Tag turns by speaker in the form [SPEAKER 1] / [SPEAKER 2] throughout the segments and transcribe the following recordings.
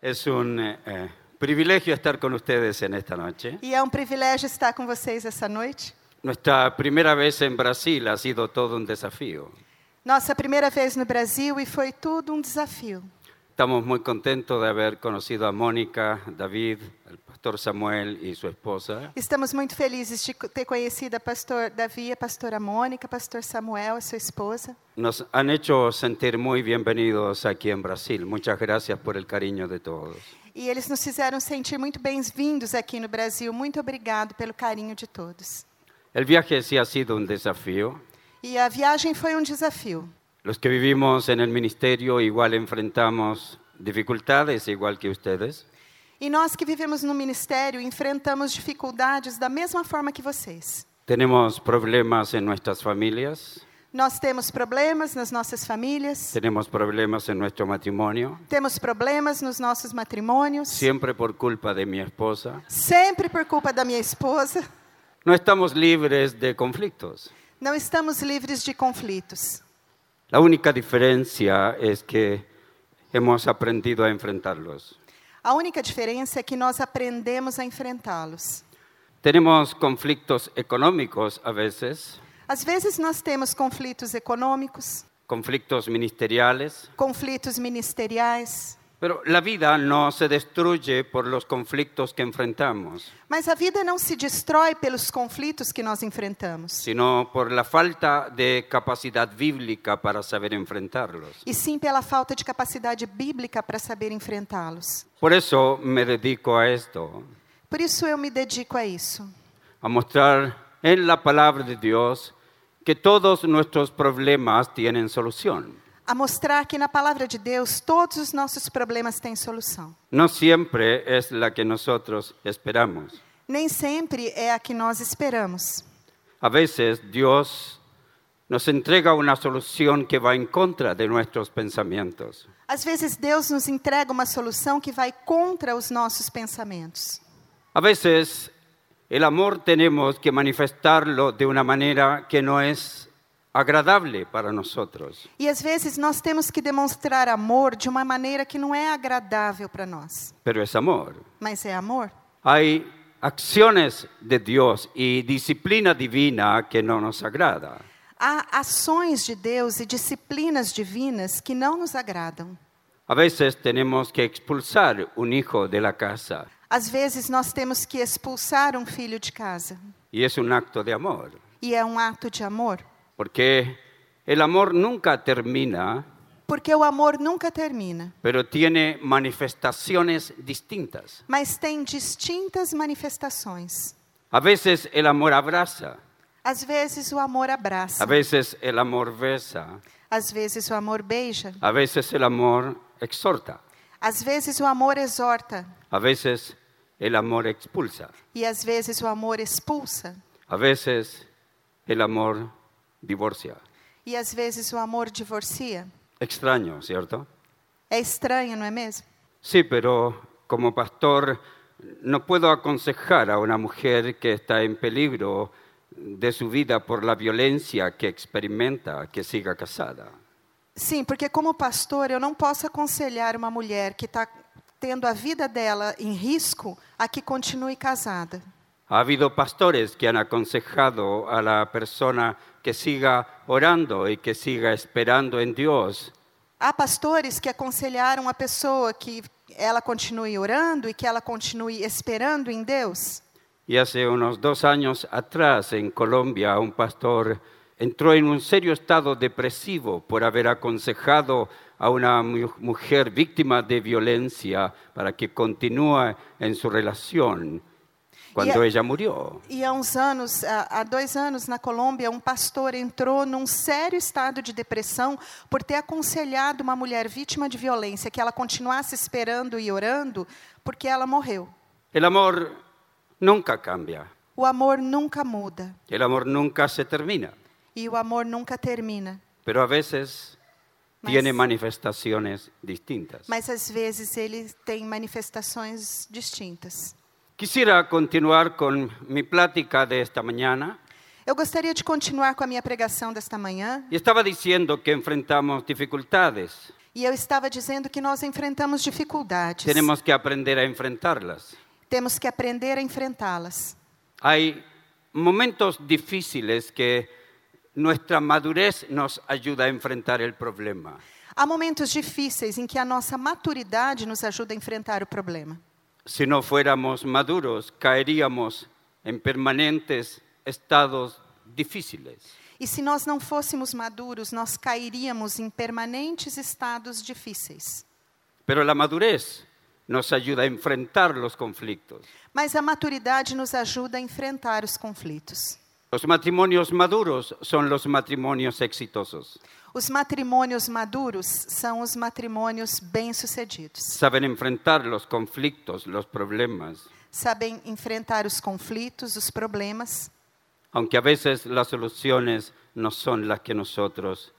[SPEAKER 1] Es un eh, eh, privilegio estar con ustedes en esta noche.
[SPEAKER 2] E é um privilégio estar com vocês essa noite.
[SPEAKER 1] Nuestra primera vez en Brasil ha sido todo un desafío.
[SPEAKER 2] Nossa primeira vez no Brasil e foi tudo um desafio.
[SPEAKER 1] Estamos muy contentos de haber conocido a Mónica, David, el pastor Samuel y su esposa.
[SPEAKER 2] Estamos muito felizes de co- ter conhecido a pastor Davi, a pastora Mônica, pastor Samuel, a sua esposa.
[SPEAKER 1] Nos han hecho sentir muy bienvenidos aquí en Brasil. Muchas gracias por el cariño de todos.
[SPEAKER 2] E eles nos fizeram sentir muito bem-vindos aqui no Brasil. Muito obrigado pelo carinho de todos.
[SPEAKER 1] El viaje sí ha sido un desafío.
[SPEAKER 2] E a viagem foi um desafio.
[SPEAKER 1] Los que vivimos en el ministerio igual enfrentamos dificultades igual que ustedes.
[SPEAKER 2] E nós que vivemos no ministério enfrentamos dificuldades da mesma forma que vocês.
[SPEAKER 1] Tenemos problemas en nuestras familias,
[SPEAKER 2] Nós temos problemas nas nossas famílias,
[SPEAKER 1] tenemos problemas en nuestro matrimonio,
[SPEAKER 2] temos problemas nos nossos matrimônios,
[SPEAKER 1] siempre por culpa de mi esposa.
[SPEAKER 2] sempre por culpa da minha esposa.
[SPEAKER 1] No estamos libres de conflictos.
[SPEAKER 2] Não estamos livres de conflitos.
[SPEAKER 1] La única diferencia es que hemos aprendido a enfrentarlos.
[SPEAKER 2] A única diferença é que nós aprendemos a enfrentá-los.
[SPEAKER 1] Tenemos conflictos económicos a veces,
[SPEAKER 2] Às vezes nós temos conflitos econômicos,
[SPEAKER 1] conflictos ministeriales,
[SPEAKER 2] conflitos ministeriais,
[SPEAKER 1] pero la vida no se destruye por los conflictos que enfrentamos,
[SPEAKER 2] mas a vida não se destrói pelos conflitos que nós enfrentamos,
[SPEAKER 1] sino por la falta de capacidad bíblica para saber enfrentarlos.
[SPEAKER 2] e sim pela falta de capacidade bíblica para saber enfrentá-los.
[SPEAKER 1] Por eso me dedico a esto,
[SPEAKER 2] Por isso eu me dedico a isso,
[SPEAKER 1] a mostrar en la palabra de Dios que todos nuestros problemas tienen solución.
[SPEAKER 2] a mostrar que na palavra de Deus todos os nossos problemas têm solução.
[SPEAKER 1] No siempre es la que nosotros esperamos.
[SPEAKER 2] Nem sempre é a que nós esperamos.
[SPEAKER 1] A veces Dios nos entrega una solución que va en contra de nuestros pensamientos.
[SPEAKER 2] Às vezes Deus nos entrega uma solução que vai contra os nossos pensamentos.
[SPEAKER 1] A veces el amor tenemos que manifestarlo de una manera que no es agradable para nosotros.
[SPEAKER 2] E às vezes nós temos que demonstrar amor de uma maneira que não é agradável para nós,
[SPEAKER 1] Pero es amor.
[SPEAKER 2] mas é amor.
[SPEAKER 1] Hay acciones de Dios y disciplina divina que no nos agrada.
[SPEAKER 2] Há ações de Deus e disciplinas divinas que não nos agradam.
[SPEAKER 1] A veces tenemos que expulsar un hijo de la casa
[SPEAKER 2] Às vezes nós temos que expulsar um filho de casa,
[SPEAKER 1] y es un acto de amor.
[SPEAKER 2] e é um ato de amor,
[SPEAKER 1] Porque el amor nunca termina,
[SPEAKER 2] porque o amor nunca termina,
[SPEAKER 1] pero tiene manifestaciones distintas.
[SPEAKER 2] mas tem distintas manifestações.
[SPEAKER 1] A veces el amor abraza,
[SPEAKER 2] Às vezes o amor abraça,
[SPEAKER 1] a veces el amor besa,
[SPEAKER 2] às vezes o amor beija,
[SPEAKER 1] a veces el amor exhorta,
[SPEAKER 2] Às vezes o amor exorta
[SPEAKER 1] a veces el amor expulsa,
[SPEAKER 2] e às vezes o amor expulsa
[SPEAKER 1] a veces el amor divorcia.
[SPEAKER 2] e às vezes o amor divorcia.
[SPEAKER 1] Extraño, ¿cierto?
[SPEAKER 2] É estranho, não é mesmo?
[SPEAKER 1] Sí, pero como pastor no puedo aconsejar a una mujer que está en peligro de su vida por la violencia que experimenta que siga casada.
[SPEAKER 2] Sim, porque como pastor eu não posso aconselhar uma mulher que está tendo a vida dela em risco a que continue casada.
[SPEAKER 1] Ha habido pastores que han aconsejado a la persona que siga orando y que siga esperando en Dios,
[SPEAKER 2] Há pastores que aconselharam a pessoa que ela continue orando e que ela continue esperando em Deus.
[SPEAKER 1] Y hace unos dos años atrás en Colombia un pastor entró en un serio estado depresivo por haber aconsejado a una mu- mujer víctima de violencia para que continúe en su relación cuando
[SPEAKER 2] Y-
[SPEAKER 1] ella murió.
[SPEAKER 2] E há uns anos, há há dois anos na Colômbia, um pastor entrou num sério estado de depressão por ter aconselhado uma mulher vítima de violência que ela continuasse esperando e orando porque ela morreu.
[SPEAKER 1] El amor nunca cambia,
[SPEAKER 2] O amor nunca muda
[SPEAKER 1] el amor nunca se termina,
[SPEAKER 2] e o amor nunca termina,
[SPEAKER 1] pero a veces
[SPEAKER 2] Mas-
[SPEAKER 1] tiene manifestaciones distintas.
[SPEAKER 2] mas às vezes ele tem manifestações distintas.
[SPEAKER 1] Quisiera continuar con mi plática de esta mañana.
[SPEAKER 2] Eu gostaria de continuar com a minha pregação desta manhã
[SPEAKER 1] Y estaba diciendo que enfrentamos dificultades,
[SPEAKER 2] e E eu estava dizendo que nós enfrentamos dificuldades.
[SPEAKER 1] Tenemos que aprender a enfrentarlas.
[SPEAKER 2] Temos que aprender a enfrentá-las.
[SPEAKER 1] Hay momentos difíciles que nuestra madurez nos ayuda a enfrentar el problema.
[SPEAKER 2] Há momentos difíceis em que a nossa maturidade nos ajuda a enfrentar o problema.
[SPEAKER 1] Si no fuéramos maduros, caeríamos en permanentes estados difíciles.
[SPEAKER 2] E se nós não fôssemos maduros, nós cairíamos em permanentes estados difíceis.
[SPEAKER 1] Pero la madurez nos ayuda a enfrentar los conflictos.
[SPEAKER 2] Mas a maturidade nos ajuda a enfrentar os conflitos.
[SPEAKER 1] Los matrimonios maduros son los matrimonios exitosos.
[SPEAKER 2] Os matrimônios maduros são os matrimônios bem-sucedidos.
[SPEAKER 1] Saben enfrentar los conflictos, los problemas,
[SPEAKER 2] Sabem enfrentar os conflitos, os problemas,
[SPEAKER 1] aunque a veces las soluciones no son las que nosotros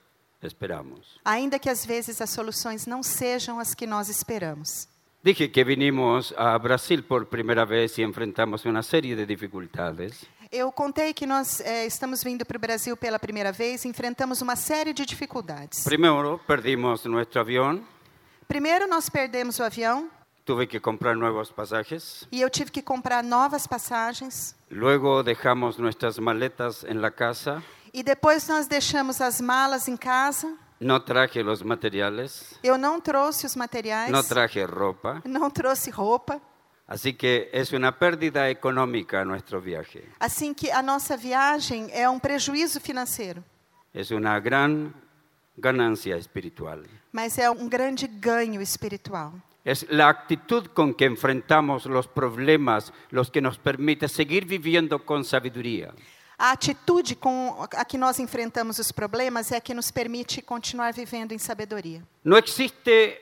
[SPEAKER 1] esperamos.
[SPEAKER 2] ainda que às vezes as soluções não sejam as que nós esperamos.
[SPEAKER 1] Dije que vinimos a Brasil por primera vez y enfrentamos una serie de dificultades.
[SPEAKER 2] Eu contei que nós eh, estamos vindo para o Brasil pela primeira vez, enfrentamos uma série de dificuldades.
[SPEAKER 1] Primero perdimos nuestro avión,
[SPEAKER 2] Primeiro, nós perdemos o avião
[SPEAKER 1] tuve que comprar nuevos pasajes.
[SPEAKER 2] e eu tive que comprar novas passagens.
[SPEAKER 1] Luego dejamos nuestras maletas en la casa.
[SPEAKER 2] E depois nós deixamos as malas em casa.
[SPEAKER 1] No traje los materiales,
[SPEAKER 2] Eu não trouxe os materiais,
[SPEAKER 1] no traje ropa,
[SPEAKER 2] não trouxe roupa.
[SPEAKER 1] así que es una pérdida económica nuestro viaje.
[SPEAKER 2] Assim que a nossa viagem é um prejuízo financeiro,
[SPEAKER 1] Es una gran ganancia espiritual.
[SPEAKER 2] mas é um grande ganho espiritual.
[SPEAKER 1] Es la actitud con que enfrentamos los problemas los que nos permite seguir viviendo con sabiduría.
[SPEAKER 2] A atitude com a que nós enfrentamos os problemas é a que nos permite continuar vivendo em sabedoria.
[SPEAKER 1] No existe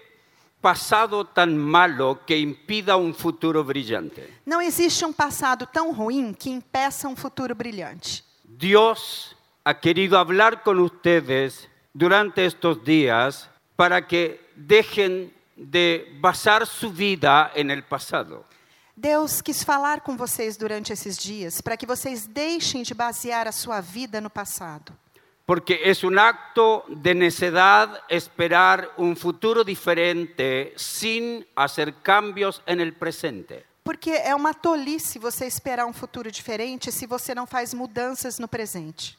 [SPEAKER 1] pasado tan malo que impida un futuro brillante.
[SPEAKER 2] Não existe um passado tão ruim que impeça um futuro brilhante.
[SPEAKER 1] Dios ha querido hablar con ustedes durante estos días para que dejen de basar su vida en el pasado.
[SPEAKER 2] Deus quis falar com vocês durante esses dias para que vocês deixem de basear a sua vida no passado.
[SPEAKER 1] Porque es un acto de necedad esperar un futuro diferente sin hacer cambios en el presente.
[SPEAKER 2] Porque é uma tolice você esperar um futuro diferente se você não faz mudanças no presente.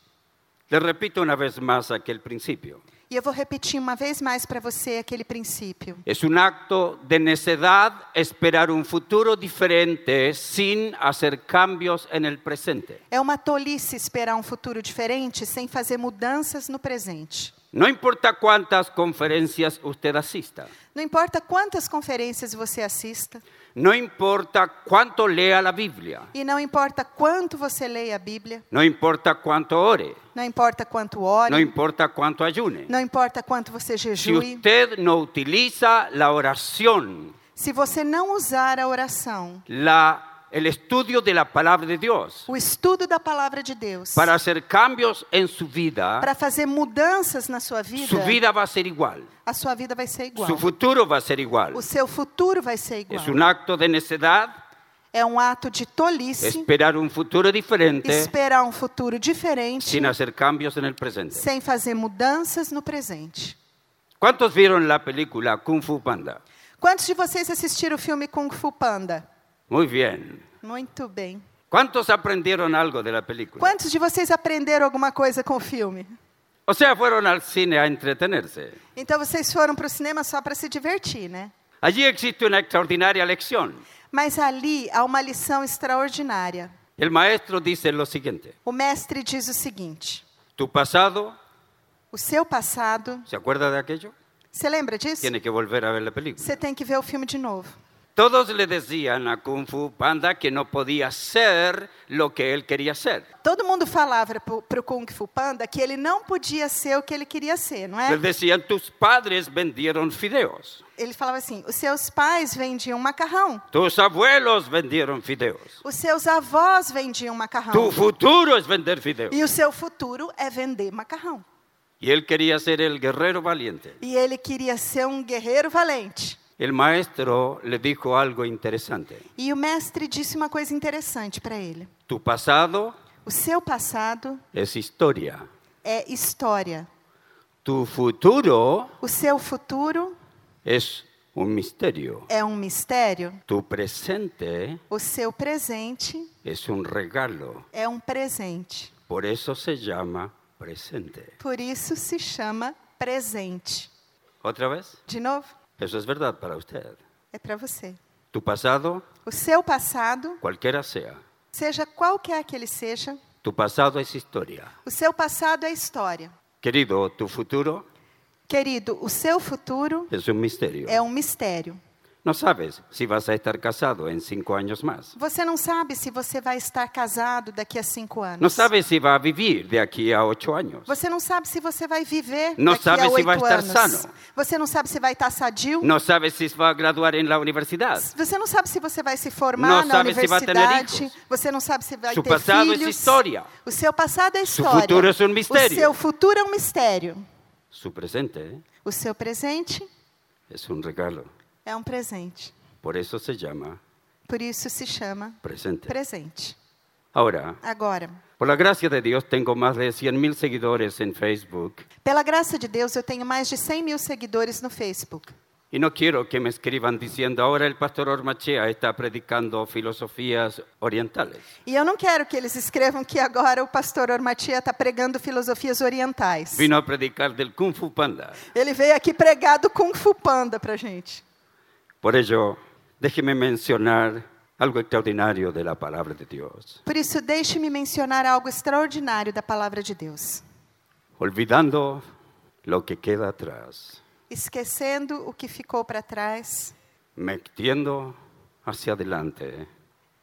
[SPEAKER 1] Les repito una vez más aquel principio.
[SPEAKER 2] E eu vou repetir uma vez mais para você aquele princípio.
[SPEAKER 1] Es un acto de necedad esperar un futuro diferente sin hacer cambios en el presente.
[SPEAKER 2] É uma tolice esperar um futuro diferente sem fazer mudanças no presente.
[SPEAKER 1] No importa cuántas conferencias usted asista,
[SPEAKER 2] Não importa quantas conferências você assista,
[SPEAKER 1] no importa cuánto lea la Biblia,
[SPEAKER 2] e não importa quanto você leia a Bíblia,
[SPEAKER 1] no importa cuánto ore,
[SPEAKER 2] não importa quanto
[SPEAKER 1] no
[SPEAKER 2] ore,
[SPEAKER 1] importa cuánto ayune.
[SPEAKER 2] não importa quanto você
[SPEAKER 1] Si
[SPEAKER 2] jejue,
[SPEAKER 1] usted no utiliza la oración,
[SPEAKER 2] se você não usar a oração,
[SPEAKER 1] la- el estudio de la palabra de Dios
[SPEAKER 2] o estudo da palavra de Deus,
[SPEAKER 1] para hacer cambios en su vida,
[SPEAKER 2] para fazer mudanças na sua
[SPEAKER 1] su
[SPEAKER 2] vida,
[SPEAKER 1] vida va a ser igual,
[SPEAKER 2] a sua vida vai ser igual.
[SPEAKER 1] su futuro va a ser igual.
[SPEAKER 2] O seu futuro vai ser igual.
[SPEAKER 1] Es un acto de necedad
[SPEAKER 2] É um ato de tolice
[SPEAKER 1] esperar un futuro diferente
[SPEAKER 2] esperar um futuro diferente
[SPEAKER 1] sin hacer cambios en el presente.
[SPEAKER 2] sem fazer mudanças no presente.
[SPEAKER 1] ¿Cuántos vieron la película Kung Fu Panda?
[SPEAKER 2] Quantos de vocês assistiram o filme Kung Fu Panda?
[SPEAKER 1] Muy bien.
[SPEAKER 2] Muito bem.
[SPEAKER 1] ¿Cuántos aprendieron algo de la película?
[SPEAKER 2] Quantos de vocês aprenderam alguma coisa com o filme?
[SPEAKER 1] O sea, fueron al cine a entretenerse.
[SPEAKER 2] Então vocês foram para o cinema só para se divertir, né?
[SPEAKER 1] Allí existe una extraordinaria lección.
[SPEAKER 2] Mas ali há uma lição extraordinária.
[SPEAKER 1] El maestro dice lo siguiente,
[SPEAKER 2] O mestre diz o seguinte:
[SPEAKER 1] tu pasado,
[SPEAKER 2] o seu passado,
[SPEAKER 1] ¿se acuerda de aquello?
[SPEAKER 2] você lembra disso?
[SPEAKER 1] Tiene que volver a ver la película.
[SPEAKER 2] Você tem que ver o filme de novo.
[SPEAKER 1] Todos le decían a Kung Fu Panda que no podía ser lo que él quería ser.
[SPEAKER 2] Todo mundo falava para o Kung Fu Panda que ele não podia ser o que ele queria ser, não é?
[SPEAKER 1] Les decían, tus padres vendieron fideos,
[SPEAKER 2] Ele falava assim: os seus pais vendiam macarrão,
[SPEAKER 1] tus abuelos vendieron fideos,
[SPEAKER 2] os seus avós vendiam macarrão,
[SPEAKER 1] tu futuro es vender fideos.
[SPEAKER 2] e o seu futuro é vender macarrão.
[SPEAKER 1] Y él quería ser el guerrero valiente.
[SPEAKER 2] E ele queria ser um guerreiro valente.
[SPEAKER 1] El maestro le dijo algo interesante.
[SPEAKER 2] E o mestre disse uma coisa interessante para ele:
[SPEAKER 1] Tu pasado
[SPEAKER 2] o seu passado
[SPEAKER 1] es historia,
[SPEAKER 2] é história,
[SPEAKER 1] Tu futuro
[SPEAKER 2] O seu futuro
[SPEAKER 1] es un misterio.
[SPEAKER 2] é um mistério.
[SPEAKER 1] Tu presente
[SPEAKER 2] O seu presente
[SPEAKER 1] es un regalo.
[SPEAKER 2] é um presente.
[SPEAKER 1] Por eso se llama presente.
[SPEAKER 2] Por isso se chama presente.
[SPEAKER 1] Otra vez,
[SPEAKER 2] De novo,
[SPEAKER 1] eso es verdad para usted.
[SPEAKER 2] é para você.
[SPEAKER 1] Tu pasado,
[SPEAKER 2] O seu passado,
[SPEAKER 1] cualquiera sea,
[SPEAKER 2] seja qualquer que ele seja,
[SPEAKER 1] tu pasado es historia.
[SPEAKER 2] o seu passado é história.
[SPEAKER 1] Querido, tu futuro
[SPEAKER 2] Querido, o seu futuro
[SPEAKER 1] es un misterio.
[SPEAKER 2] é um mistério.
[SPEAKER 1] No sabes si vas a estar casado en cinco años más.
[SPEAKER 2] Você não sabe se você vai estar casado daqui a cinco anos.
[SPEAKER 1] No sabes si va a vivir de aquí a ocho años.
[SPEAKER 2] Você não sabe se você vai viver
[SPEAKER 1] Não
[SPEAKER 2] daqui
[SPEAKER 1] sabe
[SPEAKER 2] a
[SPEAKER 1] se
[SPEAKER 2] oito
[SPEAKER 1] vai estar
[SPEAKER 2] anos.
[SPEAKER 1] sano.
[SPEAKER 2] Você não sabe se vai estar sadio.
[SPEAKER 1] No sabes si va a graduar en la universidad.
[SPEAKER 2] Você não sabe se você vai se formar
[SPEAKER 1] Não
[SPEAKER 2] na
[SPEAKER 1] sabe se vai ter
[SPEAKER 2] universidade.
[SPEAKER 1] filhos.
[SPEAKER 2] você não sabe se vai
[SPEAKER 1] Seu
[SPEAKER 2] ter
[SPEAKER 1] passado é
[SPEAKER 2] filhos.
[SPEAKER 1] história.
[SPEAKER 2] O seu passado é
[SPEAKER 1] Seu
[SPEAKER 2] história.
[SPEAKER 1] futuro é um mistério.
[SPEAKER 2] O seu futuro é um mistério.
[SPEAKER 1] Su presente
[SPEAKER 2] O seu presente
[SPEAKER 1] es un regalo.
[SPEAKER 2] é um presente.
[SPEAKER 1] Por eso se llama
[SPEAKER 2] Por isso se chama
[SPEAKER 1] presente.
[SPEAKER 2] presente.
[SPEAKER 1] Ahora,
[SPEAKER 2] Agora,
[SPEAKER 1] por la gracia de Dios, tengo más de 100 mil seguidores en Facebook
[SPEAKER 2] pela graça de Deus, eu tenho mais de 100 mil seguidores no Facebook.
[SPEAKER 1] y no quiero que me escriban diciendo ahora el pastor Ormachea está predicando filosofías orientales.
[SPEAKER 2] E eu não quero que eles escrevam que agora o pastor Ormatia está pregando filosofias orientais.
[SPEAKER 1] Vino a predicar del Kung Fu Panda.
[SPEAKER 2] Ele veio aqui pregar do Kung Fu Panda pra gente.
[SPEAKER 1] Por ello, déjeme mencionar algo extraordinario de la palabra de Dios.
[SPEAKER 2] Por isso, deixe-me mencionar algo extraordinário da palavra de Deus.
[SPEAKER 1] Olvidando lo que queda atrás,
[SPEAKER 2] Esquecendo o que ficou para trás,
[SPEAKER 1] me extiendo hacia adelante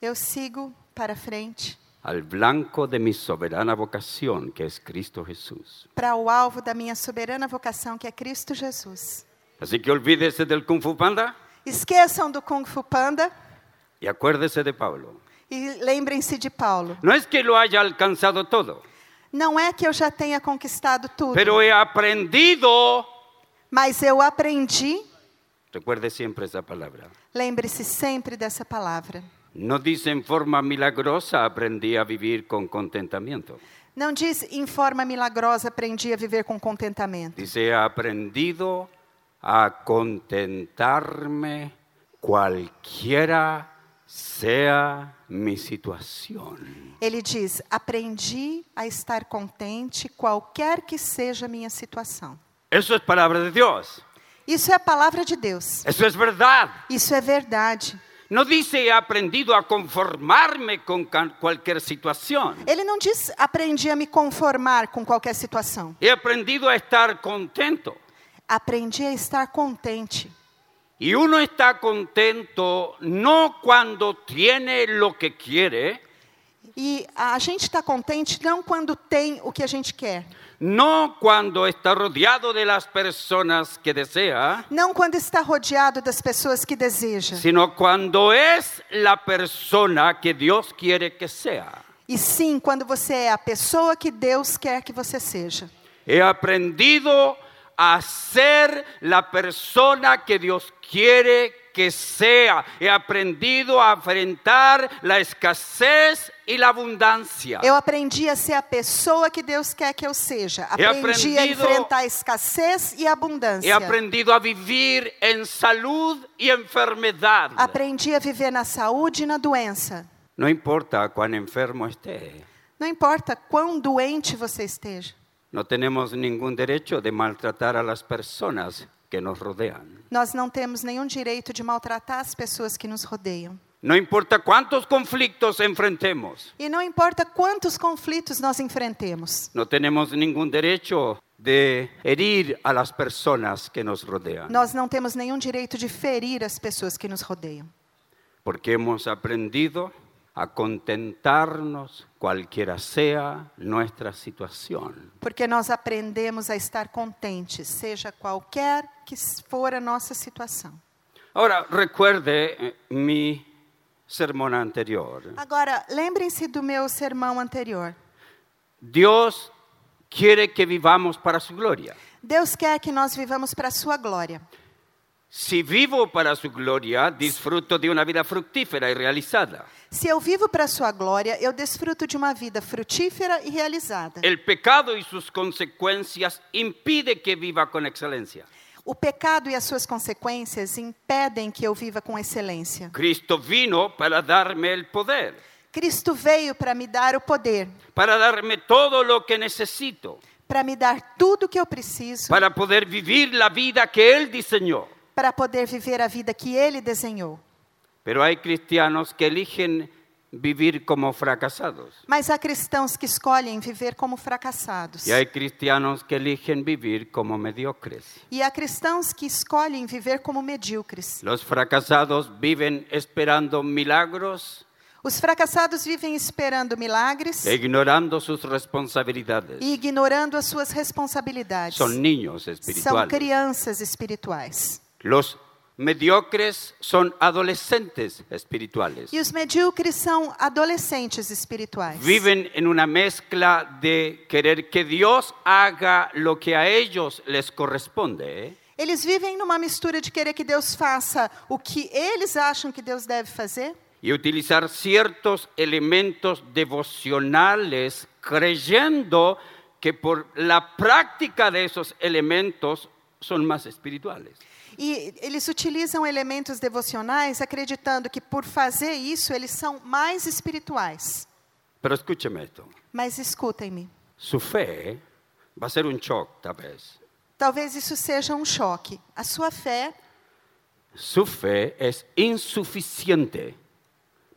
[SPEAKER 2] eu sigo para frente,
[SPEAKER 1] al blanco de mi soberana vocación, que es Cristo Jesús.
[SPEAKER 2] para o alvo da minha soberana vocação, que é Cristo Jesus.
[SPEAKER 1] Así que olvídese del Kung Fu Panda
[SPEAKER 2] Esqueçam do Kung Fu Panda
[SPEAKER 1] y acuérdese de Pablo.
[SPEAKER 2] e lembrem-se de Paulo.
[SPEAKER 1] No es que lo haya alcanzado todo,
[SPEAKER 2] Não é que eu já tenha conquistado tudo,
[SPEAKER 1] pero he aprendido.
[SPEAKER 2] mas eu aprendi.
[SPEAKER 1] Recuerde siempre esa palabra.
[SPEAKER 2] Lembre-se sempre dessa palavra.
[SPEAKER 1] No dice en forma milagrosa, aprendí a vivir con contentamiento.
[SPEAKER 2] Não diz em forma milagrosa aprendi a viver com contentamento.
[SPEAKER 1] Dice, he aprendido a contentarme cualquiera sea mi situación.
[SPEAKER 2] Ele diz: aprendi a estar contente, qualquer que seja a minha situação.
[SPEAKER 1] Eso es palabra de Dios.
[SPEAKER 2] Isso é a palavra de Deus.
[SPEAKER 1] Eso es verdad.
[SPEAKER 2] Isso é verdade.
[SPEAKER 1] No dice, he aprendido a conformarme con ca- cualquier situación.
[SPEAKER 2] Ele não diz aprendi a me conformar com qualquer situação.
[SPEAKER 1] He aprendido a estar contento.
[SPEAKER 2] Aprendi a estar contente.
[SPEAKER 1] Y uno está contento no cuando tiene lo que quiere,
[SPEAKER 2] E a gente está contente não quando tem o que a gente quer,
[SPEAKER 1] no cuando está rodeado de las personas que desea,
[SPEAKER 2] não quando está rodeado das pessoas que deseja.
[SPEAKER 1] sino cuando es la persona que Dios quiere que sea.
[SPEAKER 2] E sim, quando você é a pessoa que Deus quer que você seja.
[SPEAKER 1] He aprendido a ser la persona que Dios quiere que sea. He aprendido a enfrentar la escasez y la abundancia.
[SPEAKER 2] Eu aprendi a ser a pessoa que Deus quer que eu seja.
[SPEAKER 1] Eu
[SPEAKER 2] Aprendi a
[SPEAKER 1] aprendido-
[SPEAKER 2] enfrentar a escassez e a abundância.
[SPEAKER 1] He aprendido a vivir en salud y enfermedad.
[SPEAKER 2] Aprendi a viver na saúde e na doença.
[SPEAKER 1] No importa cuán enfermo esté,
[SPEAKER 2] Não importa quão doente você esteja.
[SPEAKER 1] no tenemos ningún derecho de maltratar a las personas que nos rodean.
[SPEAKER 2] Nós não temos nenhum direito de maltratar as pessoas que nos rodeiam.
[SPEAKER 1] No importa cuántos conflictos enfrentemos,
[SPEAKER 2] E não importa quantos conflitos nós enfrentemos.
[SPEAKER 1] no tenemos ningún derecho de herir a las personas que nos rodean,
[SPEAKER 2] Nós não temos nenhum direito de ferir as pessoas que nos rodeiam.
[SPEAKER 1] porque hemos aprendido a contentarnos cualquiera sea nuestra situación.
[SPEAKER 2] Porque nós aprendemos a estar contentes, seja qualquer que for a nossa situação.
[SPEAKER 1] Ahora, recuerde eh, mi sermón anterior.
[SPEAKER 2] Agora, lembrem-se do meu sermão anterior.
[SPEAKER 1] Dios quiere que vivamos para su gloria.
[SPEAKER 2] Deus quer que nós vivamos para a sua glória.
[SPEAKER 1] Si vivo para su gloria, disfruto de una vida fructífera y realizada.
[SPEAKER 2] Se eu vivo para a sua glória, eu desfruto de uma vida frutífera e realizada.
[SPEAKER 1] El pecado y sus consecuencias impide que viva con excelencia.
[SPEAKER 2] O pecado e as suas consequências impedem que eu viva com excelência.
[SPEAKER 1] Cristo vino para darme el poder,
[SPEAKER 2] Cristo veio para me dar o poder,
[SPEAKER 1] para darme todo lo que necesito,
[SPEAKER 2] para me dar tudo o que eu preciso,
[SPEAKER 1] para poder vivir la vida que Él diseñó.
[SPEAKER 2] para poder viver a vida que Ele desenhou.
[SPEAKER 1] Pero hay cristianos que eligen vivir como fracasados.
[SPEAKER 2] Mas há cristãos que escolhem viver como fracassados.
[SPEAKER 1] Y hay cristianos que eligen vivir como mediocres.
[SPEAKER 2] E há cristãos que escolhem viver como medíocres.
[SPEAKER 1] Los fracasados viven esperando milagros
[SPEAKER 2] Os fracassados vivem esperando milagres
[SPEAKER 1] e ignorando sus responsabilidades.
[SPEAKER 2] e ignorando as suas responsabilidades.
[SPEAKER 1] Son niños
[SPEAKER 2] São
[SPEAKER 1] espirituales.
[SPEAKER 2] crianças espirituais.
[SPEAKER 1] Los mediocres son adolescentes espirituales.
[SPEAKER 2] E os medíocres são adolescentes espirituais.
[SPEAKER 1] Viven en una mezcla de querer que Dios haga lo que a ellos les corresponde. ¿eh?
[SPEAKER 2] Eles vivem numa mistura de querer que Deus faça o que eles acham que Deus deve fazer
[SPEAKER 1] y utilizar ciertos elementos devocionales creyendo que por la práctica de esos elementos son más espirituales.
[SPEAKER 2] e eles utilizam elementos devocionais acreditando que por fazer isso eles são mais espirituais.
[SPEAKER 1] Pero escúcheme esto,
[SPEAKER 2] Mas escutem-me,
[SPEAKER 1] su fe va a ser un shock tal vez.
[SPEAKER 2] talvez isso seja um choque. A sua fé,
[SPEAKER 1] Su fe es insuficiente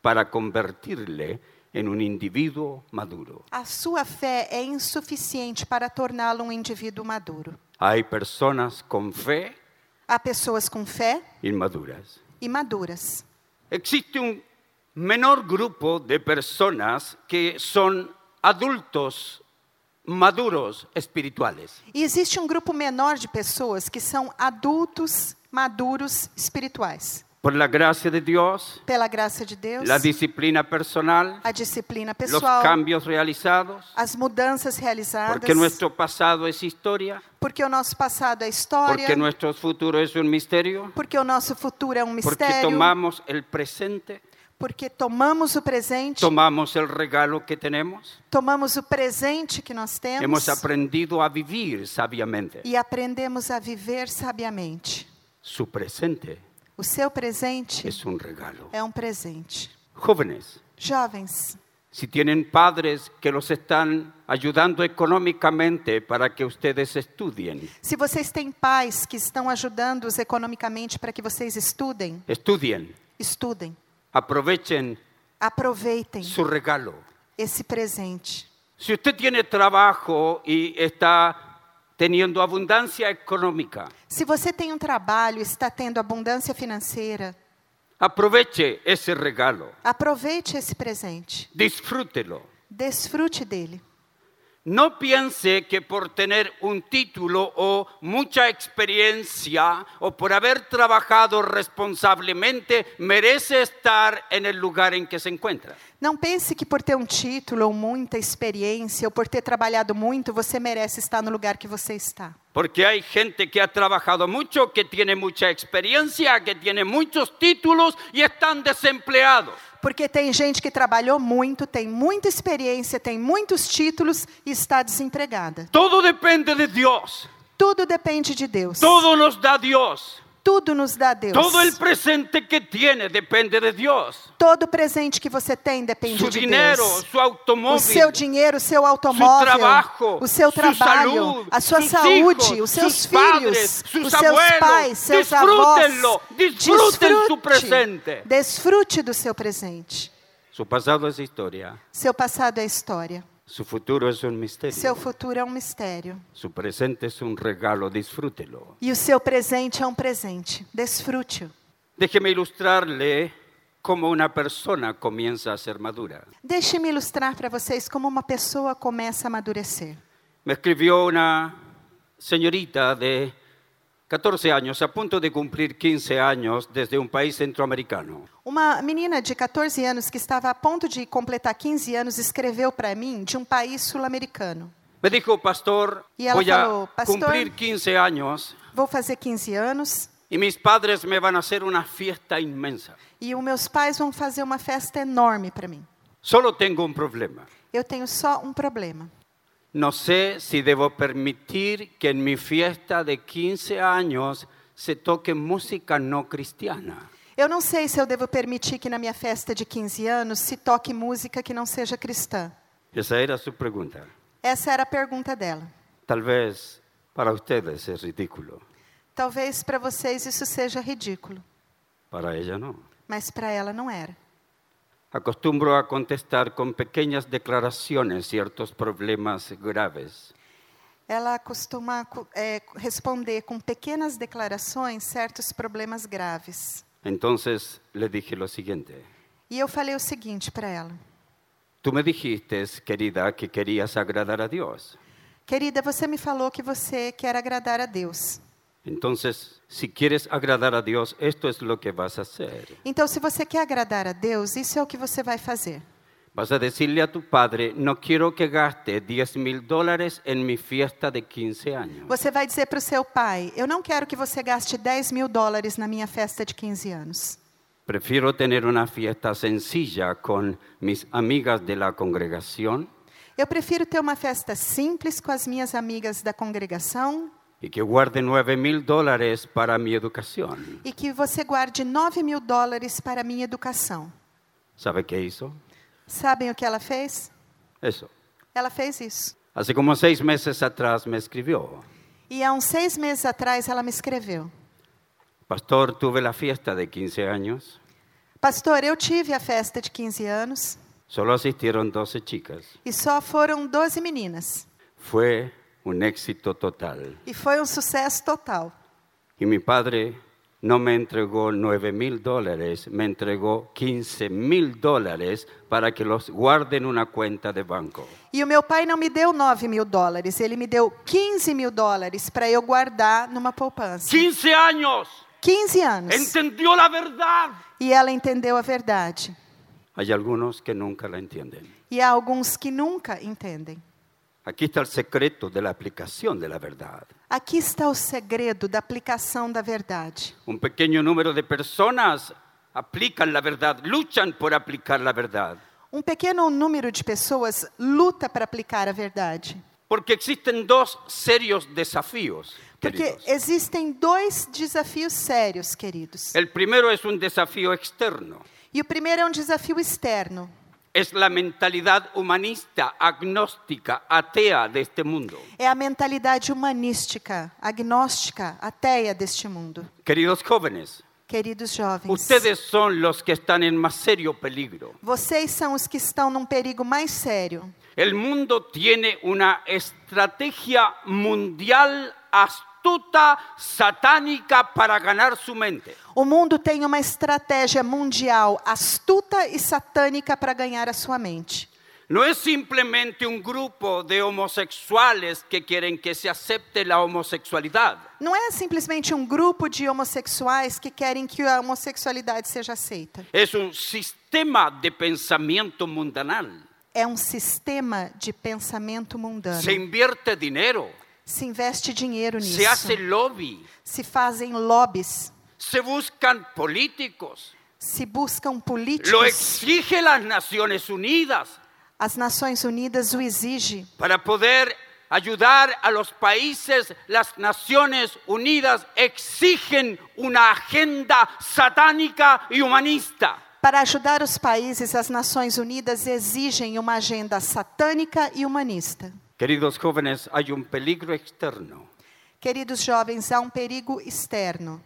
[SPEAKER 1] para convertirle en un individuo maduro.
[SPEAKER 2] a sua fé é insuficiente para torná-lo um indivíduo maduro.
[SPEAKER 1] Hay personas con fe
[SPEAKER 2] Há pessoas com fé
[SPEAKER 1] inmaduras.
[SPEAKER 2] imaduras.
[SPEAKER 1] Existe un menor grupo de personas que son adultos maduros espirituales.
[SPEAKER 2] E existe um grupo menor de pessoas que são adultos maduros espirituais.
[SPEAKER 1] Por la gracia de Dios,
[SPEAKER 2] Pela graça de Deus,
[SPEAKER 1] la disciplina personal,
[SPEAKER 2] a disciplina
[SPEAKER 1] los
[SPEAKER 2] pessoal,
[SPEAKER 1] cambios realizados,
[SPEAKER 2] as mudanças realizadas,
[SPEAKER 1] porque nuestro pasado es historia,
[SPEAKER 2] porque o nosso passado é história,
[SPEAKER 1] porque nuestro futuro es un misterio,
[SPEAKER 2] porque o nosso futuro é um
[SPEAKER 1] porque
[SPEAKER 2] mistério,
[SPEAKER 1] tomamos el presente,
[SPEAKER 2] porque tomamos o presente,
[SPEAKER 1] tomamos el regalo que tenemos,
[SPEAKER 2] tomamos o presente que nós temos
[SPEAKER 1] hemos aprendido a vivir sabiamente.
[SPEAKER 2] e aprendemos a viver sabiamente.
[SPEAKER 1] Su presente
[SPEAKER 2] O seu presente
[SPEAKER 1] es un regalo.
[SPEAKER 2] é um presente.
[SPEAKER 1] Jóvenes,
[SPEAKER 2] Jovens,
[SPEAKER 1] Si tienen padres que los están ayudando económicamente para que ustedes estudien,
[SPEAKER 2] se vocês têm pais que estão ajudando-os economicamente para que vocês estudem,
[SPEAKER 1] estudien,
[SPEAKER 2] estudem,
[SPEAKER 1] aprovechen
[SPEAKER 2] aproveitem
[SPEAKER 1] su regalo.
[SPEAKER 2] esse presente.
[SPEAKER 1] Si usted tiene trabajo y está teniendo abundancia económica,
[SPEAKER 2] Se você tem um trabalho, está tendo abundância financeira,
[SPEAKER 1] aproveche ese regalo,
[SPEAKER 2] aproveite esse presente.
[SPEAKER 1] disfrútelo.
[SPEAKER 2] Desfrute dele.
[SPEAKER 1] No piense que por tener un título o mucha experiencia o por haber trabajado responsablemente merece estar en el lugar en que se encuentra.
[SPEAKER 2] Não pense que por ter um título ou muita experiência ou por ter trabalhado muito, você merece estar no lugar que você está.
[SPEAKER 1] Porque hay gente que ha trabajado mucho, que tiene mucha experiencia, que tiene muchos títulos y están desempleados.
[SPEAKER 2] Porque tem gente que trabalhou muito, tem muita experiência, tem muitos títulos e está desempregada.
[SPEAKER 1] Todo depende de Dios.
[SPEAKER 2] Tudo depende de Deus.
[SPEAKER 1] Todo nos da Dios.
[SPEAKER 2] Tudo nos dá Deus.
[SPEAKER 1] Todo el presente que tiene depende de Dios.
[SPEAKER 2] Todo presente que você tem depende
[SPEAKER 1] Su
[SPEAKER 2] de
[SPEAKER 1] dinero,
[SPEAKER 2] Deus.
[SPEAKER 1] su automóvil,
[SPEAKER 2] O seu dinheiro, o seu automóvel,
[SPEAKER 1] trabajo,
[SPEAKER 2] o seu
[SPEAKER 1] su
[SPEAKER 2] trabalho,
[SPEAKER 1] salud,
[SPEAKER 2] a sua
[SPEAKER 1] sus
[SPEAKER 2] saúde,
[SPEAKER 1] hijos,
[SPEAKER 2] os seus
[SPEAKER 1] sus
[SPEAKER 2] filhos,
[SPEAKER 1] padres, sus
[SPEAKER 2] os seus
[SPEAKER 1] abuelos.
[SPEAKER 2] pais, seus avós.
[SPEAKER 1] Disfrútenlo, disfruten su presente.
[SPEAKER 2] Desfrute do seu presente.
[SPEAKER 1] Su pasado es historia,
[SPEAKER 2] Seu passado é história.
[SPEAKER 1] su futuro es un misterio.
[SPEAKER 2] Seu futuro é um mistério.
[SPEAKER 1] Su presente es un regalo, disfrútelo.
[SPEAKER 2] E o seu presente é um presente. Desfrute-o.
[SPEAKER 1] Déjeme ilustrarle cómo una persona comienza a ser madura.
[SPEAKER 2] Deixe-me ilustrar para vocês como uma pessoa começa a amadurecer.
[SPEAKER 1] Me escribió una señorita de 14 años, a punto de cumplir 15 años, desde un país centroamericano.
[SPEAKER 2] Uma menina de 14 anos que estava a ponto de completar 15 anos escreveu para mim de um país sul-americano.
[SPEAKER 1] Me dijo, pastor,
[SPEAKER 2] Y ella
[SPEAKER 1] voy
[SPEAKER 2] falou,
[SPEAKER 1] a
[SPEAKER 2] "Pastor".
[SPEAKER 1] cumplir 15 años
[SPEAKER 2] Vou fazer 15 anos
[SPEAKER 1] y mis padres me van a hacer una fiesta inmensa.
[SPEAKER 2] E os meus pais vão fazer uma festa enorme para mim.
[SPEAKER 1] Solo tengo un problema.
[SPEAKER 2] Eu tenho só um problema.
[SPEAKER 1] No sé si debo permitir que en mi fiesta de 15 años se toque música no cristiana.
[SPEAKER 2] Eu não sei se eu devo permitir que na minha festa de 15 anos se toque música que não seja cristã.
[SPEAKER 1] Esa era su pregunta.
[SPEAKER 2] Essa era a pergunta dela.
[SPEAKER 1] Tal vez para ustedes es ridículo,
[SPEAKER 2] Talvez para vocês isso seja ridículo,
[SPEAKER 1] para ella no.
[SPEAKER 2] mas para ela não era.
[SPEAKER 1] Acostumbro a contestar con pequeñas declaraciones ciertos problemas graves.
[SPEAKER 2] Ela costuma co- eh, responder com pequenas declarações certos problemas graves.
[SPEAKER 1] Entonces le dije lo siguiente.
[SPEAKER 2] E eu falei o seguinte para ela:
[SPEAKER 1] Tú me dijiste, querida, que querías agradar a Dios.
[SPEAKER 2] Querida, você me falou que você quer agradar a Deus.
[SPEAKER 1] Entonces, si quieres agradar a Dios, esto es lo que vas a hacer.
[SPEAKER 2] Então, se você quer agradar a Deus, isso é o que você vai fazer.
[SPEAKER 1] Vas a decirle a tu padre, no quiero que gaste 10 mil dólares en mi fiesta de 15 años.
[SPEAKER 2] Você vai dizer para o seu pai: Eu não quero que você gaste 10 mil dólares na minha festa de 15 anos.
[SPEAKER 1] Prefiero tener una fiesta sencilla con mis amigas de la congregación
[SPEAKER 2] Eu prefiro ter uma festa simples com as minhas amigas da congregação
[SPEAKER 1] y que guarde 9 mil dólares para mi educación.
[SPEAKER 2] e que você guarde 9 mil dólares para a minha educação.
[SPEAKER 1] ¿Sabe qué hizo?
[SPEAKER 2] Sabem o que ela fez?
[SPEAKER 1] Eso.
[SPEAKER 2] Ela fez isso.
[SPEAKER 1] Hace como seis meses atrás me escribió,
[SPEAKER 2] E há uns seis meses atrás ela me escreveu:
[SPEAKER 1] Pastor, tuve la fiesta de 15 años,
[SPEAKER 2] Pastor, eu tive a festa de 15 anos
[SPEAKER 1] solo asistieron 12 chicas.
[SPEAKER 2] e só foram 12 meninas.
[SPEAKER 1] Fue un éxito total.
[SPEAKER 2] E foi um sucesso total.
[SPEAKER 1] Y mi padre no me entregó 9 mil dólares, me entregó 15 mil dólares para que los guarde en una cuenta de banco.
[SPEAKER 2] E o meu pai não me deu 9 mil dólares, ele me deu 15 mil dólares para eu guardar numa poupança.
[SPEAKER 1] 15 años,
[SPEAKER 2] 15 anos.
[SPEAKER 1] entendió la verdad.
[SPEAKER 2] E ela entendeu a verdade.
[SPEAKER 1] Hay algunos que nunca la entienden.
[SPEAKER 2] E há alguns que nunca entendem.
[SPEAKER 1] Aquí está el secreto de la aplicación de la verdad.
[SPEAKER 2] Aqui está o segredo da aplicação da verdade.
[SPEAKER 1] Un pequeño número de personas aplican la verdad, luchan por aplicar la verdad,
[SPEAKER 2] Um pequeno número de pessoas luta para aplicar a verdade.
[SPEAKER 1] porque existen dos serios desafíos.
[SPEAKER 2] Porque
[SPEAKER 1] queridos.
[SPEAKER 2] existem dois desafios sérios, queridos.
[SPEAKER 1] El primero es un desafío externo.
[SPEAKER 2] E o primeiro é um desafio externo.
[SPEAKER 1] Es la mentalidad humanista, agnóstica, atea de este mundo.
[SPEAKER 2] É a mentalidade humanística, agnóstica, ateia deste mundo.
[SPEAKER 1] Queridos jóvenes,
[SPEAKER 2] Queridos jovens,
[SPEAKER 1] ustedes son los que están en más serio peligro.
[SPEAKER 2] vocês são os que estão num perigo mais sério.
[SPEAKER 1] El mundo tiene una estrategia mundial astuta, satánica, para ganar su mente.
[SPEAKER 2] O mundo tem uma estratégia mundial astuta e satânica para ganhar a sua mente.
[SPEAKER 1] No es simplemente un grupo de homosexuales que quieren que se acepte la homosexualidad.
[SPEAKER 2] Não é simplesmente um grupo de homossexuais que querem que a homossexualidade seja aceita.
[SPEAKER 1] Es un sistema de pensamiento mundanal.
[SPEAKER 2] É um sistema de pensamento mundano.
[SPEAKER 1] Se invierte dinero,
[SPEAKER 2] Se investe dinheiro nisso.
[SPEAKER 1] se hace lobby,
[SPEAKER 2] Se fazem lobbies.
[SPEAKER 1] se buscan políticos,
[SPEAKER 2] Se buscam
[SPEAKER 1] lo
[SPEAKER 2] políticos.
[SPEAKER 1] exige las Naciones Unidas
[SPEAKER 2] As Nações Unidas o exige
[SPEAKER 1] para poder ayudar a los países. Las Naciones Unidas exigen una agenda satánica y humanista.
[SPEAKER 2] Para ajudar os países, as Nações Unidas exigem uma agenda satânica e humanista.
[SPEAKER 1] Queridos jóvenes, hay un peligro externo.
[SPEAKER 2] Queridos jovens, há um perigo externo.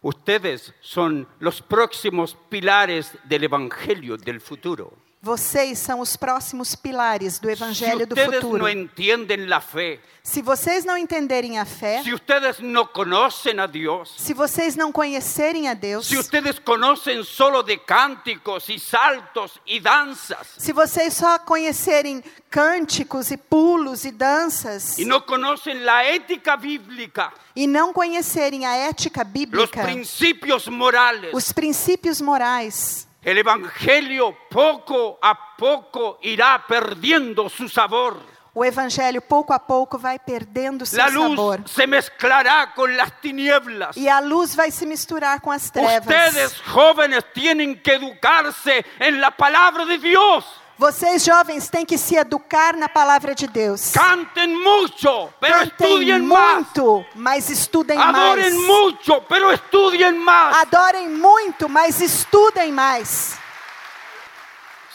[SPEAKER 1] Ustedes son los próximos pilares del Evangelio del futuro.
[SPEAKER 2] Vocês são os próximos pilares do
[SPEAKER 1] si
[SPEAKER 2] evangelho do
[SPEAKER 1] ustedes
[SPEAKER 2] futuro.
[SPEAKER 1] no entienden la fe,
[SPEAKER 2] Se vocês não entenderem a fé,
[SPEAKER 1] si ustedes no conocen a Dios,
[SPEAKER 2] se vocês não conhecerem a Deus,
[SPEAKER 1] si ustedes conocen solo de cánticos y saltos y danzas,
[SPEAKER 2] se vocês só conhecerem cânticos e pulos e danças
[SPEAKER 1] y no conocen la ética bíblica,
[SPEAKER 2] e não conhecerem a ética
[SPEAKER 1] los
[SPEAKER 2] bíblica,
[SPEAKER 1] principios morales,
[SPEAKER 2] os princípios morais,
[SPEAKER 1] el Evangelio poco a poco irá perdiendo su sabor.
[SPEAKER 2] o evangelho pouco a pouco vai perdendo seu
[SPEAKER 1] La luz
[SPEAKER 2] sabor.
[SPEAKER 1] se mezclará con las tinieblas.
[SPEAKER 2] E a luz vai se misturar com as trevas.
[SPEAKER 1] Ustedes jóvenes tienen que educarse en la palabra de Dios.
[SPEAKER 2] Vocês jovens têm que se educar na palavra de Deus.
[SPEAKER 1] Canten mucho, pero
[SPEAKER 2] Cantem
[SPEAKER 1] estudien más.
[SPEAKER 2] muito, mas estudem mais.
[SPEAKER 1] Adoren mucho, pero estudien más.
[SPEAKER 2] Adorem muito, mas estudem mais.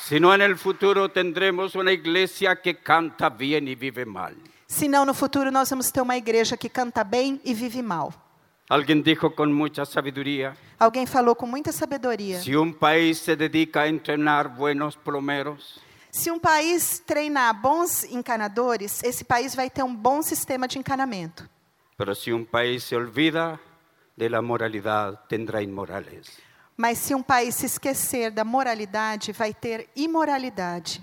[SPEAKER 1] Si no, en el futuro tendremos una iglesia que canta bien y vive mal.
[SPEAKER 2] Senão, no futuro, nós vamos ter uma igreja que canta bem e vive mal.
[SPEAKER 1] Alguien dijo con mucha sabiduría,
[SPEAKER 2] Alguém falou com muita sabedoria.
[SPEAKER 1] si un país se dedica a entrenar buenos plomeros,
[SPEAKER 2] Se um país treinar bons encanadores, esse país vai ter um bom sistema de encanamento.
[SPEAKER 1] pero si un país se olvida de la moralidad, tendrá inmorales.
[SPEAKER 2] Mas se um país se esquecer da moralidade, vai ter imoralidade.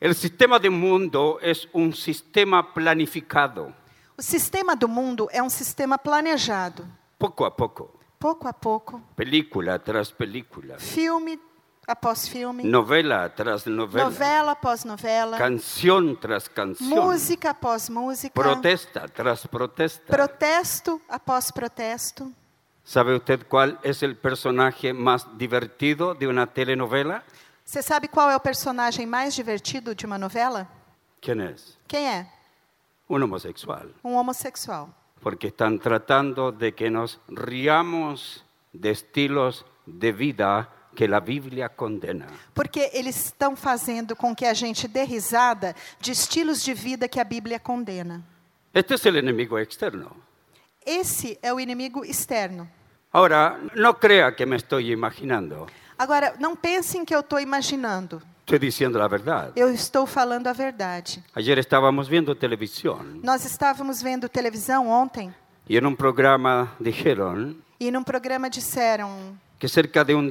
[SPEAKER 1] El sistema de mundo es un sistema planificado,
[SPEAKER 2] O sistema do mundo é um sistema planejado,
[SPEAKER 1] poco a poco,
[SPEAKER 2] pouco a pouco,
[SPEAKER 1] película tras película,
[SPEAKER 2] filme após filme,
[SPEAKER 1] novela tras novela,
[SPEAKER 2] novela após novela,
[SPEAKER 1] canción tras canción,
[SPEAKER 2] música após música,
[SPEAKER 1] protesta tras protesta.
[SPEAKER 2] protesto após protesto.
[SPEAKER 1] ¿Sabe usted cuál es el personaje más divertido de una telenovela?
[SPEAKER 2] Você sabe qual é o personagem mais divertido de uma novela?
[SPEAKER 1] ¿Quién es?
[SPEAKER 2] Quem é?
[SPEAKER 1] Un homosexual.
[SPEAKER 2] Um homossexual.
[SPEAKER 1] Porque están tratando de que nos riamos de estilos de vida que la Biblia condena.
[SPEAKER 2] Porque eles estão fazendo com que a gente dê risada de estilos de vida que a Bíblia condena.
[SPEAKER 1] Este es el enemigo externo.
[SPEAKER 2] Esse é o inimigo externo.
[SPEAKER 1] Ahora, no crea que me estoy imaginando.
[SPEAKER 2] Agora, não pensem que eu estou imaginando.
[SPEAKER 1] Estoy diciendo la verdad.
[SPEAKER 2] Eu estou falando a verdade.
[SPEAKER 1] Ayer estábamos viendo televisión
[SPEAKER 2] Nós estávamos vendo televisão ontem
[SPEAKER 1] y en un programa dijeron
[SPEAKER 2] e num programa disseram
[SPEAKER 1] que cerca de un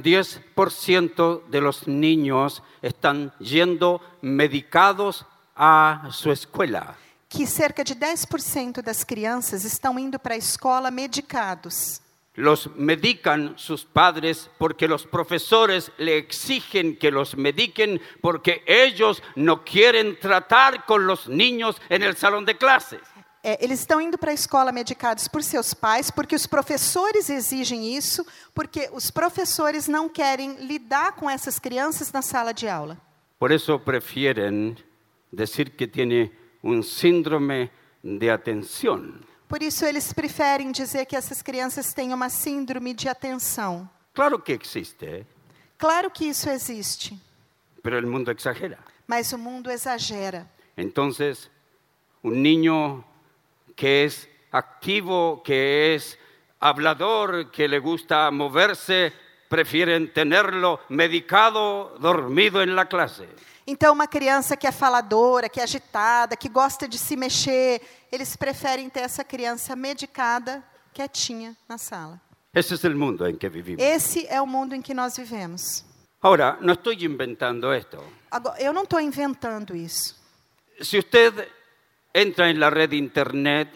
[SPEAKER 1] 10% de los niños están yendo medicados a su escuela.
[SPEAKER 2] que cerca de 10% das crianças estão indo para a escola medicados.
[SPEAKER 1] Los medican sus padres porque los profesores le exigen que los mediquen porque ellos no quieren tratar con los niños en el salón de clases.
[SPEAKER 2] É, eles estão indo para a escola medicados por seus pais, porque os professores exigem isso, porque os professores não querem lidar com essas crianças na sala de aula.
[SPEAKER 1] Por eso prefieren decir que tiene un síndrome de atención.
[SPEAKER 2] Por isso, eles preferem dizer que essas crianças têm uma síndrome de atenção.
[SPEAKER 1] Claro que existe,
[SPEAKER 2] Claro que isso existe,
[SPEAKER 1] pero el mundo exagera.
[SPEAKER 2] mas o mundo exagera.
[SPEAKER 1] Entonces, un niño que es activo, que es hablador, que le gusta moverse, prefieren tenerlo medicado, dormido en la clase.
[SPEAKER 2] Então, uma criança que é faladora, que é agitada, que gosta de se mexer, eles preferem ter essa criança medicada, quietinha na sala.
[SPEAKER 1] Ese es el mundo en que vivimos.
[SPEAKER 2] Esse é o mundo em que nós vivemos.
[SPEAKER 1] Ahora, no estoy inventando esto.
[SPEAKER 2] Agora, eu não estou inventando isso.
[SPEAKER 1] Si usted entra en la red internet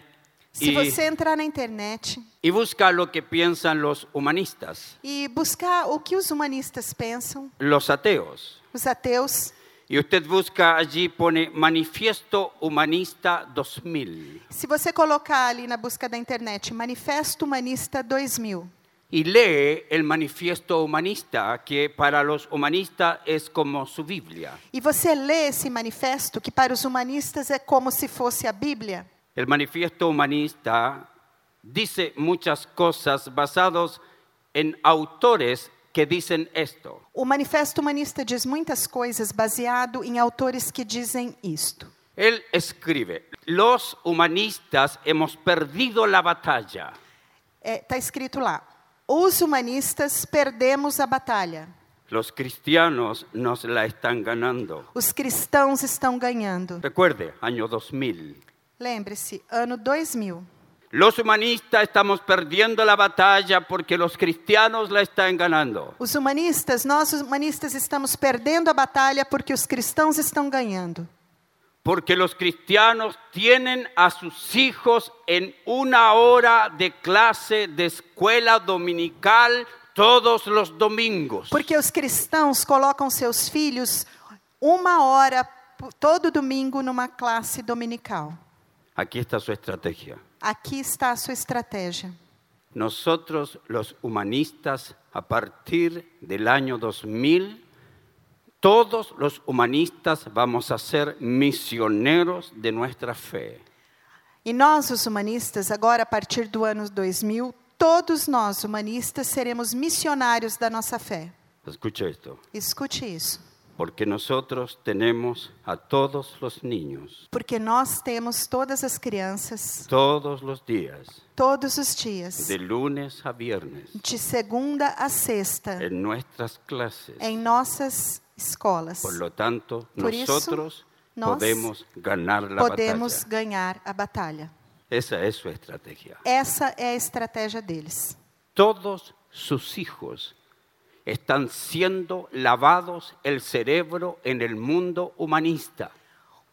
[SPEAKER 2] Se
[SPEAKER 1] y,
[SPEAKER 2] você entrar na internet
[SPEAKER 1] y busca lo que piensan los humanistas,
[SPEAKER 2] e buscar o que os humanistas pensam,
[SPEAKER 1] los ateos,
[SPEAKER 2] os ateus,
[SPEAKER 1] y usted busca allí, pone Manifiesto Humanista 2000.
[SPEAKER 2] se você colocar ali na busca da internet Manifesto Humanista 2000
[SPEAKER 1] y lee el manifiesto humanista, que para los humanistas es como su Biblia.
[SPEAKER 2] e você lê esse manifesto, que para os humanistas é como se fosse a Bíblia,
[SPEAKER 1] El manifiesto humanista dice muchas cosas basados en autores que dicen esto.
[SPEAKER 2] o Manifesto Humanista diz muitas coisas baseado em autores que dizem isto.
[SPEAKER 1] Él escribe, los humanistas hemos perdido la batalla.
[SPEAKER 2] Está É, tá escrito lá: os humanistas perdemos a batalha,
[SPEAKER 1] Los cristianos nos la están ganando.
[SPEAKER 2] os cristãos estão ganhando.
[SPEAKER 1] Recuerde, año 2000.
[SPEAKER 2] Lembre-se, ano 2000.
[SPEAKER 1] Los humanistas estamos perdiendo la batalla porque los cristianos la están ganando.
[SPEAKER 2] Os humanistas, nós humanistas estamos perdendo a batalha porque os cristãos estão ganhando.
[SPEAKER 1] Porque los cristianos tienen a sus hijos en una hora de clase de escuela dominical todos los domingos.
[SPEAKER 2] Porque os cristãos colocam seus filhos uma hora por- todo domingo numa classe dominical.
[SPEAKER 1] Aquí está su estrategia.
[SPEAKER 2] Aqui está a sua estratégia.
[SPEAKER 1] Nosotros los humanistas, a partir del año 2000, todos los humanistas vamos a ser misioneros de nuestra fe.
[SPEAKER 2] E nós, os humanistas, agora a partir do ano 2000, todos nós, humanistas, seremos missionários da nossa fé.
[SPEAKER 1] Escucha esto,
[SPEAKER 2] Escute isso.
[SPEAKER 1] porque nosotros tenemos a todos los niños,
[SPEAKER 2] Porque nós temos todas as crianças,
[SPEAKER 1] todos los días,
[SPEAKER 2] todos os dias,
[SPEAKER 1] de lunes a viernes,
[SPEAKER 2] de segunda a sexta,
[SPEAKER 1] en nuestras clases.
[SPEAKER 2] em nossas escolas.
[SPEAKER 1] Por lo tanto,
[SPEAKER 2] Por isso,
[SPEAKER 1] nosotros
[SPEAKER 2] nós
[SPEAKER 1] podemos ganar la
[SPEAKER 2] Podemos
[SPEAKER 1] batalla.
[SPEAKER 2] ganhar a batalha.
[SPEAKER 1] Esa es su estrategia.
[SPEAKER 2] Essa é a estratégia deles.
[SPEAKER 1] todos sus hijos están siendo lavados el cerebro en el mundo humanista.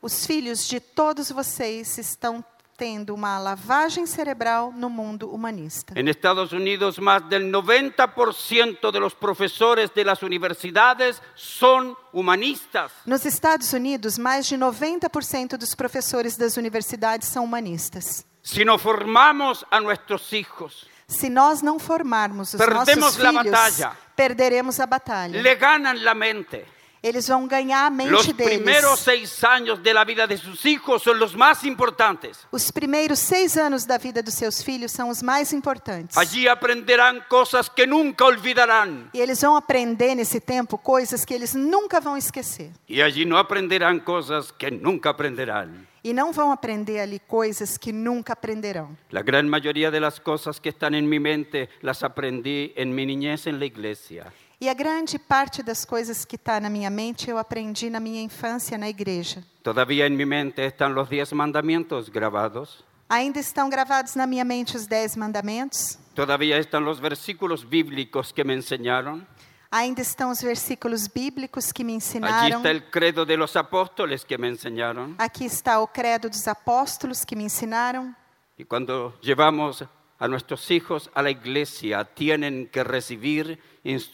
[SPEAKER 2] Os filhos de todos vocês estão tendo uma lavagem cerebral no mundo humanista.
[SPEAKER 1] En Estados Unidos más del 90% de los profesores de las universidades son humanistas.
[SPEAKER 2] Nos Estados Unidos, mais de 90% dos professores das universidades são humanistas.
[SPEAKER 1] Si no formamos a nuestros hijos,
[SPEAKER 2] Se nós não formarmos os
[SPEAKER 1] Perdemos
[SPEAKER 2] nossos
[SPEAKER 1] la
[SPEAKER 2] filhos,
[SPEAKER 1] batalla.
[SPEAKER 2] perderemos a batalha.
[SPEAKER 1] le ganan la mente.
[SPEAKER 2] Eles vão ganhar a mente
[SPEAKER 1] Los
[SPEAKER 2] deles.
[SPEAKER 1] primeros seis años de la vida de sus hijos son los más importantes.
[SPEAKER 2] Os primeiros seis anos da vida dos seus filhos são os mais importantes.
[SPEAKER 1] Allí aprenderán cosas que nunca olvidarán.
[SPEAKER 2] E eles vão aprender nesse tempo coisas que eles nunca vão esquecer.
[SPEAKER 1] Y allí no aprenderán cosas que nunca aprenderán.
[SPEAKER 2] E não vão aprender ali coisas que nunca aprenderão.
[SPEAKER 1] La gran mayoría de las cosas que están en mi mente las aprendí en mi niñez en la iglesia.
[SPEAKER 2] E a grande parte das coisas que está na minha mente eu aprendi na minha infância na igreja.
[SPEAKER 1] Todavía en mi mente están los diez mandamientos grabados.
[SPEAKER 2] Ainda estão gravados na minha mente os dez mandamentos.
[SPEAKER 1] Todavía están los versículos bíblicos que me enseñaron.
[SPEAKER 2] Ainda estão os versículos bíblicos que me
[SPEAKER 1] Allí
[SPEAKER 2] ensinaram.
[SPEAKER 1] está el credo de los apóstoles que me enseñaron.
[SPEAKER 2] Aqui está o credo dos apóstolos que me ensinaram.
[SPEAKER 1] Y cuando llevamos a nuestros hijos a la iglesia, tienen que recibir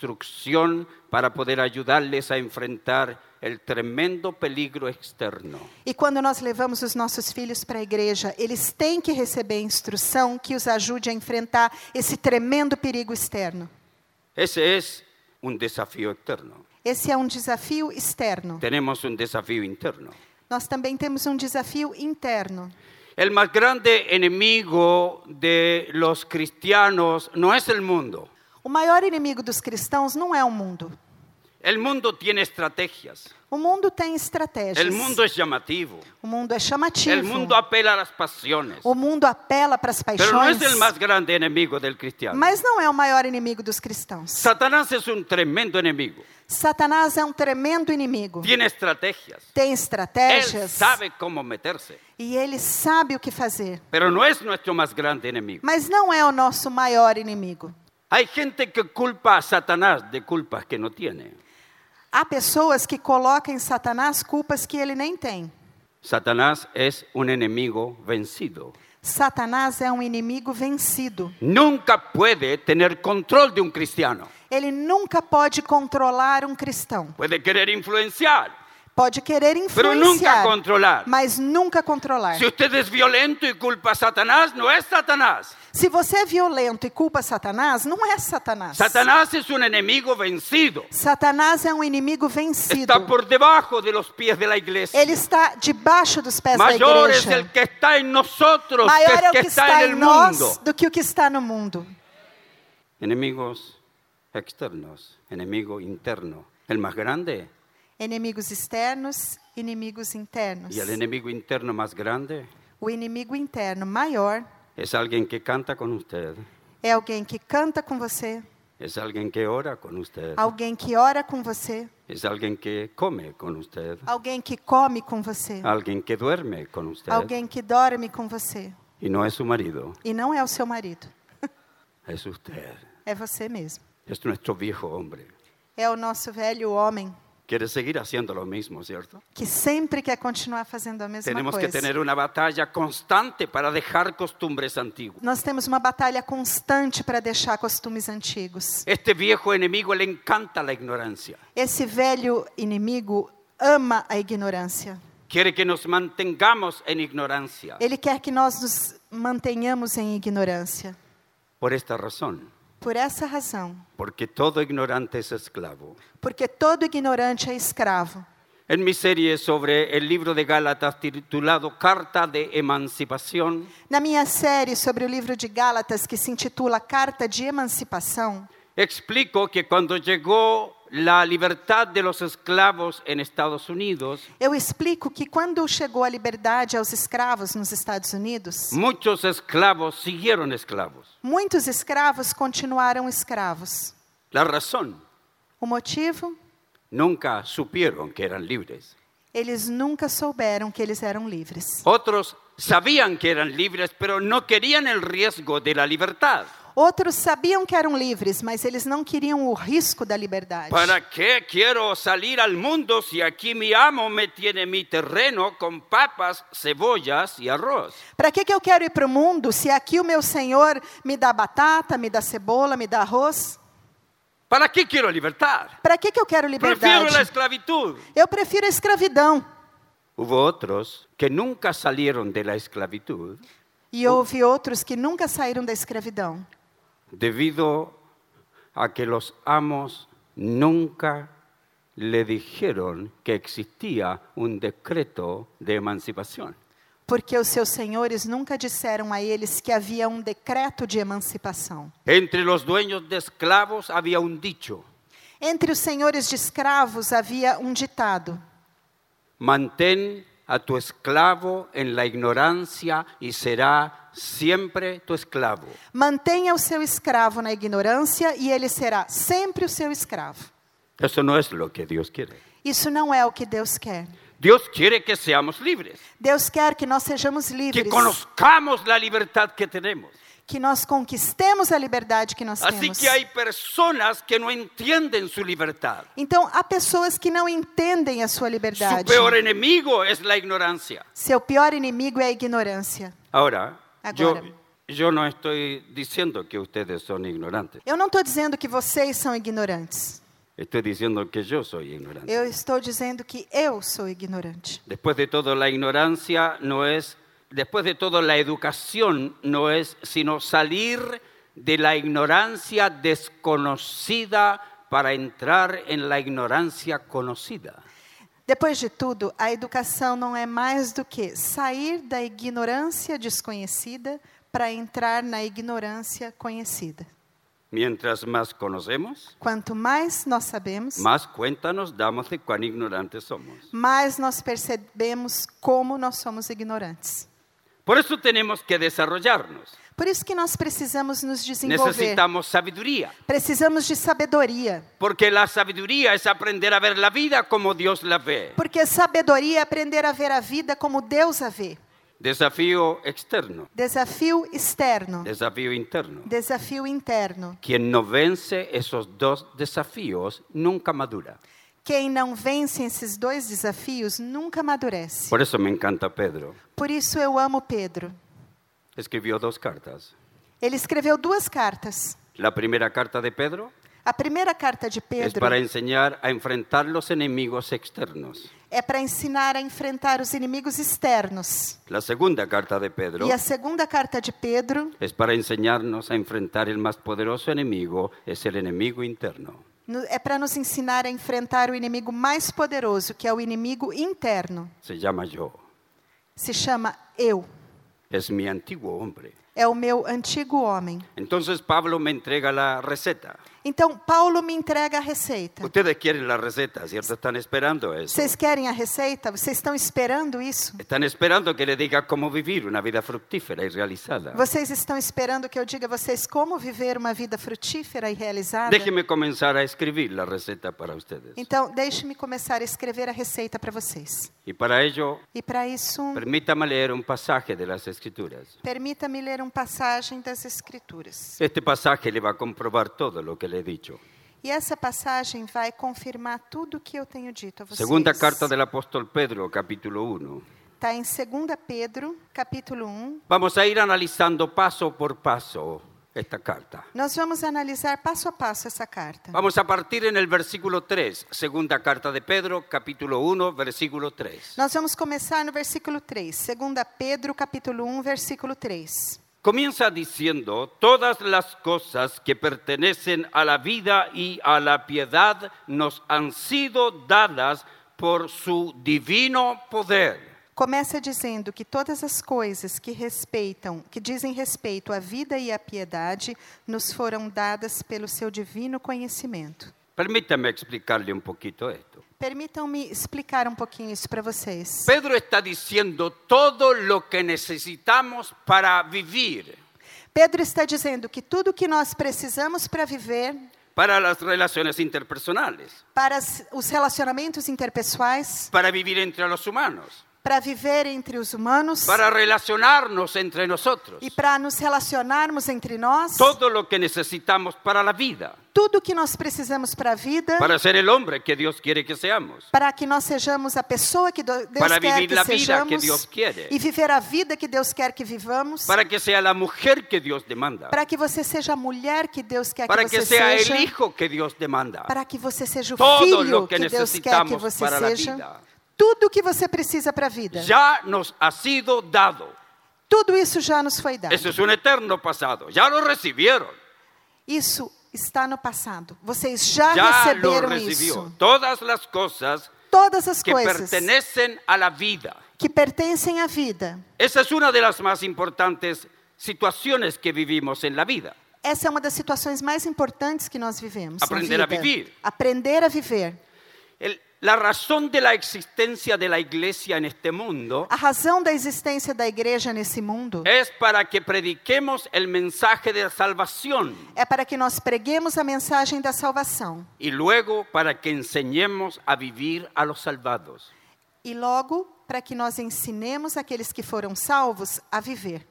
[SPEAKER 1] instrucción para poder ayudarles a enfrentar el tremendo peligro externo.
[SPEAKER 2] E quando nós levamos os nossos filhos para a igreja, eles têm que receber instrução que os ajude a enfrentar esse tremendo perigo externo.
[SPEAKER 1] Ese es un desafío externo.
[SPEAKER 2] Esse é um desafio externo.
[SPEAKER 1] Tenemos un desafío interno.
[SPEAKER 2] Nós também temos um desafio interno.
[SPEAKER 1] El más grande enemigo de los cristianos no es el mundo.
[SPEAKER 2] O maior inimigo dos cristãos não é o mundo.
[SPEAKER 1] El mundo tiene estrategias.
[SPEAKER 2] O mundo tem estratégias.
[SPEAKER 1] El mundo es llamativo.
[SPEAKER 2] O mundo é chamativo.
[SPEAKER 1] El mundo apela a las pasiones.
[SPEAKER 2] O mundo apela para as paixões.
[SPEAKER 1] Pero no es el más grande enemigo del cristiano.
[SPEAKER 2] Mas não é o maior inimigo dos cristãos.
[SPEAKER 1] Satanás es un tremendo enemigo.
[SPEAKER 2] Satanás é um tremendo inimigo.
[SPEAKER 1] Tiene estrategias.
[SPEAKER 2] Tem
[SPEAKER 1] Él
[SPEAKER 2] estratégias.
[SPEAKER 1] sabe cómo meterse.
[SPEAKER 2] E ele sabe o que fazer.
[SPEAKER 1] Pero no es nuestro más grande enemigo.
[SPEAKER 2] Mas não é o nosso maior inimigo.
[SPEAKER 1] Hay gente que culpa a Satanás de culpas que no tiene.
[SPEAKER 2] Há pessoas que colocam em Satanás culpas que ele nem tem.
[SPEAKER 1] Satanás es un enemigo vencido.
[SPEAKER 2] Satanás é um inimigo vencido.
[SPEAKER 1] Nunca puede tener control de un cristiano.
[SPEAKER 2] Ele nunca pode controlar um cristão.
[SPEAKER 1] Puede querer influenciar.
[SPEAKER 2] Pode querer
[SPEAKER 1] Pero nunca
[SPEAKER 2] influenciar,
[SPEAKER 1] controlar.
[SPEAKER 2] mas nunca controlar.
[SPEAKER 1] Si usted es violento y culpa a Satanás, no es Satanás.
[SPEAKER 2] Se você é violento e culpa Satanás, não é Satanás.
[SPEAKER 1] Satanás es un enemigo vencido.
[SPEAKER 2] Satanás é um inimigo vencido.
[SPEAKER 1] Está por debajo de los pies de la iglesia.
[SPEAKER 2] Ele está debaixo dos pés
[SPEAKER 1] Mayor
[SPEAKER 2] da
[SPEAKER 1] es
[SPEAKER 2] igreja.
[SPEAKER 1] el que está en nosotros é que
[SPEAKER 2] Maior é
[SPEAKER 1] el
[SPEAKER 2] o
[SPEAKER 1] que
[SPEAKER 2] que
[SPEAKER 1] está
[SPEAKER 2] está
[SPEAKER 1] en
[SPEAKER 2] em
[SPEAKER 1] el
[SPEAKER 2] nós
[SPEAKER 1] mundo.
[SPEAKER 2] do que o que está no mundo.
[SPEAKER 1] Enemigos externos, enemigo interno. El más grande
[SPEAKER 2] Inimigos externos, inimigos internos.
[SPEAKER 1] y el enemigo interno más grande
[SPEAKER 2] O inimigo interno maior
[SPEAKER 1] es alguien que canta con usted,
[SPEAKER 2] é alguém que canta com você,
[SPEAKER 1] es alguien que ora con usted,
[SPEAKER 2] alguém que ora com você,
[SPEAKER 1] es alguien que come con usted,
[SPEAKER 2] alguém que come com você,
[SPEAKER 1] alguien que duerme con usted
[SPEAKER 2] alguém que dorme com você.
[SPEAKER 1] y no es su marido,
[SPEAKER 2] E não é o seu marido,
[SPEAKER 1] es usted.
[SPEAKER 2] é você mesmo.
[SPEAKER 1] Es nuestro viejo hombre.
[SPEAKER 2] É o nosso velho homem
[SPEAKER 1] Quiere seguir haciendo lo mismo, ¿cierto?
[SPEAKER 2] que sempre quer continuar fazendo a mesma
[SPEAKER 1] Tenemos que
[SPEAKER 2] coisa.
[SPEAKER 1] tener una batalla constante para dejar costumbres antiguas.
[SPEAKER 2] Nós temos uma batalha constante para deixar costumes antigos.
[SPEAKER 1] Este viejo enemigo le encanta la ignorancia.
[SPEAKER 2] Esse velho inimigo ama a ignorância.
[SPEAKER 1] Quiere que nos mantengamos en ignorancia.
[SPEAKER 2] Ele quer que nós nos mantenhamos em ignorância.
[SPEAKER 1] Por esta razón,
[SPEAKER 2] Por essa razão,
[SPEAKER 1] porque todo ignorante es esclavo.
[SPEAKER 2] porque todo ignorante é escravo.
[SPEAKER 1] En mi serie sobre el libro de Gálatas titulado Carta de Emancipación,
[SPEAKER 2] Na minha série sobre o livro de Gálatas, que se intitula Carta de Emancipação,
[SPEAKER 1] explico que cuando llegó la libertad de los esclavos en Estados Unidos,
[SPEAKER 2] eu explico que quando chegou a liberdade aos escravos nos Estados Unidos,
[SPEAKER 1] muchos esclavos siguieron esclavos.
[SPEAKER 2] muitos escravos continuaram escravos.
[SPEAKER 1] La razón,
[SPEAKER 2] O motivo?
[SPEAKER 1] nunca supieron que eran libres.
[SPEAKER 2] Eles nunca souberam que eles eram livres.
[SPEAKER 1] Otros sabían que eran libres, pero no querían el riesgo de la libertad.
[SPEAKER 2] Outros sabiam que eram livres, mas eles não queriam o risco da liberdade.
[SPEAKER 1] ¿Para qué quiero salir al mundo si aquí mi amo me tiene mi terreno con papas, cebollas y arroz?
[SPEAKER 2] Para que, que eu quero ir para o mundo se aqui o meu Senhor me dá batata, me dá cebola, me dá arroz?
[SPEAKER 1] ¿Para qué quiero libertad?
[SPEAKER 2] Para que, que eu quero
[SPEAKER 1] Prefiero la
[SPEAKER 2] liberdade?
[SPEAKER 1] esclavitud.
[SPEAKER 2] Eu prefiro a escravidão.
[SPEAKER 1] Hubo otros que nunca salieron de la esclavitud
[SPEAKER 2] E houve outros que nunca saíram da escravidão,
[SPEAKER 1] debido a que los amos nunca le dijeron que existía un decreto de emancipación.
[SPEAKER 2] porque os seus senhores nunca disseram a eles que havia um decreto de emancipação.
[SPEAKER 1] Entre los dueños de esclavos había un dicho,
[SPEAKER 2] Entre os senhores de escravos havia um ditado:
[SPEAKER 1] mantén a tu esclavo en la ignorancia y será siempre tu esclavo.
[SPEAKER 2] mantenha o seu escravo na ignorância e ele será sempre o seu escravo.
[SPEAKER 1] Eso no es lo que Dios quiere.
[SPEAKER 2] Isso não é o que Deus quer.
[SPEAKER 1] Dios quiere que seamos libres,
[SPEAKER 2] Deus quer que nós sejamos
[SPEAKER 1] que
[SPEAKER 2] livres,
[SPEAKER 1] conozcamos la libertad que tenemos.
[SPEAKER 2] que nós conquistemos a liberdade que nós
[SPEAKER 1] Así
[SPEAKER 2] temos.
[SPEAKER 1] Assim que hay personas que no entienden su libertad.
[SPEAKER 2] Então, há pessoas que não entendem a sua
[SPEAKER 1] Su
[SPEAKER 2] liberdade.
[SPEAKER 1] peor enemigo es la ignorancia.
[SPEAKER 2] Seu pior inimigo é a ignorância.
[SPEAKER 1] Ahora, yo,
[SPEAKER 2] Agora.
[SPEAKER 1] yo no estoy diciendo que ustedes son ignorantes.
[SPEAKER 2] Eu não estou dizendo que vocês são ignorantes.
[SPEAKER 1] Estoy diciendo que yo soy ignorante.
[SPEAKER 2] Eu estou dizendo que eu sou ignorante.
[SPEAKER 1] Después de todo, la ignorancia no es, después de todo, la educación no es sino salir de la ignorancia desconocida para entrar en la ignorancia conocida.
[SPEAKER 2] Depois de tudo, a educação não é mais do que sair da ignorância desconhecida para entrar na ignorância conhecida.
[SPEAKER 1] Mientras más conocemos,
[SPEAKER 2] Quanto mais nós sabemos,
[SPEAKER 1] más cuenta nos damos de cuán ignorantes somos.
[SPEAKER 2] mais nós percebemos como nós somos ignorantes.
[SPEAKER 1] Por eso tenemos que desarrollarnos.
[SPEAKER 2] Por isso que nós precisamos nos desenvolver.
[SPEAKER 1] Necesitamos sabiduría,
[SPEAKER 2] Precisamos de sabedoria,
[SPEAKER 1] porque la sabiduría es aprender a ver la vida como Dios la ve.
[SPEAKER 2] porque sabedoria é aprender a ver a vida como Deus a vê.
[SPEAKER 1] Desafío externo,
[SPEAKER 2] Desafio externo,
[SPEAKER 1] desafío interno.
[SPEAKER 2] desafio interno.
[SPEAKER 1] Quien no vence esos dos desafíos nunca madura.
[SPEAKER 2] Quem não vence esses dois desafios nunca amadurece.
[SPEAKER 1] Por eso me encanta Pedro.
[SPEAKER 2] Por isso eu amo Pedro.
[SPEAKER 1] Escribió dos cartas.
[SPEAKER 2] Ele escreveu duas cartas.
[SPEAKER 1] La primera carta de Pedro,
[SPEAKER 2] A primeira carta de
[SPEAKER 1] es
[SPEAKER 2] Pedro
[SPEAKER 1] para enseñar a enfrentar los enemigos externos.
[SPEAKER 2] é para ensinar a enfrentar os inimigos externos.
[SPEAKER 1] La segunda carta de Pedro
[SPEAKER 2] E a segunda carta de Pedro
[SPEAKER 1] es para enseñarnos a enfrentar el más poderoso enemigo, es el enemigo interno.
[SPEAKER 2] no- é para nos ensinar a enfrentar o inimigo mais poderoso, que é o inimigo interno.
[SPEAKER 1] Se llama yo.
[SPEAKER 2] Se chama eu.
[SPEAKER 1] Es mi antiguo hombre.
[SPEAKER 2] É o meu antigo homem.
[SPEAKER 1] Entonces Pablo me entrega la receta.
[SPEAKER 2] Então Paulo me entrega a receita.
[SPEAKER 1] Ustedes quieren la receta, ¿cierto? Están esperando eso.
[SPEAKER 2] Vocês querem a receita? Vocês estão esperando isso?
[SPEAKER 1] Están esperando que le diga cómo vivir una vida fructífera y realizada.
[SPEAKER 2] Vocês estão esperando que eu diga a vocês como viver uma vida frutífera e realizada?
[SPEAKER 1] Déjenme comenzar a escribir la receta para ustedes.
[SPEAKER 2] Então, deixe-me começar a escrever a receita para vocês.
[SPEAKER 1] Y para ello,
[SPEAKER 2] E para isso,
[SPEAKER 1] permítame leer un pasaje de las Escrituras.
[SPEAKER 2] permita-me ler uma passagem das Escrituras.
[SPEAKER 1] Este pasaje le va a comprobar todo lo que le he dicho.
[SPEAKER 2] E essa passagem vai confirmar tudo o que eu tenho dito a vocês.
[SPEAKER 1] Segunda carta del apóstol Pedro, capítulo 1.
[SPEAKER 2] Está em 2 Tá Pedro, capítulo 1.
[SPEAKER 1] Vamos a ir analizando paso por paso esta carta.
[SPEAKER 2] Nós vamos analisar passo a passo essa carta.
[SPEAKER 1] Vamos a partir en el versículo 3, segunda carta de Pedro, capítulo 1, versículo 3.
[SPEAKER 2] Nós vamos começar no versículo 3, 2 Pedro, capítulo 1, versículo 3.
[SPEAKER 1] Comienza diciendo, todas las cosas que pertenecen a la vida y a la piedad nos han sido dadas por su divino poder.
[SPEAKER 2] Começa dizendo que todas as coisas que respeitam, que dizem respeito à vida e à piedade, nos foram dadas pelo seu divino conhecimento.
[SPEAKER 1] Permítame explicarle un poquito esto.
[SPEAKER 2] Permitam-me explicar um pouquinho isso para vocês.
[SPEAKER 1] Pedro está diciendo todo lo que necesitamos para vivir,
[SPEAKER 2] Pedro está dizendo que tudo que nós precisamos para viver,
[SPEAKER 1] para las relaciones interpersonales,
[SPEAKER 2] para as- os relacionamentos interpessoais,
[SPEAKER 1] para vivir entre los humanos,
[SPEAKER 2] para viver entre os humanos
[SPEAKER 1] para relacionarnos entre nosotros.
[SPEAKER 2] e para nos relacionarmos entre nós,
[SPEAKER 1] Todo lo que necesitamos para la vida,
[SPEAKER 2] tudo que nós precisamos para a vida,
[SPEAKER 1] para ser el hombre que Dios quiere que seamos.
[SPEAKER 2] para que nós sejamos a pessoa que do- Deus
[SPEAKER 1] Para
[SPEAKER 2] quer
[SPEAKER 1] vivir
[SPEAKER 2] que
[SPEAKER 1] la vida
[SPEAKER 2] sejamos
[SPEAKER 1] que Deus quiere.
[SPEAKER 2] e viver a vida que Deus quer que vivamos,
[SPEAKER 1] para que sea la mujer que Dios demanda,
[SPEAKER 2] para que você seja a mulher que Deus quer
[SPEAKER 1] para
[SPEAKER 2] que
[SPEAKER 1] que
[SPEAKER 2] você
[SPEAKER 1] sea
[SPEAKER 2] seja,
[SPEAKER 1] el hijo que Deus demanda.
[SPEAKER 2] para que você seja o
[SPEAKER 1] Todo
[SPEAKER 2] filho
[SPEAKER 1] lo que
[SPEAKER 2] Deus quer que
[SPEAKER 1] necesitamos
[SPEAKER 2] você
[SPEAKER 1] para la
[SPEAKER 2] seja,
[SPEAKER 1] vida.
[SPEAKER 2] tudo que você precisa para a vida,
[SPEAKER 1] Ya nos ha sido dado.
[SPEAKER 2] tudo isso já nos foi dado.
[SPEAKER 1] Eso es un eterno pasado. Ya lo recibieron.
[SPEAKER 2] Isso está no passado. Vocês já,
[SPEAKER 1] Ya lo
[SPEAKER 2] receberam
[SPEAKER 1] recibió.
[SPEAKER 2] isso.
[SPEAKER 1] Todas las cosas
[SPEAKER 2] Todas as
[SPEAKER 1] que
[SPEAKER 2] coisas
[SPEAKER 1] pertenecen a la vida.
[SPEAKER 2] que pertencem à vida.
[SPEAKER 1] Esa es una de las más importantes situaciones que vivimos en la vida.
[SPEAKER 2] Essa é uma das situações mais importantes que nós vivemos. na
[SPEAKER 1] Aprender a
[SPEAKER 2] vida.
[SPEAKER 1] viver.
[SPEAKER 2] Aprender a viver.
[SPEAKER 1] El- la razón de la existencia de la iglesia en este mundo
[SPEAKER 2] A razão da existência da igreja nesse mundo
[SPEAKER 1] es para que prediquemos el mensaje de salvación.
[SPEAKER 2] é para que nós preguemos a mensagem da salvação
[SPEAKER 1] y luego para que enseñemos a vivir a los salvados.
[SPEAKER 2] e logo para que nós ensinemos aqueles que foram salvos a viver.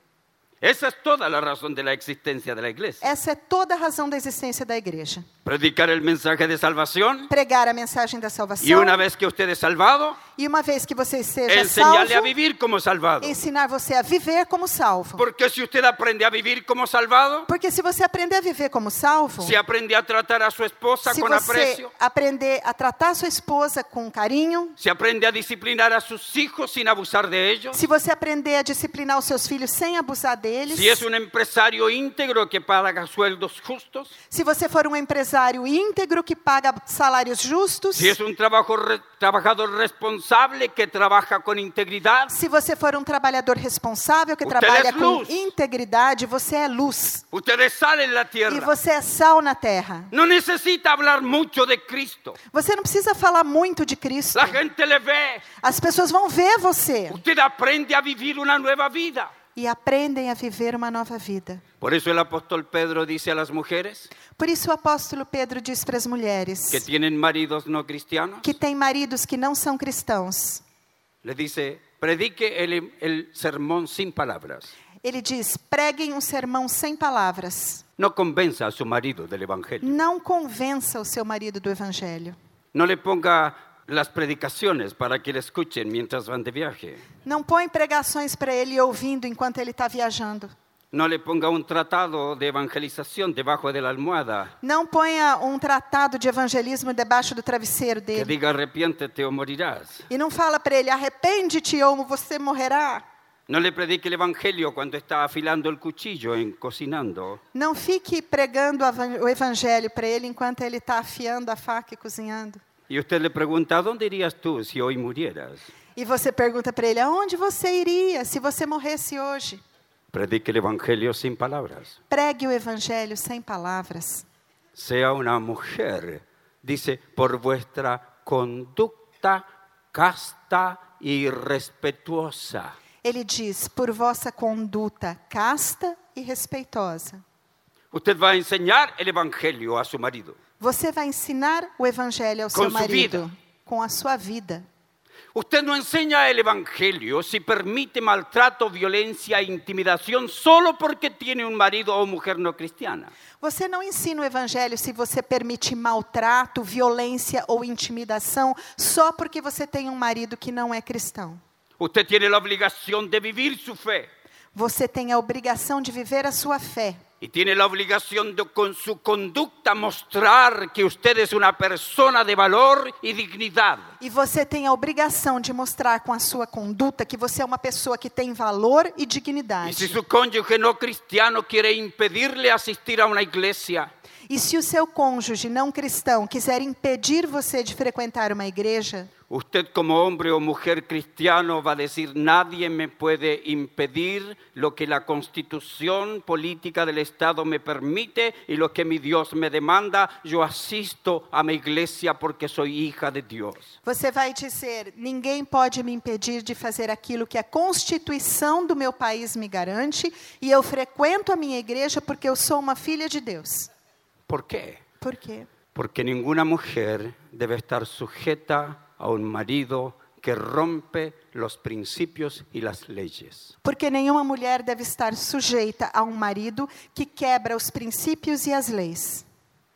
[SPEAKER 1] Esa es toda la razón de la existencia de la iglesia.
[SPEAKER 2] Essa é toda a razão da existência da igreja.
[SPEAKER 1] Predicar el mensaje de salvación
[SPEAKER 2] Pregar a mensagem da salvação
[SPEAKER 1] y una vez que usted es salvado,
[SPEAKER 2] e uma vez que você seja
[SPEAKER 1] enseñarle a
[SPEAKER 2] salvo,
[SPEAKER 1] vivir como salvado.
[SPEAKER 2] ensinar você a viver como salvo.
[SPEAKER 1] Porque si usted aprende a vivir como salvado,
[SPEAKER 2] Porque se você aprender a viver como salvo,
[SPEAKER 1] si aprende a tratar a su esposa
[SPEAKER 2] se
[SPEAKER 1] con
[SPEAKER 2] você
[SPEAKER 1] aprecio,
[SPEAKER 2] aprender a tratar sua esposa com carinho,
[SPEAKER 1] si aprende a disciplinar a sus hijos sin abusar de ellos,
[SPEAKER 2] se você aprender a disciplinar os seus filhos sem abusar deles,
[SPEAKER 1] si es un empresario íntegro que paga sueldos justos,
[SPEAKER 2] se você for um empresário íntegro que paga salários justos,
[SPEAKER 1] si es un trabajo re- trabajador responsable que trabaja con integridad,
[SPEAKER 2] se você for um trabalhador responsável que
[SPEAKER 1] Usted
[SPEAKER 2] trabalha
[SPEAKER 1] é
[SPEAKER 2] com
[SPEAKER 1] luz.
[SPEAKER 2] integridade, você é luz
[SPEAKER 1] Ustedes salen la
[SPEAKER 2] e
[SPEAKER 1] tierra.
[SPEAKER 2] você é sal na terra.
[SPEAKER 1] No necesita hablar mucho de Cristo.
[SPEAKER 2] Você não precisa falar muito de Cristo.
[SPEAKER 1] La gente le ve.
[SPEAKER 2] As pessoas vão ver você
[SPEAKER 1] Usted aprende a vivir una nueva vida.
[SPEAKER 2] e aprendem a viver uma nova vida.
[SPEAKER 1] Por eso el apóstol Pedro dice a las mujeres
[SPEAKER 2] Por isso o apóstolo Pedro diz para as mulheres
[SPEAKER 1] que tienen maridos no cristianos,
[SPEAKER 2] que têm maridos que não são cristãos.
[SPEAKER 1] le dice, predique el, em-, el sermón sin palabras.
[SPEAKER 2] Ele diz: preguem um sermão sem palavras.
[SPEAKER 1] No convenza a su marido del Evangelio.
[SPEAKER 2] Não convença o seu marido do evangelho.
[SPEAKER 1] No le ponga las predicaciones para que le escuchen mientras van de viaje.
[SPEAKER 2] Não põe pregações para ele ouvindo enquanto ele está viajando.
[SPEAKER 1] No le ponga un tratado de evangelización debajo de la almohada
[SPEAKER 2] Não ponha um tratado de evangelismo debaixo do travesseiro
[SPEAKER 1] que
[SPEAKER 2] dele.
[SPEAKER 1] diga arrepiéntete o morirás.
[SPEAKER 2] E não fala para ele: arrepende-te ou você morrerá.
[SPEAKER 1] No le predique el Evangelio cuando está afilando el cuchillo en cocinando.
[SPEAKER 2] Não fique pregando o evan- o evangelho para ele enquanto ele está afiando a faca e cozinhando.
[SPEAKER 1] Y usted le pregunta, ¿a dónde irías tú si hoy murieras?
[SPEAKER 2] E você pergunta para ele: aonde você iria se você morresse hoje?
[SPEAKER 1] Predique el Evangelio sin palabras.
[SPEAKER 2] Pregue o evangelho sem palavras.
[SPEAKER 1] Sea una mujer, dice, por vuestra conducta casta y respetuosa.
[SPEAKER 2] Ele diz: por vossa conduta casta e respeitosa.
[SPEAKER 1] Usted va a enseñar el Evangelio a su marido.
[SPEAKER 2] Você vai ensinar o evangelho ao
[SPEAKER 1] Com
[SPEAKER 2] seu
[SPEAKER 1] sua
[SPEAKER 2] marido
[SPEAKER 1] vida.
[SPEAKER 2] com a sua vida.
[SPEAKER 1] Usted no enseña el Evangelio si permite maltrato, violencia e intimidación solo porque tiene un marido o mujer no cristiana.
[SPEAKER 2] Você não ensina o evangelho se você permite maltrato, violência ou intimidação só porque você tem um marido que não é cristão.
[SPEAKER 1] Usted tiene la obligación de vivir su fe
[SPEAKER 2] Você tem a obrigação de viver a sua fé
[SPEAKER 1] y y tiene la obligación de con su conducta mostrar que usted es una persona de valor y dignidad.
[SPEAKER 2] E você tem a obrigação de mostrar com a sua conduta que você é uma pessoa que tem valor e
[SPEAKER 1] Y si
[SPEAKER 2] dignidade.
[SPEAKER 1] su cónyuge no cristiano quiere impedirle asistir a una iglesia,
[SPEAKER 2] E se o seu cônjuge não cristão quiser impedir você de frequentar uma igreja,
[SPEAKER 1] usted como hombre o mujer cristiano va a decir, nadie me puede impedir lo que la constitución política del Estado me permite y lo que mi Dios me demanda, yo asisto a mi iglesia porque soy hija de Dios.
[SPEAKER 2] você vai dizer: ninguém pode me impedir de fazer aquilo que a Constituição do meu país me garante, e eu frequento a minha igreja porque eu sou uma filha de Deus.
[SPEAKER 1] ¿Por quê?
[SPEAKER 2] Por quê?
[SPEAKER 1] Porque ninguna mujer debe estar sujeta a un marido que rompe los principios y las leyes.
[SPEAKER 2] Porque nenhuma mulher deve estar sujeita a um marido que quebra os princípios e as leis.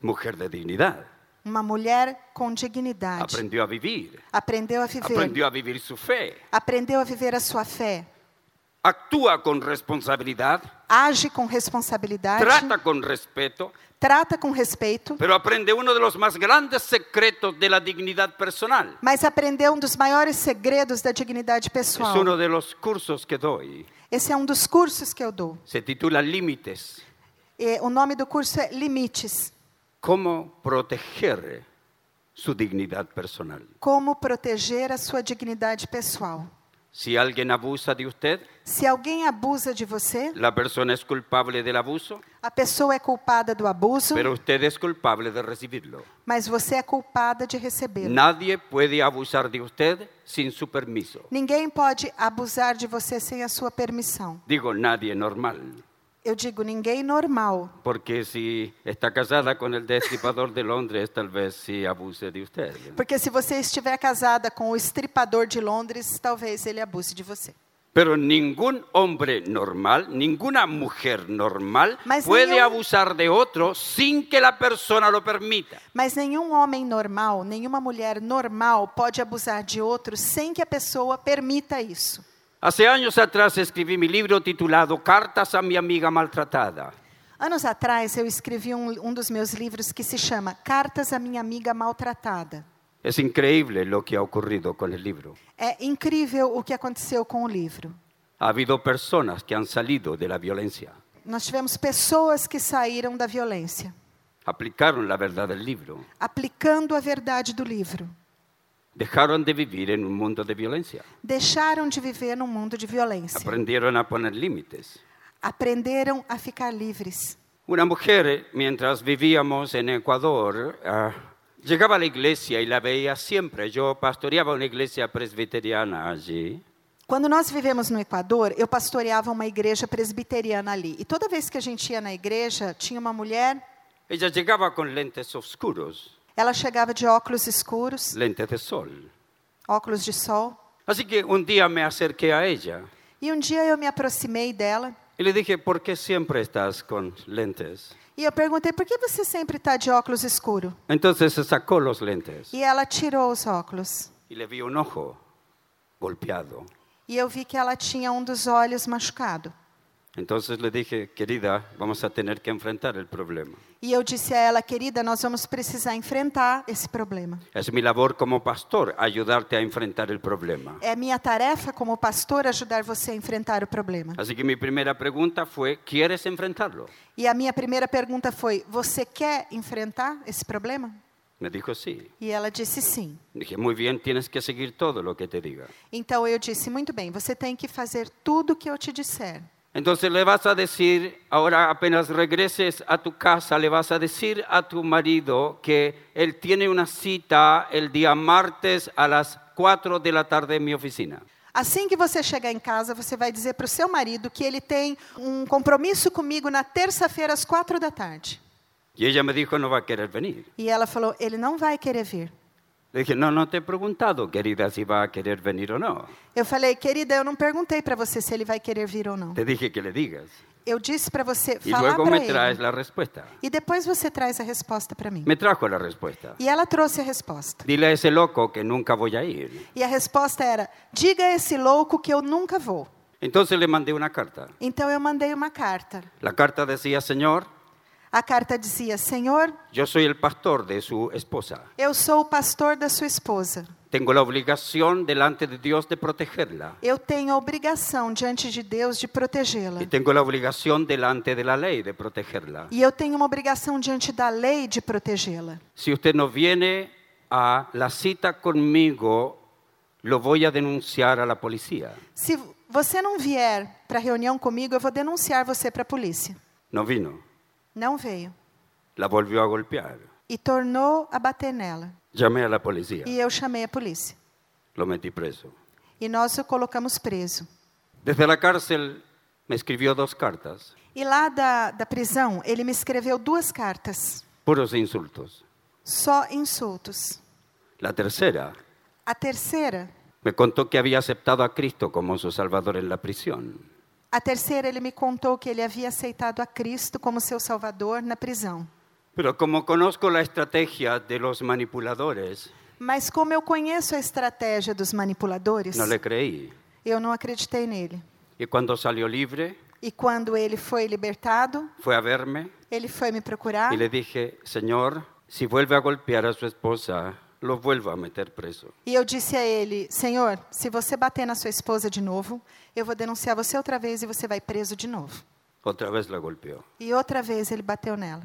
[SPEAKER 1] Mujer de dignidad.
[SPEAKER 2] Uma mulher com dignidade
[SPEAKER 1] Aprendió a vivir.
[SPEAKER 2] aprendeu a viver,
[SPEAKER 1] Aprendió a vivir su fe.
[SPEAKER 2] aprendeu a viver a sua fé,
[SPEAKER 1] Actúa con responsabilidad.
[SPEAKER 2] age com responsabilidade,
[SPEAKER 1] Trata con respeto.
[SPEAKER 2] trata com respeito,
[SPEAKER 1] Pero aprende uno de los más grandes secretos de la dignidad personal.
[SPEAKER 2] mas aprendeu um dos maiores segredos da dignidade
[SPEAKER 1] Es
[SPEAKER 2] pessoal.
[SPEAKER 1] uno de los cursos que doy.
[SPEAKER 2] Esse é um dos cursos que eu dou.
[SPEAKER 1] Se titula Límites.
[SPEAKER 2] E o nome do curso é Limites.
[SPEAKER 1] Cómo proteger su dignidad personal.
[SPEAKER 2] Como proteger a sua dignidade pessoal.
[SPEAKER 1] Si alguien abusa de usted,
[SPEAKER 2] Se alguém abusa de você,
[SPEAKER 1] La persona es culpable del abuso,
[SPEAKER 2] a pessoa é culpada do abuso,
[SPEAKER 1] pero usted es culpable de recibirlo.
[SPEAKER 2] mas você é culpada de recebê-lo.
[SPEAKER 1] Nadie puede abusar de usted sin su permiso.
[SPEAKER 2] Ninguém pode abusar de você sem a sua permissão.
[SPEAKER 1] Digo nadie normal,
[SPEAKER 2] Eu digo ninguém normal,
[SPEAKER 1] porque si está casada con el destripador de Londres, tal vez sí abuse de usted.
[SPEAKER 2] porque se você estiver casada com o estripador de Londres, talvez ele abuse de você.
[SPEAKER 1] Pero ningún hombre normal, ninguna mujer normal
[SPEAKER 2] Mas
[SPEAKER 1] puede
[SPEAKER 2] nenhum-
[SPEAKER 1] abusar de otro sin que la persona lo permita.
[SPEAKER 2] Mas nenhum homem normal, nenhuma mulher normal pode abusar de outro sem que a pessoa permita isso.
[SPEAKER 1] Hace años atrás escribí mi libro titulado Cartas a mi amiga maltratada.
[SPEAKER 2] Anos atrás, eu escrevi um, um dos meus livros que se chama Cartas à Minha Amiga Maltratada.
[SPEAKER 1] Es increíble lo que ha ocurrido con el libro.
[SPEAKER 2] É incrível o que aconteceu com o livro.
[SPEAKER 1] Ha habido personas que han salido de la violencia,
[SPEAKER 2] Nós tivemos pessoas que saíram da violência,
[SPEAKER 1] aplicaron la verdad del libro,
[SPEAKER 2] aplicando a verdade do livro.
[SPEAKER 1] dejaron de vivir en un mundo de violencia,
[SPEAKER 2] Deixaram de viver num mundo de violência.
[SPEAKER 1] aprendieron a poner límites.
[SPEAKER 2] Aprenderam a ficar livres.
[SPEAKER 1] Una mujer, eh, mientras vivíamos en Ecuador, ah, llegaba a la iglesia y la veía siempre. Yo pastoreaba una iglesia presbiteriana allí.
[SPEAKER 2] Quando nós vivemos no Equador, eu pastoreava uma igreja presbiteriana ali. E toda vez que a gente ia na igreja, tinha uma mulher,
[SPEAKER 1] Ella llegaba con lentes oscuros,
[SPEAKER 2] ela chegava de óculos escuros,
[SPEAKER 1] lentes de sol.
[SPEAKER 2] óculos de sol.
[SPEAKER 1] Así que un día me acerqué a ella
[SPEAKER 2] E um dia eu me aproximei dela
[SPEAKER 1] y le dije, ¿por qué siempre estás con lentes?
[SPEAKER 2] e eu perguntei: por que você sempre está de óculos escuro?
[SPEAKER 1] Entonces se sacó los lentes
[SPEAKER 2] E ela tirou os óculos.
[SPEAKER 1] y le vi un ojo golpeado.
[SPEAKER 2] E eu vi que ela tinha um dos olhos machucado.
[SPEAKER 1] Entonces le dije, querida, vamos a tener que enfrentar el problema.
[SPEAKER 2] E eu disse a ela: querida, nós vamos precisar enfrentar esse problema.
[SPEAKER 1] Es mi labor como pastor ayudarte a enfrentar el problema.
[SPEAKER 2] É minha tarefa como pastor ajudar você a enfrentar o problema.
[SPEAKER 1] Así que mi primera pregunta fue, ¿quieres enfrentarlo?
[SPEAKER 2] E a minha primeira pergunta foi: você quer enfrentar esse problema?
[SPEAKER 1] Me dijo, sí.
[SPEAKER 2] E ela disse sim.
[SPEAKER 1] Dije, muy bien, tienes que seguir todo lo que te diga.
[SPEAKER 2] Então eu disse: muito bem, você tem que fazer tudo o que eu te disser.
[SPEAKER 1] Entonces le vas a decir, ahora apenas regreses a tu casa, le vas a decir a tu marido que él tiene una cita el día martes a las 4 de la tarde en mi oficina.
[SPEAKER 2] Assim que você chegar em casa, você vai dizer para o seu marido que ele tem um compromisso comigo na terça-feira às quatro da tarde.
[SPEAKER 1] Y ella me dijo, no va a querer venir.
[SPEAKER 2] E ela falou: ele não vai querer vir.
[SPEAKER 1] Le dije, no, no te he preguntado, querida, si va a querer venir o no.
[SPEAKER 2] Eu falei: querida, eu não perguntei para você se ele vai querer vir ou não.
[SPEAKER 1] Te dije que le digas.
[SPEAKER 2] Eu disse para você
[SPEAKER 1] Y
[SPEAKER 2] falar
[SPEAKER 1] luego me
[SPEAKER 2] para
[SPEAKER 1] traes
[SPEAKER 2] ele.
[SPEAKER 1] la respuesta.
[SPEAKER 2] E depois você traz a resposta para mim.
[SPEAKER 1] Me trajo la respuesta.
[SPEAKER 2] E ela trouxe a resposta.
[SPEAKER 1] Dile a esse loco que nunca voy a ir.
[SPEAKER 2] E a resposta era: diga a esse louco que eu nunca vou.
[SPEAKER 1] Entonces le mandé una carta.
[SPEAKER 2] Então eu mandei uma carta.
[SPEAKER 1] La carta decía, Señor,
[SPEAKER 2] A carta dizia: Senhor,
[SPEAKER 1] yo soy el pastor de su esposa.
[SPEAKER 2] eu sou o pastor da sua esposa.
[SPEAKER 1] Tengo la obligación delante de Dios de protegerla.
[SPEAKER 2] Eu tenho a obrigação diante de Deus de protegê-la.
[SPEAKER 1] Y tengo la obligación delante de la ley de protegerla.
[SPEAKER 2] E eu tenho uma obrigação diante da lei de protegê-la.
[SPEAKER 1] Si usted no viene a la cita conmigo, lo voy a denunciar a la policía.
[SPEAKER 2] Se você não vier para a reunião comigo, eu vou denunciar você para a polícia.
[SPEAKER 1] No vino,
[SPEAKER 2] Não veio.
[SPEAKER 1] la volvió a golpear.
[SPEAKER 2] E tornou a bater nela.
[SPEAKER 1] Llamé a la policía,
[SPEAKER 2] E eu chamei a polícia.
[SPEAKER 1] lo metí preso.
[SPEAKER 2] E nós o colocamos preso.
[SPEAKER 1] Desde la cárcel me escribió dos cartas,
[SPEAKER 2] E lá da, da prisão, ele me escreveu duas cartas,
[SPEAKER 1] puros insultos.
[SPEAKER 2] só insultos.
[SPEAKER 1] La tercera
[SPEAKER 2] A terceira,
[SPEAKER 1] me contó que había aceptado a Cristo como su Salvador en la prisión.
[SPEAKER 2] a terceira ele me contou que ele havia aceitado a Cristo como seu Salvador na prisão.
[SPEAKER 1] Pero como conozco la estrategia de los manipuladores,
[SPEAKER 2] Mas como eu conheço a estratégia dos manipuladores,
[SPEAKER 1] no le creí.
[SPEAKER 2] eu não acreditei nele.
[SPEAKER 1] Y cuando salió libre,
[SPEAKER 2] E quando ele foi libertado,
[SPEAKER 1] fue a verme
[SPEAKER 2] ele foi me procurar
[SPEAKER 1] y le dije, Señor, si vuelve a golpear a su esposa, lo vuelvo a meter preso.
[SPEAKER 2] e eu disse a ele: Senhor, se você bater na sua esposa de novo, eu vou denunciar você outra vez e você vai preso de novo.
[SPEAKER 1] Otra vez la golpeó.
[SPEAKER 2] E outra vez ele bateu nela.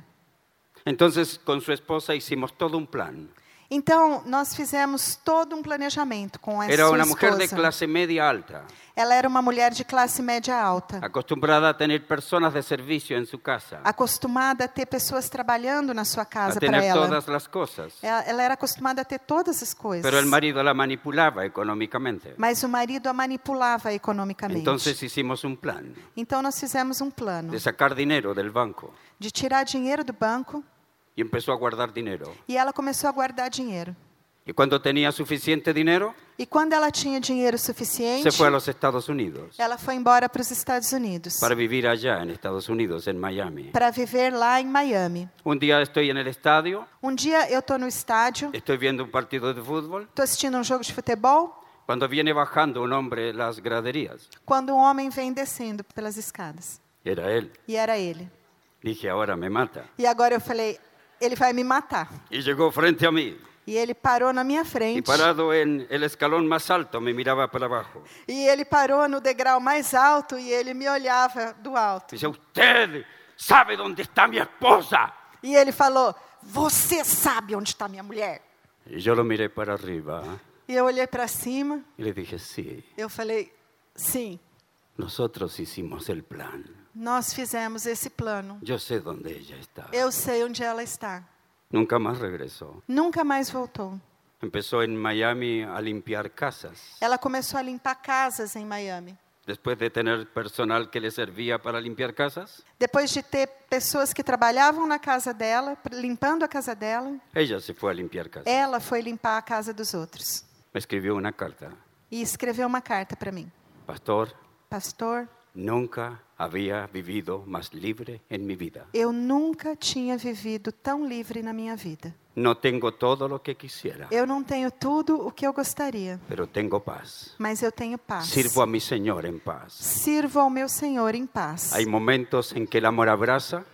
[SPEAKER 1] Entonces con su esposa hicimos todo un plan.
[SPEAKER 2] Então, nós fizemos todo um planejamento com essa
[SPEAKER 1] Era
[SPEAKER 2] sua
[SPEAKER 1] una mujer de
[SPEAKER 2] esposa.
[SPEAKER 1] clase media alta,
[SPEAKER 2] Ela era uma mulher de classe média alta,
[SPEAKER 1] acostumbrada a tener personas de servicio en su casa,
[SPEAKER 2] acostumada a ter pessoas trabalhando na sua
[SPEAKER 1] a
[SPEAKER 2] Ah, casa para
[SPEAKER 1] tener
[SPEAKER 2] ela.
[SPEAKER 1] todas las cosas.
[SPEAKER 2] Ela ela era acostumada a ter todas as coisas.
[SPEAKER 1] Pero el marido la manipulaba económicamente.
[SPEAKER 2] Mas o marido a manipulava economicamente.
[SPEAKER 1] Entonces hicimos un plan
[SPEAKER 2] então, nós fizemos um plano
[SPEAKER 1] de sacar dinero del banco
[SPEAKER 2] de tirar dinheiro do banco
[SPEAKER 1] y empezó a guardar dinero.
[SPEAKER 2] e ela começou a guardar dinheiro.
[SPEAKER 1] Y cuando tenía suficiente dinero,
[SPEAKER 2] E quando ela tinha dinheiro suficiente,
[SPEAKER 1] se fue a los Estados Unidos
[SPEAKER 2] ela foi embora para os Estados Unidos
[SPEAKER 1] para vivir allá en Estados Unidos, en Miami.
[SPEAKER 2] para viver lá em Miami.
[SPEAKER 1] Un día estoy en el estadio,
[SPEAKER 2] Um dia eu estou no estádio
[SPEAKER 1] estoy viendo un partido de fútbol,
[SPEAKER 2] Estou assistindo um jogo de futebol
[SPEAKER 1] cuando viene bajando un hombre las graderías,
[SPEAKER 2] quando um homem vem descendo pelas escadas.
[SPEAKER 1] era él.
[SPEAKER 2] E era ele.
[SPEAKER 1] Dije, ahora me mata.
[SPEAKER 2] E agora eu falei, ele vai me matar.
[SPEAKER 1] Y llegó frente a mí.
[SPEAKER 2] E ele parou na minha
[SPEAKER 1] Y
[SPEAKER 2] frente.
[SPEAKER 1] parado en el escalón más alto me miraba para abajo.
[SPEAKER 2] E ele parou no degrau mais alto e ele me olhava do alto.
[SPEAKER 1] Dice, usted sabe dónde está mi esposa.
[SPEAKER 2] E ele falou: Você sabe onde está minha mulher?
[SPEAKER 1] Y yo lo miré para arriba
[SPEAKER 2] E eu olhei para cima.
[SPEAKER 1] y le dije, sí,
[SPEAKER 2] Eu falei: Sim,
[SPEAKER 1] nosotros hicimos el plan.
[SPEAKER 2] nós fizemos esse plano.
[SPEAKER 1] Yo sé dónde ella está.
[SPEAKER 2] Eu sei onde ela está.
[SPEAKER 1] Nunca más regresó.
[SPEAKER 2] Nunca mais voltou.
[SPEAKER 1] Empezó en Miami a limpiar casas.
[SPEAKER 2] Ela começou a limpar casas em Miami.
[SPEAKER 1] Después de tener personal que le servía para limpiar casas,
[SPEAKER 2] Depois de ter pessoas que trabalhavam na casa dela, pr- limpando a casa dela,
[SPEAKER 1] ella se fue a limpiar casas.
[SPEAKER 2] ela foi limpar a casa dos outros.
[SPEAKER 1] Me escribió una carta.
[SPEAKER 2] E escreveu uma carta para mim.
[SPEAKER 1] Pastor,
[SPEAKER 2] Pastor,
[SPEAKER 1] nunca había vivido más libre en mi vida.
[SPEAKER 2] eu nunca tinha vivido tão livre na minha vida.
[SPEAKER 1] No tengo todo lo que quisiera,
[SPEAKER 2] Eu não tenho tudo o que eu gostaria,
[SPEAKER 1] pero tengo paz.
[SPEAKER 2] mas eu tenho paz.
[SPEAKER 1] Sirvo a mi Señor en paz.
[SPEAKER 2] Sirvo ao meu Senhor em paz.
[SPEAKER 1] Hay momentos en que el amor abraza,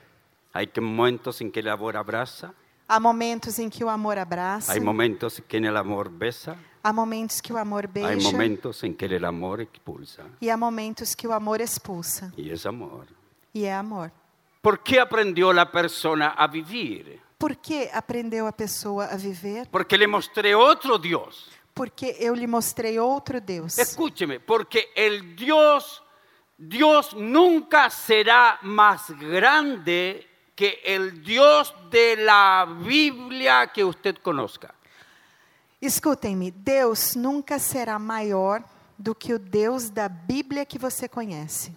[SPEAKER 1] hay que- momentos en que el amor abraza,
[SPEAKER 2] Há momentos em que o amor abraça,
[SPEAKER 1] hay momentos en que el amor besa,
[SPEAKER 2] há momentos que o amor
[SPEAKER 1] hay
[SPEAKER 2] beija
[SPEAKER 1] momentos en que el amor expulsa.
[SPEAKER 2] e há momentos que o amor expulsa.
[SPEAKER 1] Y es amor.
[SPEAKER 2] E é amor.
[SPEAKER 1] ¿Por qué aprendió la persona a vivir?
[SPEAKER 2] Por que aprendeu a pessoa a viver?
[SPEAKER 1] Porque le mostré otro Dios.
[SPEAKER 2] Porque eu lhe mostrei outro Deus.
[SPEAKER 1] Escúcheme, porque el Dios, Dios nunca será más grande que el Dios de la Biblia que usted conozca.
[SPEAKER 2] Escutem-me, Deus nunca será maior do que o Deus da Bíblia que você conhece.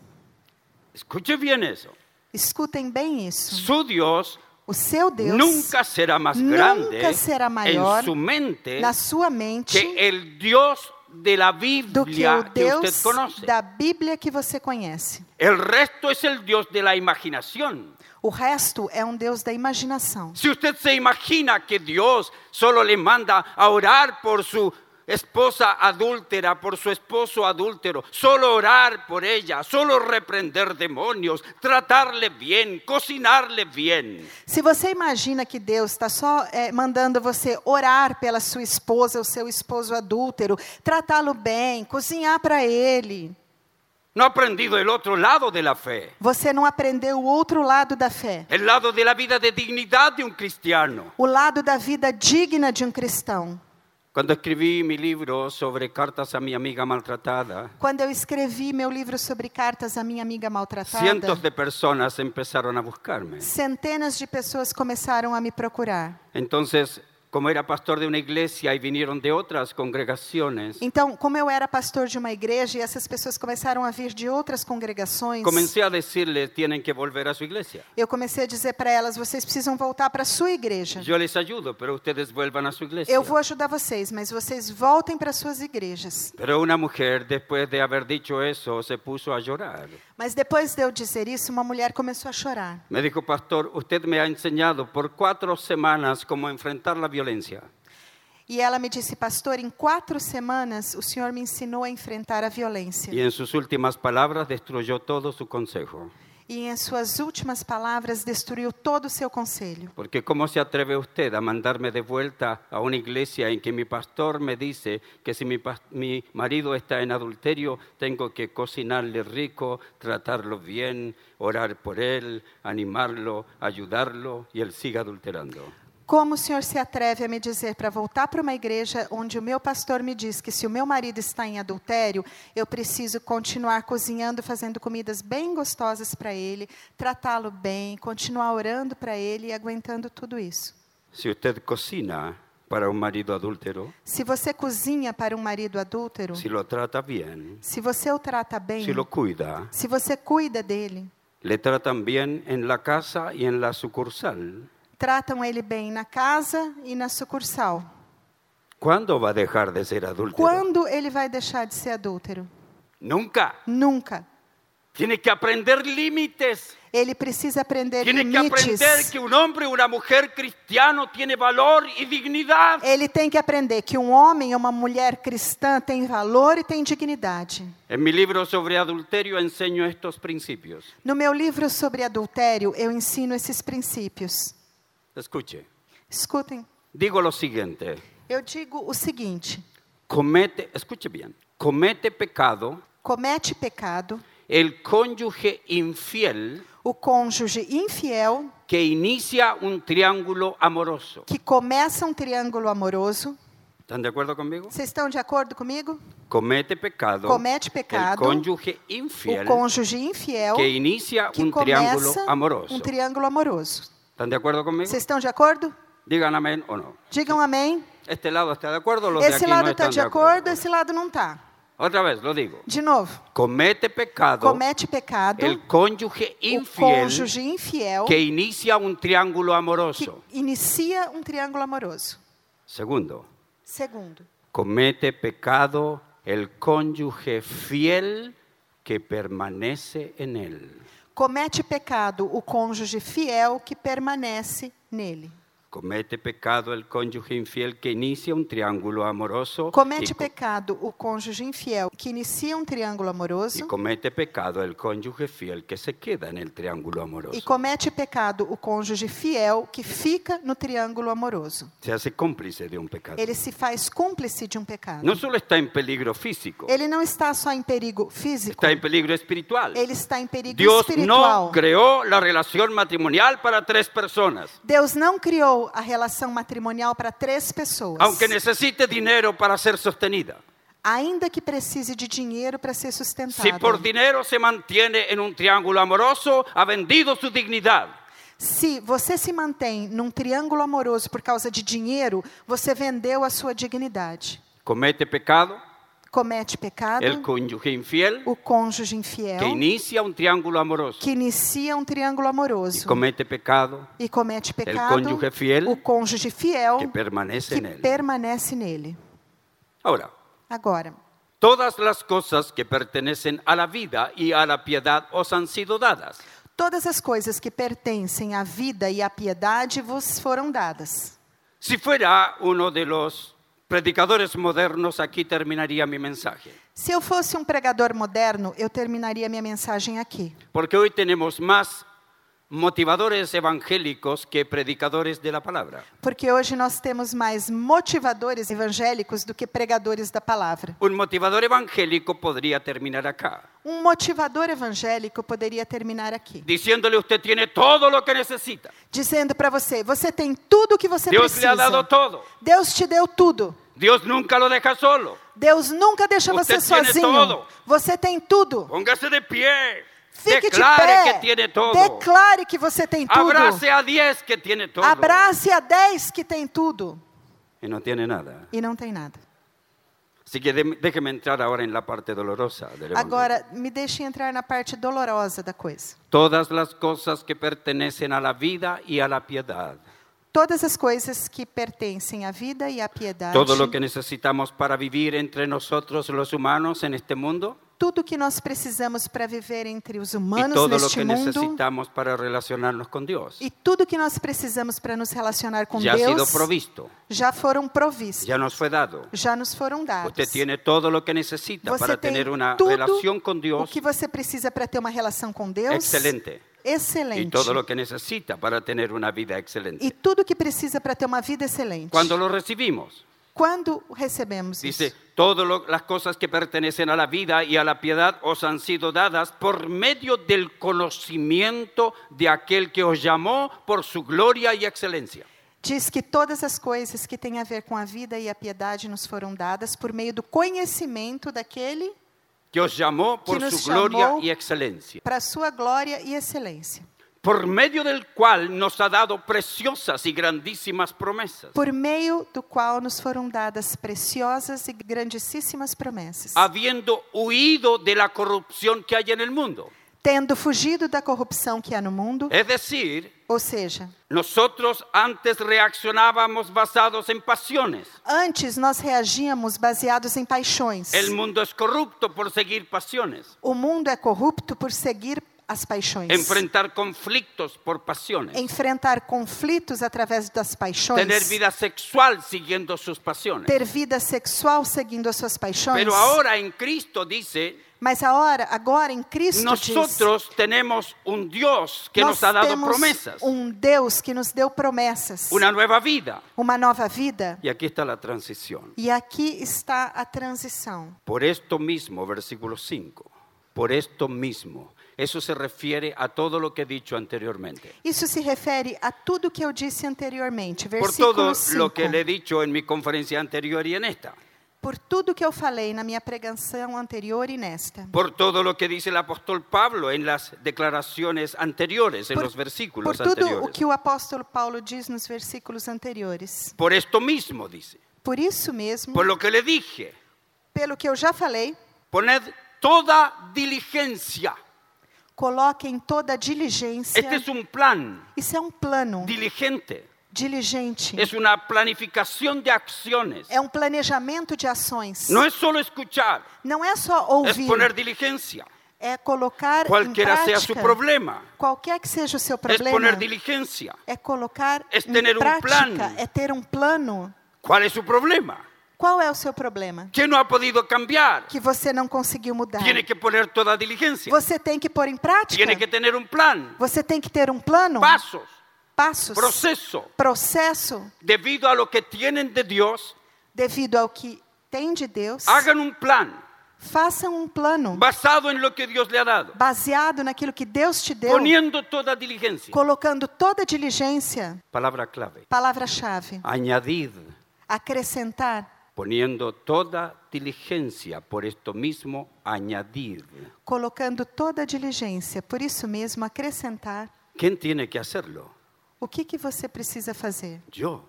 [SPEAKER 1] Escuche bien eso.
[SPEAKER 2] Escutem bem isso.
[SPEAKER 1] Su Dios
[SPEAKER 2] O seu Deus
[SPEAKER 1] nunca será más
[SPEAKER 2] nunca
[SPEAKER 1] grande
[SPEAKER 2] será mayor
[SPEAKER 1] en su mente
[SPEAKER 2] na sua mente
[SPEAKER 1] que el Dios de la
[SPEAKER 2] do que
[SPEAKER 1] Biblia
[SPEAKER 2] o
[SPEAKER 1] que usted
[SPEAKER 2] Deus
[SPEAKER 1] conoce.
[SPEAKER 2] da Bíblia que você conhece.
[SPEAKER 1] El resto es el Dios de la imaginación.
[SPEAKER 2] O resto é um Deus da imaginação.
[SPEAKER 1] Si usted se imagina que Dios solo le manda a orar por su esposa adúltera, por su esposo adúltero, solo orar por ella, solo reprender demonios, tratarle bien, cocinarle bien.
[SPEAKER 2] Se você imagina que Deus está só eh, mandando você orar pela sua esposa, o seu esposo adúltero, tratá-lo bem, cozinhar para ele,
[SPEAKER 1] No ha aprendido el otro lado de la fe,
[SPEAKER 2] você não aprendeu o outro lado da fé,
[SPEAKER 1] el lado de la vida de dignidad de un cristiano.
[SPEAKER 2] o lado da vida digna de um cristão.
[SPEAKER 1] Cuando escribí mi libro sobre cartas a mi amiga maltratada,
[SPEAKER 2] Quando eu escrevi meu livro sobre cartas à minha amiga maltratada,
[SPEAKER 1] cientos de personas empezaron a buscarme.
[SPEAKER 2] centenas de pessoas começaram a me procurar.
[SPEAKER 1] Entonces, como era pastor de una iglesia y vinieron de otras congregaciones,
[SPEAKER 2] Então, como eu era pastor de uma igreja e essas pessoas começaram a vir de outras congregações,
[SPEAKER 1] comencé a decirles, tienen que volver a su iglesia.
[SPEAKER 2] eu comecei a dizer para elas: vocês precisam voltar para a sua igreja.
[SPEAKER 1] Yo les ayudo, pero ustedes vuelvan a su iglesia.
[SPEAKER 2] Eu vou ajudar vocês, mas vocês voltem para suas igrejas.
[SPEAKER 1] Pero una mujer, después de haber dicho eso, se puso a llorar.
[SPEAKER 2] Mas depois de eu dizer isso, uma mulher começou a chorar.
[SPEAKER 1] Me dijo, pastor, usted me ha enseñado por cuatro semanas cómo enfrentar la violencia.
[SPEAKER 2] E ela me disse: Pastor, em quatro semanas o senhor me ensinou a enfrentar a violência.
[SPEAKER 1] Y en sus últimas palabras destruyó todo su consejo.
[SPEAKER 2] E em suas últimas palavras destruiu todo o seu conselho.
[SPEAKER 1] Porque ¿cómo se atreve usted a mandarme de vuelta a una iglesia en que mi pastor me dice que si mi, pas- mi marido está en adulterio, tengo que cocinarle rico, tratarlo bien, orar por él, animarlo, ayudarlo e él siga adulterando?
[SPEAKER 2] Como o senhor se atreve a me dizer para voltar para uma igreja onde o meu pastor me diz que se o meu marido está em adultério, eu preciso continuar cozinhando, fazendo comidas bem gostosas para ele, tratá-lo bem, continuar orando para ele e aguentando tudo isso?
[SPEAKER 1] Si usted cocina para un marido adúltero,
[SPEAKER 2] Se você cozinha para um marido adúltero,
[SPEAKER 1] si lo trata bien,
[SPEAKER 2] se você o trata bem,
[SPEAKER 1] si lo cuida,
[SPEAKER 2] se você cuida dele,
[SPEAKER 1] le tratan bien en la casa y en la sucursal,
[SPEAKER 2] tratam ele bem na casa e na sucursal.
[SPEAKER 1] ¿cuándo va a dejar de ser adúltero?
[SPEAKER 2] Quando ele vai deixar de ser adúltero?
[SPEAKER 1] Nunca.
[SPEAKER 2] Nunca.
[SPEAKER 1] Tiene que aprender límites.
[SPEAKER 2] Ele precisa aprender
[SPEAKER 1] Tiene que
[SPEAKER 2] limites.
[SPEAKER 1] aprender que un hombre y una mujer cristiano tiene valor y dignidad.
[SPEAKER 2] Ele tem que aprender que um homem e uma mulher cristã têm valor e têm dignidade.
[SPEAKER 1] En mi libro sobre adulterio enseño estos principios.
[SPEAKER 2] No meu livro sobre adultério, eu ensino esses princípios.
[SPEAKER 1] Escuche.
[SPEAKER 2] Escutem,
[SPEAKER 1] Digo lo siguiente.
[SPEAKER 2] eu digo o seguinte:
[SPEAKER 1] Comete, escuche bien. Comete pecado
[SPEAKER 2] comete pecado
[SPEAKER 1] el cónyuge infiel
[SPEAKER 2] o cônjuge infiel
[SPEAKER 1] que inicia un triángulo amoroso.
[SPEAKER 2] que começa um triângulo amoroso.
[SPEAKER 1] ¿Están de acuerdo conmigo?
[SPEAKER 2] Vocês estão de acordo comigo?
[SPEAKER 1] Comete pecado.
[SPEAKER 2] Comete
[SPEAKER 1] El
[SPEAKER 2] pecado.
[SPEAKER 1] cónyuge
[SPEAKER 2] O
[SPEAKER 1] infiel
[SPEAKER 2] cônjuge infiel
[SPEAKER 1] que inicia
[SPEAKER 2] que
[SPEAKER 1] un triángulo
[SPEAKER 2] começa
[SPEAKER 1] amoroso.
[SPEAKER 2] um triângulo amoroso.
[SPEAKER 1] ¿Están de acuerdo conmigo?
[SPEAKER 2] Vocês estão de acuerdo?
[SPEAKER 1] Digan amén o no.
[SPEAKER 2] Digam amém.
[SPEAKER 1] Este lado está de acuerdo, los de
[SPEAKER 2] Esse
[SPEAKER 1] aquí
[SPEAKER 2] lado
[SPEAKER 1] no
[SPEAKER 2] está
[SPEAKER 1] están
[SPEAKER 2] de acordo, esse lado não está.
[SPEAKER 1] Otra vez lo digo.
[SPEAKER 2] De novo,
[SPEAKER 1] Comete pecado
[SPEAKER 2] comete pecado
[SPEAKER 1] el cónyuge
[SPEAKER 2] o
[SPEAKER 1] infiel
[SPEAKER 2] cônjuge infiel
[SPEAKER 1] que inicia un triángulo
[SPEAKER 2] que
[SPEAKER 1] amoroso.
[SPEAKER 2] inicia um triângulo amoroso.
[SPEAKER 1] Segundo,
[SPEAKER 2] Segundo,
[SPEAKER 1] comete pecado el cónyuge fiel que permanece en él.
[SPEAKER 2] comete pecado o cônjuge fiel que permanece nele.
[SPEAKER 1] Comete pecado el cónyuge infiel que inicia un triángulo amoroso.
[SPEAKER 2] Comete
[SPEAKER 1] y, co-
[SPEAKER 2] pecado o cônjuge infiel que inicia um triângulo
[SPEAKER 1] y
[SPEAKER 2] amoroso.
[SPEAKER 1] comete pecado el cónyuge fiel que se queda en el triángulo amoroso.
[SPEAKER 2] E comete pecado o cônjuge fiel que fica no triângulo amoroso.
[SPEAKER 1] se hace cómplice de un pecado.
[SPEAKER 2] Ele se faz cúmplice de um pecado.
[SPEAKER 1] No solo está en peligro físico,
[SPEAKER 2] Ele não está só em perigo físico,
[SPEAKER 1] está en peligro espiritual.
[SPEAKER 2] ele está em perigo
[SPEAKER 1] Dios
[SPEAKER 2] espiritual.
[SPEAKER 1] no creó la relación matrimonial para tres personas.
[SPEAKER 2] Deus não criou a relação matrimonial para três pessoas,
[SPEAKER 1] Aunque necesite dinero para ser sostenida.
[SPEAKER 2] ainda que precise de dinheiro para ser
[SPEAKER 1] Si
[SPEAKER 2] sustentado.
[SPEAKER 1] por dinero se mantiene en un triángulo amoroso, ha vendido su dignidad.
[SPEAKER 2] Se você se mantém num triângulo amoroso por causa de dinheiro, você vendeu a sua dignidade.
[SPEAKER 1] Comete pecado
[SPEAKER 2] Comete pecado
[SPEAKER 1] el cónyuge infiel
[SPEAKER 2] o cônjuge infiel
[SPEAKER 1] que inicia un triángulo amoroso.
[SPEAKER 2] que inicia um triângulo
[SPEAKER 1] Y
[SPEAKER 2] amoroso
[SPEAKER 1] comete pecado
[SPEAKER 2] e comete pecado
[SPEAKER 1] cônjuge fiel
[SPEAKER 2] o cônjuge fiel
[SPEAKER 1] que permanece en
[SPEAKER 2] que
[SPEAKER 1] él.
[SPEAKER 2] permanece nele.
[SPEAKER 1] Ahora,
[SPEAKER 2] Agora,
[SPEAKER 1] todas las cosas que pertenecen a la vida y a la piedad os han sido dadas.
[SPEAKER 2] todas as coisas que pertencem à vida e à piedade vos foram dadas.
[SPEAKER 1] Si fuera uno de los predicadores modernos, aquí terminaría mi mensaje.
[SPEAKER 2] Se eu fosse um pregador moderno, eu terminaria minha mensagem aqui.
[SPEAKER 1] Porque hoy tenemos más motivadores evangélicos que predicadores de la palabra.
[SPEAKER 2] Porque hoje nós temos mais motivadores evangélicos do que pregadores da palavra.
[SPEAKER 1] Un motivador evangélico podría terminar acá,
[SPEAKER 2] Um motivador evangélico poderia terminar aqui,
[SPEAKER 1] diciéndole usted tiene todo lo que necesita.
[SPEAKER 2] dizendo para você: você tem tudo o que você
[SPEAKER 1] Dios le
[SPEAKER 2] precisa.
[SPEAKER 1] ha dado todo.
[SPEAKER 2] Deus te deu tudo.
[SPEAKER 1] Dios nunca lo deja solo.
[SPEAKER 2] Deus nunca deixa
[SPEAKER 1] Você
[SPEAKER 2] você
[SPEAKER 1] tiene
[SPEAKER 2] sozinho.
[SPEAKER 1] todo.
[SPEAKER 2] Você tem tudo.
[SPEAKER 1] Póngase de pie.
[SPEAKER 2] Fique
[SPEAKER 1] Declare
[SPEAKER 2] de pé.
[SPEAKER 1] que tiene todo.
[SPEAKER 2] Declare que você tem tudo.
[SPEAKER 1] Abrace a 10 que tiene todo.
[SPEAKER 2] Abrace a 10 que tem tudo
[SPEAKER 1] Y no tiene nada.
[SPEAKER 2] e não tem nada.
[SPEAKER 1] Así que dé- déjeme entrar ahora en la parte dolorosa del evangelio.
[SPEAKER 2] Agora, me deixe entrar na parte dolorosa da coisa.
[SPEAKER 1] Todas las cosas que pertenecen a la vida y a la piedad.
[SPEAKER 2] Todas as coisas que pertencem à vida e à piedade,
[SPEAKER 1] Todo lo que necesitamos para vivir entre nosotros los humanos en este mundo.
[SPEAKER 2] tudo que nós precisamos para viver entre os
[SPEAKER 1] y
[SPEAKER 2] humanos
[SPEAKER 1] todo lo
[SPEAKER 2] neste
[SPEAKER 1] que
[SPEAKER 2] mundo
[SPEAKER 1] necesitamos para relacionarnos con Dios.
[SPEAKER 2] e tudo que nós precisamos para nos relacionar com
[SPEAKER 1] ya ha sido
[SPEAKER 2] Deus
[SPEAKER 1] provisto.
[SPEAKER 2] já foram provistos, já,
[SPEAKER 1] Ya nos fue dado.
[SPEAKER 2] nos foram dados.
[SPEAKER 1] Usted tiene todo lo que necesita
[SPEAKER 2] você
[SPEAKER 1] para
[SPEAKER 2] tem
[SPEAKER 1] tener una
[SPEAKER 2] tudo
[SPEAKER 1] relación con
[SPEAKER 2] o
[SPEAKER 1] Dios
[SPEAKER 2] que você precisa para ter uma relação com Deus
[SPEAKER 1] excelente.
[SPEAKER 2] excelente
[SPEAKER 1] Y todo lo que necesita para tener una vida excelente.
[SPEAKER 2] E tudo que precisa para ter uma vida excelente.
[SPEAKER 1] Cuando lo recibimos,
[SPEAKER 2] Quando recebemos
[SPEAKER 1] dice,
[SPEAKER 2] isso?
[SPEAKER 1] todas las cosas que pertenecen a la vida y a la piedad os han sido dadas por medio del conocimiento de aquel que os llamó por su gloria y excelencia.
[SPEAKER 2] Diz que todas as coisas que têm a ver com a vida e a piedade nos foram dadas por meio do conhecimento daquele
[SPEAKER 1] Que os llamó por
[SPEAKER 2] Que nos
[SPEAKER 1] su gloria
[SPEAKER 2] llamó
[SPEAKER 1] y excelencia.
[SPEAKER 2] para a sua glória e excelência.
[SPEAKER 1] por medio del cual nos ha dado preciosas y grandísimas promesas,
[SPEAKER 2] Por meio do qual nos foram dadas preciosas e grandíssimas promessas,
[SPEAKER 1] habiendo huido de la corrupción que hay en el mundo.
[SPEAKER 2] tendo fugido da corrupção que há no mundo,
[SPEAKER 1] Es decir,
[SPEAKER 2] ou seja,
[SPEAKER 1] nosotros antes reaccionábamos basados en pasiones.
[SPEAKER 2] antes nós reagíamos baseados em paixões.
[SPEAKER 1] El mundo es corrupto por seguir pasiones,
[SPEAKER 2] O mundo é corrupto por seguir as paixões.
[SPEAKER 1] enfrentar conflictos por pasiones,
[SPEAKER 2] enfrentar conflitos através das paixões,
[SPEAKER 1] tener vida sexual siguiendo sus pasiones.
[SPEAKER 2] ter vida sexual seguindo as suas paixões.
[SPEAKER 1] Pero ahora en Cristo dice,
[SPEAKER 2] Mas agora, agora em Cristo diz,
[SPEAKER 1] nosotros tenemos un Dios que
[SPEAKER 2] nós
[SPEAKER 1] nos ha dado
[SPEAKER 2] temos
[SPEAKER 1] promesas,
[SPEAKER 2] um Deus que nos deu promessas,
[SPEAKER 1] una nueva vida.
[SPEAKER 2] uma nova vida.
[SPEAKER 1] Y aquí está la transición.
[SPEAKER 2] E aqui está a transição.
[SPEAKER 1] Por esto mismo, versículo 5, por esto mismo. Eso se refiere a todo lo que he dicho anteriormente.
[SPEAKER 2] Isso se refere a tudo que eu disse anteriormente,
[SPEAKER 1] Por
[SPEAKER 2] versículo
[SPEAKER 1] todo
[SPEAKER 2] 5.
[SPEAKER 1] lo que le he dicho en mi conferencia anterior y en esta.
[SPEAKER 2] Por tudo que eu falei na minha pregação anterior e nesta.
[SPEAKER 1] Por todo lo que dice el apóstol Pablo en las declaraciones anteriores, en
[SPEAKER 2] Por-
[SPEAKER 1] los
[SPEAKER 2] por
[SPEAKER 1] versículos
[SPEAKER 2] tudo o
[SPEAKER 1] anteriores.
[SPEAKER 2] que o apóstolo Paulo diz nos versículos anteriores.
[SPEAKER 1] Por esto mismo, dice.
[SPEAKER 2] Por isso mesmo,
[SPEAKER 1] Por lo que le dije.
[SPEAKER 2] pelo que eu já falei,
[SPEAKER 1] Poned toda diligencia.
[SPEAKER 2] coloquem toda a diligência.
[SPEAKER 1] Este es un plan
[SPEAKER 2] Isso é um plano
[SPEAKER 1] diligente.
[SPEAKER 2] diligente.
[SPEAKER 1] Es una planificación de acciones.
[SPEAKER 2] É um planejamento de ações.
[SPEAKER 1] No es solo escuchar,
[SPEAKER 2] Não é só
[SPEAKER 1] es
[SPEAKER 2] ouvir,
[SPEAKER 1] poner diligencia,
[SPEAKER 2] é colocar em
[SPEAKER 1] cualquiera
[SPEAKER 2] prática.
[SPEAKER 1] sea su problema,
[SPEAKER 2] Qualquer que seja o seu
[SPEAKER 1] es
[SPEAKER 2] problema,
[SPEAKER 1] poner diligencia.
[SPEAKER 2] é colocar
[SPEAKER 1] es
[SPEAKER 2] em
[SPEAKER 1] tener un
[SPEAKER 2] prática,
[SPEAKER 1] plan.
[SPEAKER 2] é ter um plano.
[SPEAKER 1] ¿Cuál es su problema?
[SPEAKER 2] Qual é o seu problema?
[SPEAKER 1] ¿Qué no ha podido cambiar?
[SPEAKER 2] Que você não conseguiu mudar.
[SPEAKER 1] Tiene que poner toda diligencia,
[SPEAKER 2] Você tem que pôr em prática.
[SPEAKER 1] tiene que tener un plan,
[SPEAKER 2] Você tem que ter um plano,
[SPEAKER 1] pasos,
[SPEAKER 2] passos,
[SPEAKER 1] proceso,
[SPEAKER 2] processo
[SPEAKER 1] debido a lo que tienen de Dios,
[SPEAKER 2] devido ao que tem de Deus,
[SPEAKER 1] hagan un plan
[SPEAKER 2] façam um plano
[SPEAKER 1] basado en lo que Dios le ha dado,
[SPEAKER 2] baseado naquilo que Deus te deu,
[SPEAKER 1] poniendo toda diligencia.
[SPEAKER 2] colocando toda a diligência,
[SPEAKER 1] Palabra clave,
[SPEAKER 2] palavra-chave,
[SPEAKER 1] añadid,
[SPEAKER 2] acrescentar,
[SPEAKER 1] poniendo toda diligencia, por esto mismo añadid.
[SPEAKER 2] colocando toda a diligência, por isso mesmo acrescentar.
[SPEAKER 1] ¿Quién tiene que hacerlo?
[SPEAKER 2] O que que você precisa fazer?
[SPEAKER 1] Yo.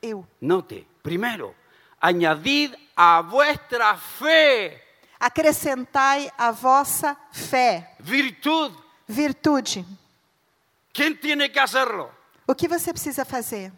[SPEAKER 2] Eu.
[SPEAKER 1] Note, primero, añadid a vuestra fe
[SPEAKER 2] Acrescentai a vossa fé,
[SPEAKER 1] virtud.
[SPEAKER 2] virtude.
[SPEAKER 1] ¿Quién tiene que hacerlo?
[SPEAKER 2] O que você precisa fazer?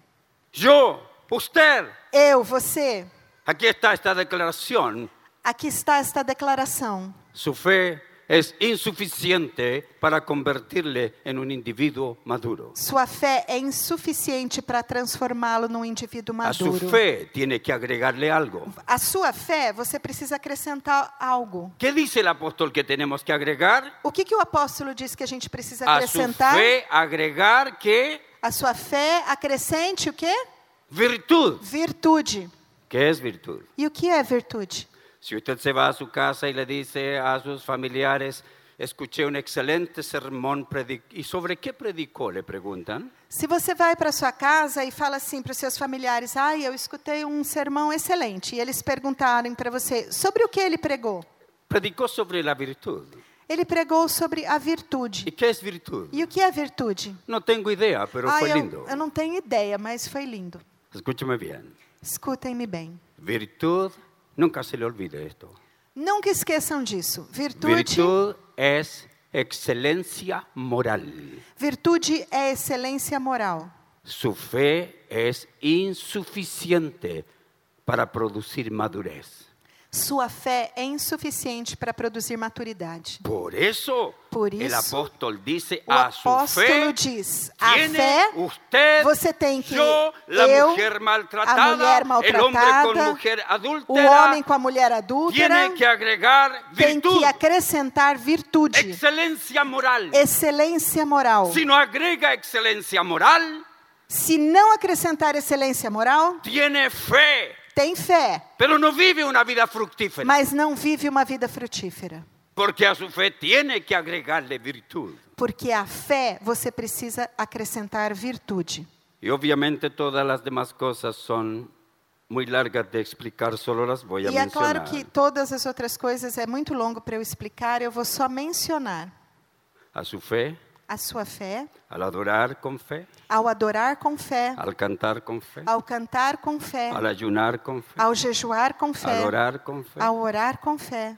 [SPEAKER 1] Yo, usted.
[SPEAKER 2] Eu, você.
[SPEAKER 1] Aquí está esta declaración.
[SPEAKER 2] Aqui está esta declaração.
[SPEAKER 1] Su fe es insuficiente para convertirle en un individuo maduro.
[SPEAKER 2] Sua fé é insuficiente para transformá-lo num indivíduo
[SPEAKER 1] A su
[SPEAKER 2] maduro.
[SPEAKER 1] fe tiene que agregarle algo.
[SPEAKER 2] A sua fé, você precisa acrescentar algo.
[SPEAKER 1] ¿Qué dice el apóstol que tenemos que agregar?
[SPEAKER 2] O que, que o apóstolo diz que a gente precisa
[SPEAKER 1] A su
[SPEAKER 2] acrescentar?
[SPEAKER 1] fe agregar que
[SPEAKER 2] A sua fé acrescente o quê?
[SPEAKER 1] virtud.
[SPEAKER 2] Virtude.
[SPEAKER 1] ¿Qué es virtud?
[SPEAKER 2] E o que é virtude?
[SPEAKER 1] Si usted se va a su casa y le dice a sus familiares, escuché un excelente sermón, predi- ¿y sobre qué predicó? Le preguntan.
[SPEAKER 2] Se você vai para sua casa e fala assim para os seus familiares: "Ai, eu escutei um sermão excelente", e eles perguntarem para você: "Sobre o que ele pregou?"
[SPEAKER 1] Predicó sobre la virtud.
[SPEAKER 2] Ele pregou sobre a
[SPEAKER 1] ¿Y
[SPEAKER 2] virtude.
[SPEAKER 1] qué es virtud?
[SPEAKER 2] E o que é virtude?
[SPEAKER 1] No tengo idea, pero
[SPEAKER 2] Ah,
[SPEAKER 1] fue lindo.
[SPEAKER 2] eu, eu não tenho ideia, mas foi lindo.
[SPEAKER 1] Escúcheme bien.
[SPEAKER 2] Escutem-me bem.
[SPEAKER 1] Virtud, nunca se le olvide esto.
[SPEAKER 2] Nunca esqueçam disso. Virtude, virtude.
[SPEAKER 1] Virtud es excelencia moral.
[SPEAKER 2] é excelência moral.
[SPEAKER 1] Su fe es insuficiente para producir madurez.
[SPEAKER 2] Sua fé é insuficiente para produzir maturidade.
[SPEAKER 1] Por eso,
[SPEAKER 2] Por
[SPEAKER 1] el
[SPEAKER 2] isso,
[SPEAKER 1] apóstol dice
[SPEAKER 2] O
[SPEAKER 1] a su
[SPEAKER 2] apóstolo
[SPEAKER 1] fe
[SPEAKER 2] diz: a
[SPEAKER 1] tiene
[SPEAKER 2] fé
[SPEAKER 1] usted,
[SPEAKER 2] você tem que
[SPEAKER 1] yo, la
[SPEAKER 2] eu,
[SPEAKER 1] mujer
[SPEAKER 2] a
[SPEAKER 1] maltratada,
[SPEAKER 2] mulher
[SPEAKER 1] el hombre con
[SPEAKER 2] maltratada,
[SPEAKER 1] mujer
[SPEAKER 2] o
[SPEAKER 1] adúltera,
[SPEAKER 2] homem com a mulher adúltera
[SPEAKER 1] tiene que agregar
[SPEAKER 2] tem
[SPEAKER 1] virtud,
[SPEAKER 2] que acrescentar virtude,
[SPEAKER 1] excelencia moral.
[SPEAKER 2] excelência moral.
[SPEAKER 1] Si no agrega excelencia moral,
[SPEAKER 2] Se não acrescentar excelência moral,
[SPEAKER 1] tiene fe,
[SPEAKER 2] tem fé,
[SPEAKER 1] pero no vive una vida fructífera,
[SPEAKER 2] mas não vive uma vida frutífera.
[SPEAKER 1] porque a su fe tiene que agregarle virtud.
[SPEAKER 2] Porque a fé você precisa acrescentar virtude.
[SPEAKER 1] Y obviamente todas las demás cosas son muy largas de explicar, solo las voy a
[SPEAKER 2] E é
[SPEAKER 1] mencionar.
[SPEAKER 2] claro que todas as outras coisas é muito longo para eu explicar, eu vou só mencionar
[SPEAKER 1] A su fe,
[SPEAKER 2] a sua fé,
[SPEAKER 1] al adorar con fe,
[SPEAKER 2] ao adorar com fé,
[SPEAKER 1] al cantar con fe,
[SPEAKER 2] ao cantar com fé,
[SPEAKER 1] al ayunar con fe,
[SPEAKER 2] ao jejuar com fé,
[SPEAKER 1] al orar con fe.
[SPEAKER 2] ao orar com fé.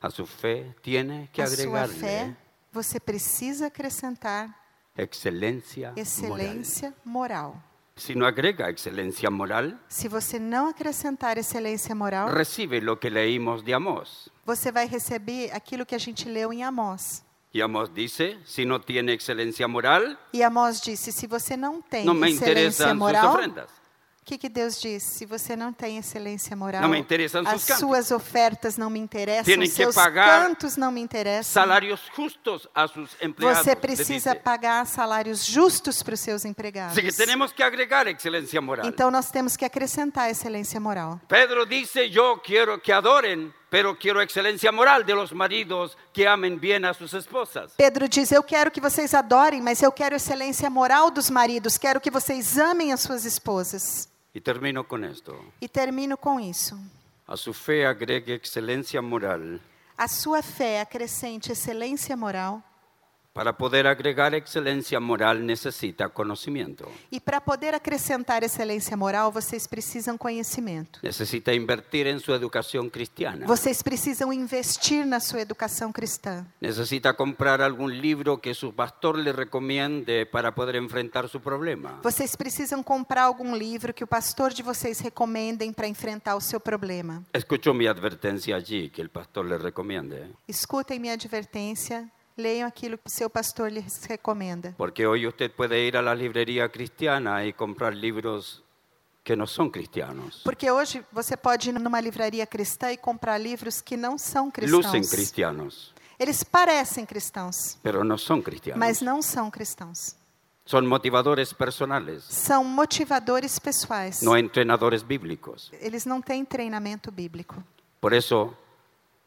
[SPEAKER 1] A su fe tiene que
[SPEAKER 2] A sua fé,
[SPEAKER 1] agregarle
[SPEAKER 2] você precisa acrescentar Ah,
[SPEAKER 1] excelencia moral.
[SPEAKER 2] excelência moral.
[SPEAKER 1] Si no agrega excelencia moral,
[SPEAKER 2] Se você não acrescentar excelência moral,
[SPEAKER 1] recibe lo que leímos de Amós.
[SPEAKER 2] você vai receber aquilo que a gente leu em Amós.
[SPEAKER 1] Y Amós dice, si no tiene excelencia moral,
[SPEAKER 2] E Amós disse: se você não tem
[SPEAKER 1] no me
[SPEAKER 2] excelência
[SPEAKER 1] interesan sus
[SPEAKER 2] ¿E moral,
[SPEAKER 1] ofrendas.
[SPEAKER 2] o que, que Deus diz? Se você não tem excelência moral,
[SPEAKER 1] Não me interessam
[SPEAKER 2] as
[SPEAKER 1] seus cantos.
[SPEAKER 2] suas ofertas não me interessam,
[SPEAKER 1] Tienen que
[SPEAKER 2] seus
[SPEAKER 1] pagar
[SPEAKER 2] cantos não me interessam.
[SPEAKER 1] Salarios justos a sus empleados.
[SPEAKER 2] Você
[SPEAKER 1] le
[SPEAKER 2] precisa
[SPEAKER 1] dice.
[SPEAKER 2] pagar salários justos para os seus empregados.
[SPEAKER 1] Así que tenemos que agregar excelencia moral.
[SPEAKER 2] Então nós temos que acrescentar a excelência moral.
[SPEAKER 1] Pedro dice, yo quiero que adoren, pero quiero excelencia moral de los maridos que amen bien a sus esposas.
[SPEAKER 2] Pedro diz: Eu quero que vocês adorem, mas eu quero excelência moral dos maridos, quero que vocês amem as suas esposas.
[SPEAKER 1] Y termino con esto.
[SPEAKER 2] E termino com isso.
[SPEAKER 1] A su fe agregue excelencia moral.
[SPEAKER 2] A sua fé acrescente excelência moral,
[SPEAKER 1] Para poder agregar excelencia moral necesita conocimiento.
[SPEAKER 2] e para poder acrescentar excelência moral, vocês precisam conhecimento.
[SPEAKER 1] Necesita invertir en su educación cristiana.
[SPEAKER 2] Vocês precisam investir na sua educação cristã.
[SPEAKER 1] Necesita comprar algún libro que su pastor le recomiende para poder enfrentar su problema.
[SPEAKER 2] Vocês precisam comprar algum livro que o pastor de vocês recomendem para enfrentar o seu problema.
[SPEAKER 1] Escuchó mi advertencia allí que el pastor le recomiende, ¿eh?
[SPEAKER 2] Escutem minha advertência, leiam aquilo que o seu pastor lhes recomenda.
[SPEAKER 1] porque hoy usted puede ir a la librería cristiana y comprar libros que no son cristianos,
[SPEAKER 2] Porque hoje você pode ir numa livraria cristã e comprar livros que não são
[SPEAKER 1] lucen
[SPEAKER 2] cristãos.
[SPEAKER 1] cristianos,
[SPEAKER 2] Eles parecem cristãos,
[SPEAKER 1] pero no son cristianos.
[SPEAKER 2] mas não são cristãos.
[SPEAKER 1] Son motivadores personales,
[SPEAKER 2] São motivadores pessoais.
[SPEAKER 1] no entrenadores bíblicos.
[SPEAKER 2] Eles não têm treinamento bíblico.
[SPEAKER 1] Por eso,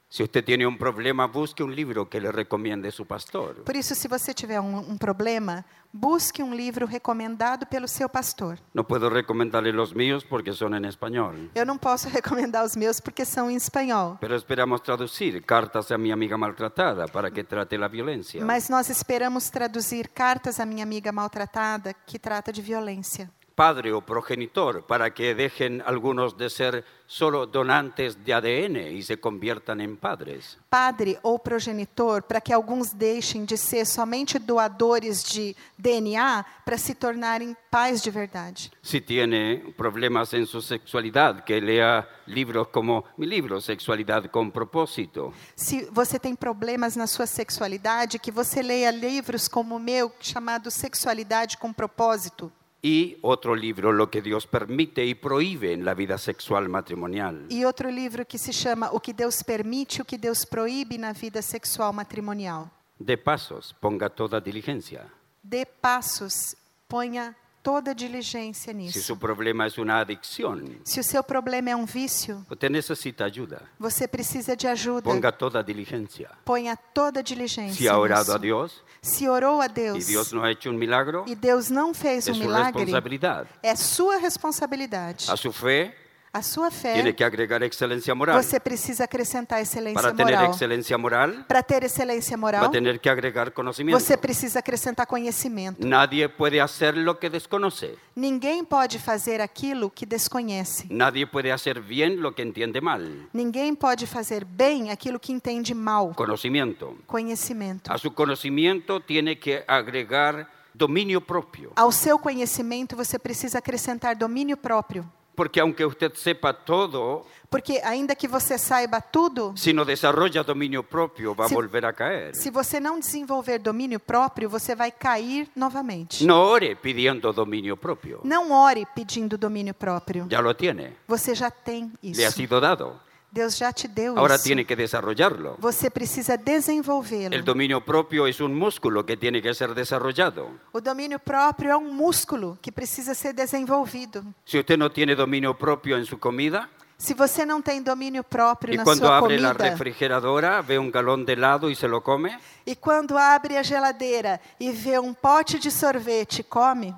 [SPEAKER 1] si usted tiene un problema, busque un libro que le recomiende su pastor.
[SPEAKER 2] Por isso, se você tiver um, um problema, busque um livro recomendado pelo seu pastor.
[SPEAKER 1] No puedo recomendarle los míos porque son en español.
[SPEAKER 2] Eu não posso recomendar os meus porque são em espanhol.
[SPEAKER 1] Pero esperamos traducir cartas a mi amiga maltratada para que trate la violencia.
[SPEAKER 2] Mas nós esperamos traduzir cartas à minha amiga maltratada que trata de violência.
[SPEAKER 1] padre o progenitor para que dejen algunos de ser solo donantes de ADN y se conviertan en padres.
[SPEAKER 2] Padre ou progenitor, para que alguns deixem de ser somente doadores de DNA para se tornarem pais de verdade.
[SPEAKER 1] Si tiene problemas en su sexualidad, que lea libros como mi libro, Sexualidad con propósito.
[SPEAKER 2] Se você tem problemas na sua sexualidade, que você leia livros como o meu, chamado Sexualidade com Propósito.
[SPEAKER 1] Y otro libro, Lo que Dios permite y prohíbe en la vida sexual matrimonial.
[SPEAKER 2] E outro livro que se chama O que Deus Permite, o que Deus Proíbe na Vida Sexual Matrimonial.
[SPEAKER 1] De pasos, ponga toda diligencia.
[SPEAKER 2] Dê passos, ponha toda diligência
[SPEAKER 1] Si
[SPEAKER 2] nisso.
[SPEAKER 1] su problema es una adicción,
[SPEAKER 2] Se o seu problema é um vício,
[SPEAKER 1] usted necesita ayuda.
[SPEAKER 2] você precisa de ajuda.
[SPEAKER 1] Ponga toda diligencia.
[SPEAKER 2] Ponha toda diligência.
[SPEAKER 1] Si ha orado a
[SPEAKER 2] nisso.
[SPEAKER 1] Dios
[SPEAKER 2] Se orou a
[SPEAKER 1] y
[SPEAKER 2] Deus
[SPEAKER 1] Dios no ha hecho un milagro,
[SPEAKER 2] e Deus não fez
[SPEAKER 1] es su
[SPEAKER 2] um milagre,
[SPEAKER 1] responsabilidad.
[SPEAKER 2] é sua responsabilidade.
[SPEAKER 1] A é su fe Pues
[SPEAKER 2] A sua fé,
[SPEAKER 1] tiene que agregar excelencia moral.
[SPEAKER 2] você precisa acrescentar excelência
[SPEAKER 1] Para tener
[SPEAKER 2] moral.
[SPEAKER 1] excelencia moral,
[SPEAKER 2] Para ter excelência
[SPEAKER 1] va
[SPEAKER 2] moral,
[SPEAKER 1] a tener que agregar conocimiento.
[SPEAKER 2] você precisa acrescentar conhecimento.
[SPEAKER 1] Nadie puede hacer lo que desconoce.
[SPEAKER 2] Ninguém pode fazer aquilo que desconhece.
[SPEAKER 1] Nadie puede hacer bien lo que entiende mal.
[SPEAKER 2] Ninguém pode fazer bem aquilo que entende mal.
[SPEAKER 1] Conocimiento.
[SPEAKER 2] Conhecimento.
[SPEAKER 1] A su conocimiento tiene que agregar dominio propio.
[SPEAKER 2] Ao seu conhecimento, você precisa acrescentar domínio próprio.
[SPEAKER 1] Porque aunque usted sepa todo,
[SPEAKER 2] Porque, ainda que você saiba tudo,
[SPEAKER 1] si no desarrolla dominio propio va a
[SPEAKER 2] Sí.
[SPEAKER 1] volver a caer.
[SPEAKER 2] se você não desenvolver domínio próprio, você vai cair novamente.
[SPEAKER 1] No ore pidiendo dominio propio.
[SPEAKER 2] Não ore pedindo domínio próprio.
[SPEAKER 1] Ya lo tiene.
[SPEAKER 2] Você já tem
[SPEAKER 1] Le ha
[SPEAKER 2] isso.
[SPEAKER 1] sido dado.
[SPEAKER 2] Deus já te deu
[SPEAKER 1] Ahora
[SPEAKER 2] isso.
[SPEAKER 1] tiene que desarrollarlo.
[SPEAKER 2] Você precisa
[SPEAKER 1] El
[SPEAKER 2] desenvolvê-lo.
[SPEAKER 1] dominio propio es un músculo que tiene que ser desarrollado.
[SPEAKER 2] O domínio próprio é um músculo que precisa ser desenvolvido.
[SPEAKER 1] Si usted no tiene dominio propio en su comida,
[SPEAKER 2] Se você não tem domínio próprio
[SPEAKER 1] y
[SPEAKER 2] na
[SPEAKER 1] cuando
[SPEAKER 2] sua
[SPEAKER 1] abre la
[SPEAKER 2] comida,
[SPEAKER 1] refrigeradora ve un galón de helado y se lo come,
[SPEAKER 2] e quando abre a geladeira e vê um pote de sorvete, e come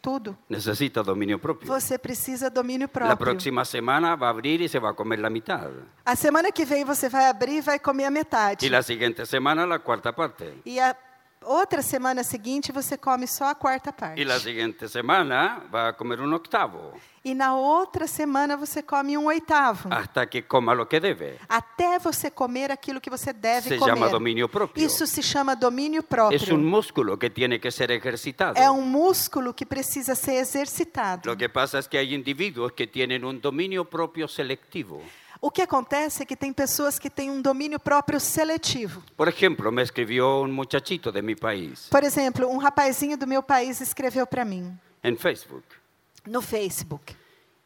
[SPEAKER 2] tudo.
[SPEAKER 1] necesita dominio propio.
[SPEAKER 2] Você precisa domínio
[SPEAKER 1] La
[SPEAKER 2] próprio.
[SPEAKER 1] próxima semana va a abrir y se va a comer la mitad.
[SPEAKER 2] A semana que vem você vai abrir e vai comer a metade.
[SPEAKER 1] Y la siguiente semana la cuarta parte.
[SPEAKER 2] E a outra semana seguinte você come só a quarta parte.
[SPEAKER 1] Y la siguiente semana va a comer un octavo,
[SPEAKER 2] E na outra semana você come um oitavo.
[SPEAKER 1] hasta que coma lo que debe.
[SPEAKER 2] Até você comer aquilo que você deve
[SPEAKER 1] Se
[SPEAKER 2] comer.
[SPEAKER 1] llama dominio propio.
[SPEAKER 2] Isso se chama domínio próprio.
[SPEAKER 1] Es un É um músculo que tiene que ser ejercitado.
[SPEAKER 2] É um músculo que precisa ser exercitado.
[SPEAKER 1] Lo que pasa es que hay individuos que tienen un dominio propio selectivo.
[SPEAKER 2] O que acontece é que tem pessoas que têm um domínio próprio seletivo.
[SPEAKER 1] Por ejemplo, me escribió un muchachito de mi país
[SPEAKER 2] Por exemplo, um rapazinho do meu país escreveu para mim
[SPEAKER 1] en Facebook
[SPEAKER 2] no Facebook.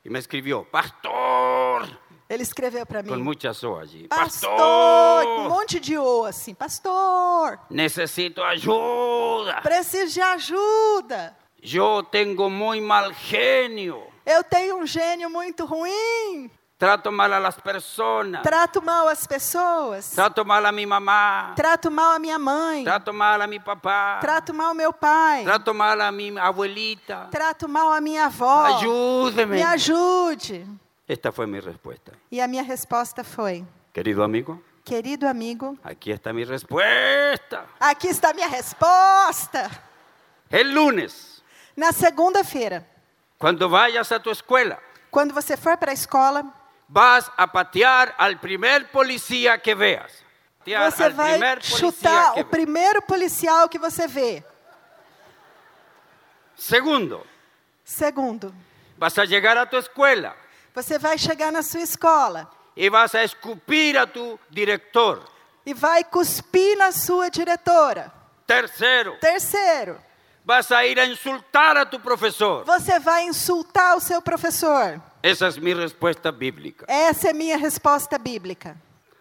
[SPEAKER 1] y me escribió, pastor,
[SPEAKER 2] Ele escreveu para mim:
[SPEAKER 1] con muchas O allí,
[SPEAKER 2] Pastor, um
[SPEAKER 1] pastor,
[SPEAKER 2] monte de o assim, pastor,
[SPEAKER 1] necesito ayuda,
[SPEAKER 2] preciso de ajuda.
[SPEAKER 1] yo tengo muy mal genio,
[SPEAKER 2] Eu tenho um gênio muito ruim,
[SPEAKER 1] trato mal a las personas,
[SPEAKER 2] trato mal as pessoas,
[SPEAKER 1] trato mal a mi mamá,
[SPEAKER 2] trato mal a minha mãe,
[SPEAKER 1] trato mal a mi papá,
[SPEAKER 2] trato mal meu pai,
[SPEAKER 1] trato mal a mi abuelita,
[SPEAKER 2] trato mal a minha avó. Oh, Me
[SPEAKER 1] ayúdeme.
[SPEAKER 2] ajude.
[SPEAKER 1] Esta fue mi respuesta.
[SPEAKER 2] E a minha resposta foi:
[SPEAKER 1] Querido amigo,
[SPEAKER 2] Querido amigo,
[SPEAKER 1] aquí está mi respuesta.
[SPEAKER 2] aqui está minha resposta.
[SPEAKER 1] El lunes,
[SPEAKER 2] Na segunda-feira,
[SPEAKER 1] cuando vayas a tu escuela,
[SPEAKER 2] quando você for para a escola,
[SPEAKER 1] vas a patear al primer policía que veas. Patear
[SPEAKER 2] você
[SPEAKER 1] al
[SPEAKER 2] vai
[SPEAKER 1] primer policía
[SPEAKER 2] chutar
[SPEAKER 1] que
[SPEAKER 2] o
[SPEAKER 1] ve-
[SPEAKER 2] primeiro policial que você vê.
[SPEAKER 1] Segundo,
[SPEAKER 2] Segundo,
[SPEAKER 1] vas a llegar a tu escuela
[SPEAKER 2] você vai chegar na sua escola
[SPEAKER 1] y vas a escupir a tu director.
[SPEAKER 2] e vai cuspir na sua diretora.
[SPEAKER 1] Tercero,
[SPEAKER 2] Terceiro,
[SPEAKER 1] vas a ir a insultar a tu profesor.
[SPEAKER 2] você vai insultar o seu professor.
[SPEAKER 1] Esa es mi respuesta bíblica.
[SPEAKER 2] Essa é minha resposta bíblica.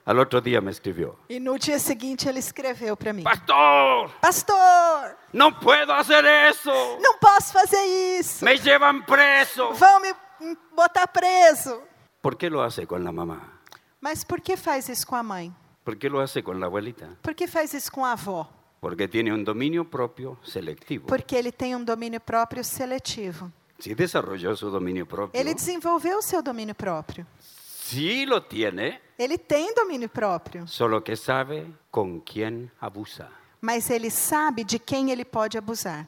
[SPEAKER 1] Al otro día me escribió,
[SPEAKER 2] E no dia seguinte ele escreveu para mim:
[SPEAKER 1] Pastor,
[SPEAKER 2] Pastor,
[SPEAKER 1] no puedo hacer eso.
[SPEAKER 2] não posso fazer isso.
[SPEAKER 1] Me llevan preso.
[SPEAKER 2] Vão me me botar preso.
[SPEAKER 1] ¿Por qué lo hace con la mamá?
[SPEAKER 2] Mas por que faz isso com a mãe?
[SPEAKER 1] ¿Por qué lo hace con la abuelita?
[SPEAKER 2] Por que faz isso com a avó?
[SPEAKER 1] Porque tiene un dominio propio selectivo.
[SPEAKER 2] Porque ele tem um domínio próprio seletivo.
[SPEAKER 1] Si desarrolló su dominio propio,
[SPEAKER 2] Ele desenvolveu o seu domínio próprio.
[SPEAKER 1] sí lo tiene,
[SPEAKER 2] Ele tem domínio próprio,
[SPEAKER 1] solo que sabe con quién abusa.
[SPEAKER 2] mas ele sabe de quem ele pode abusar.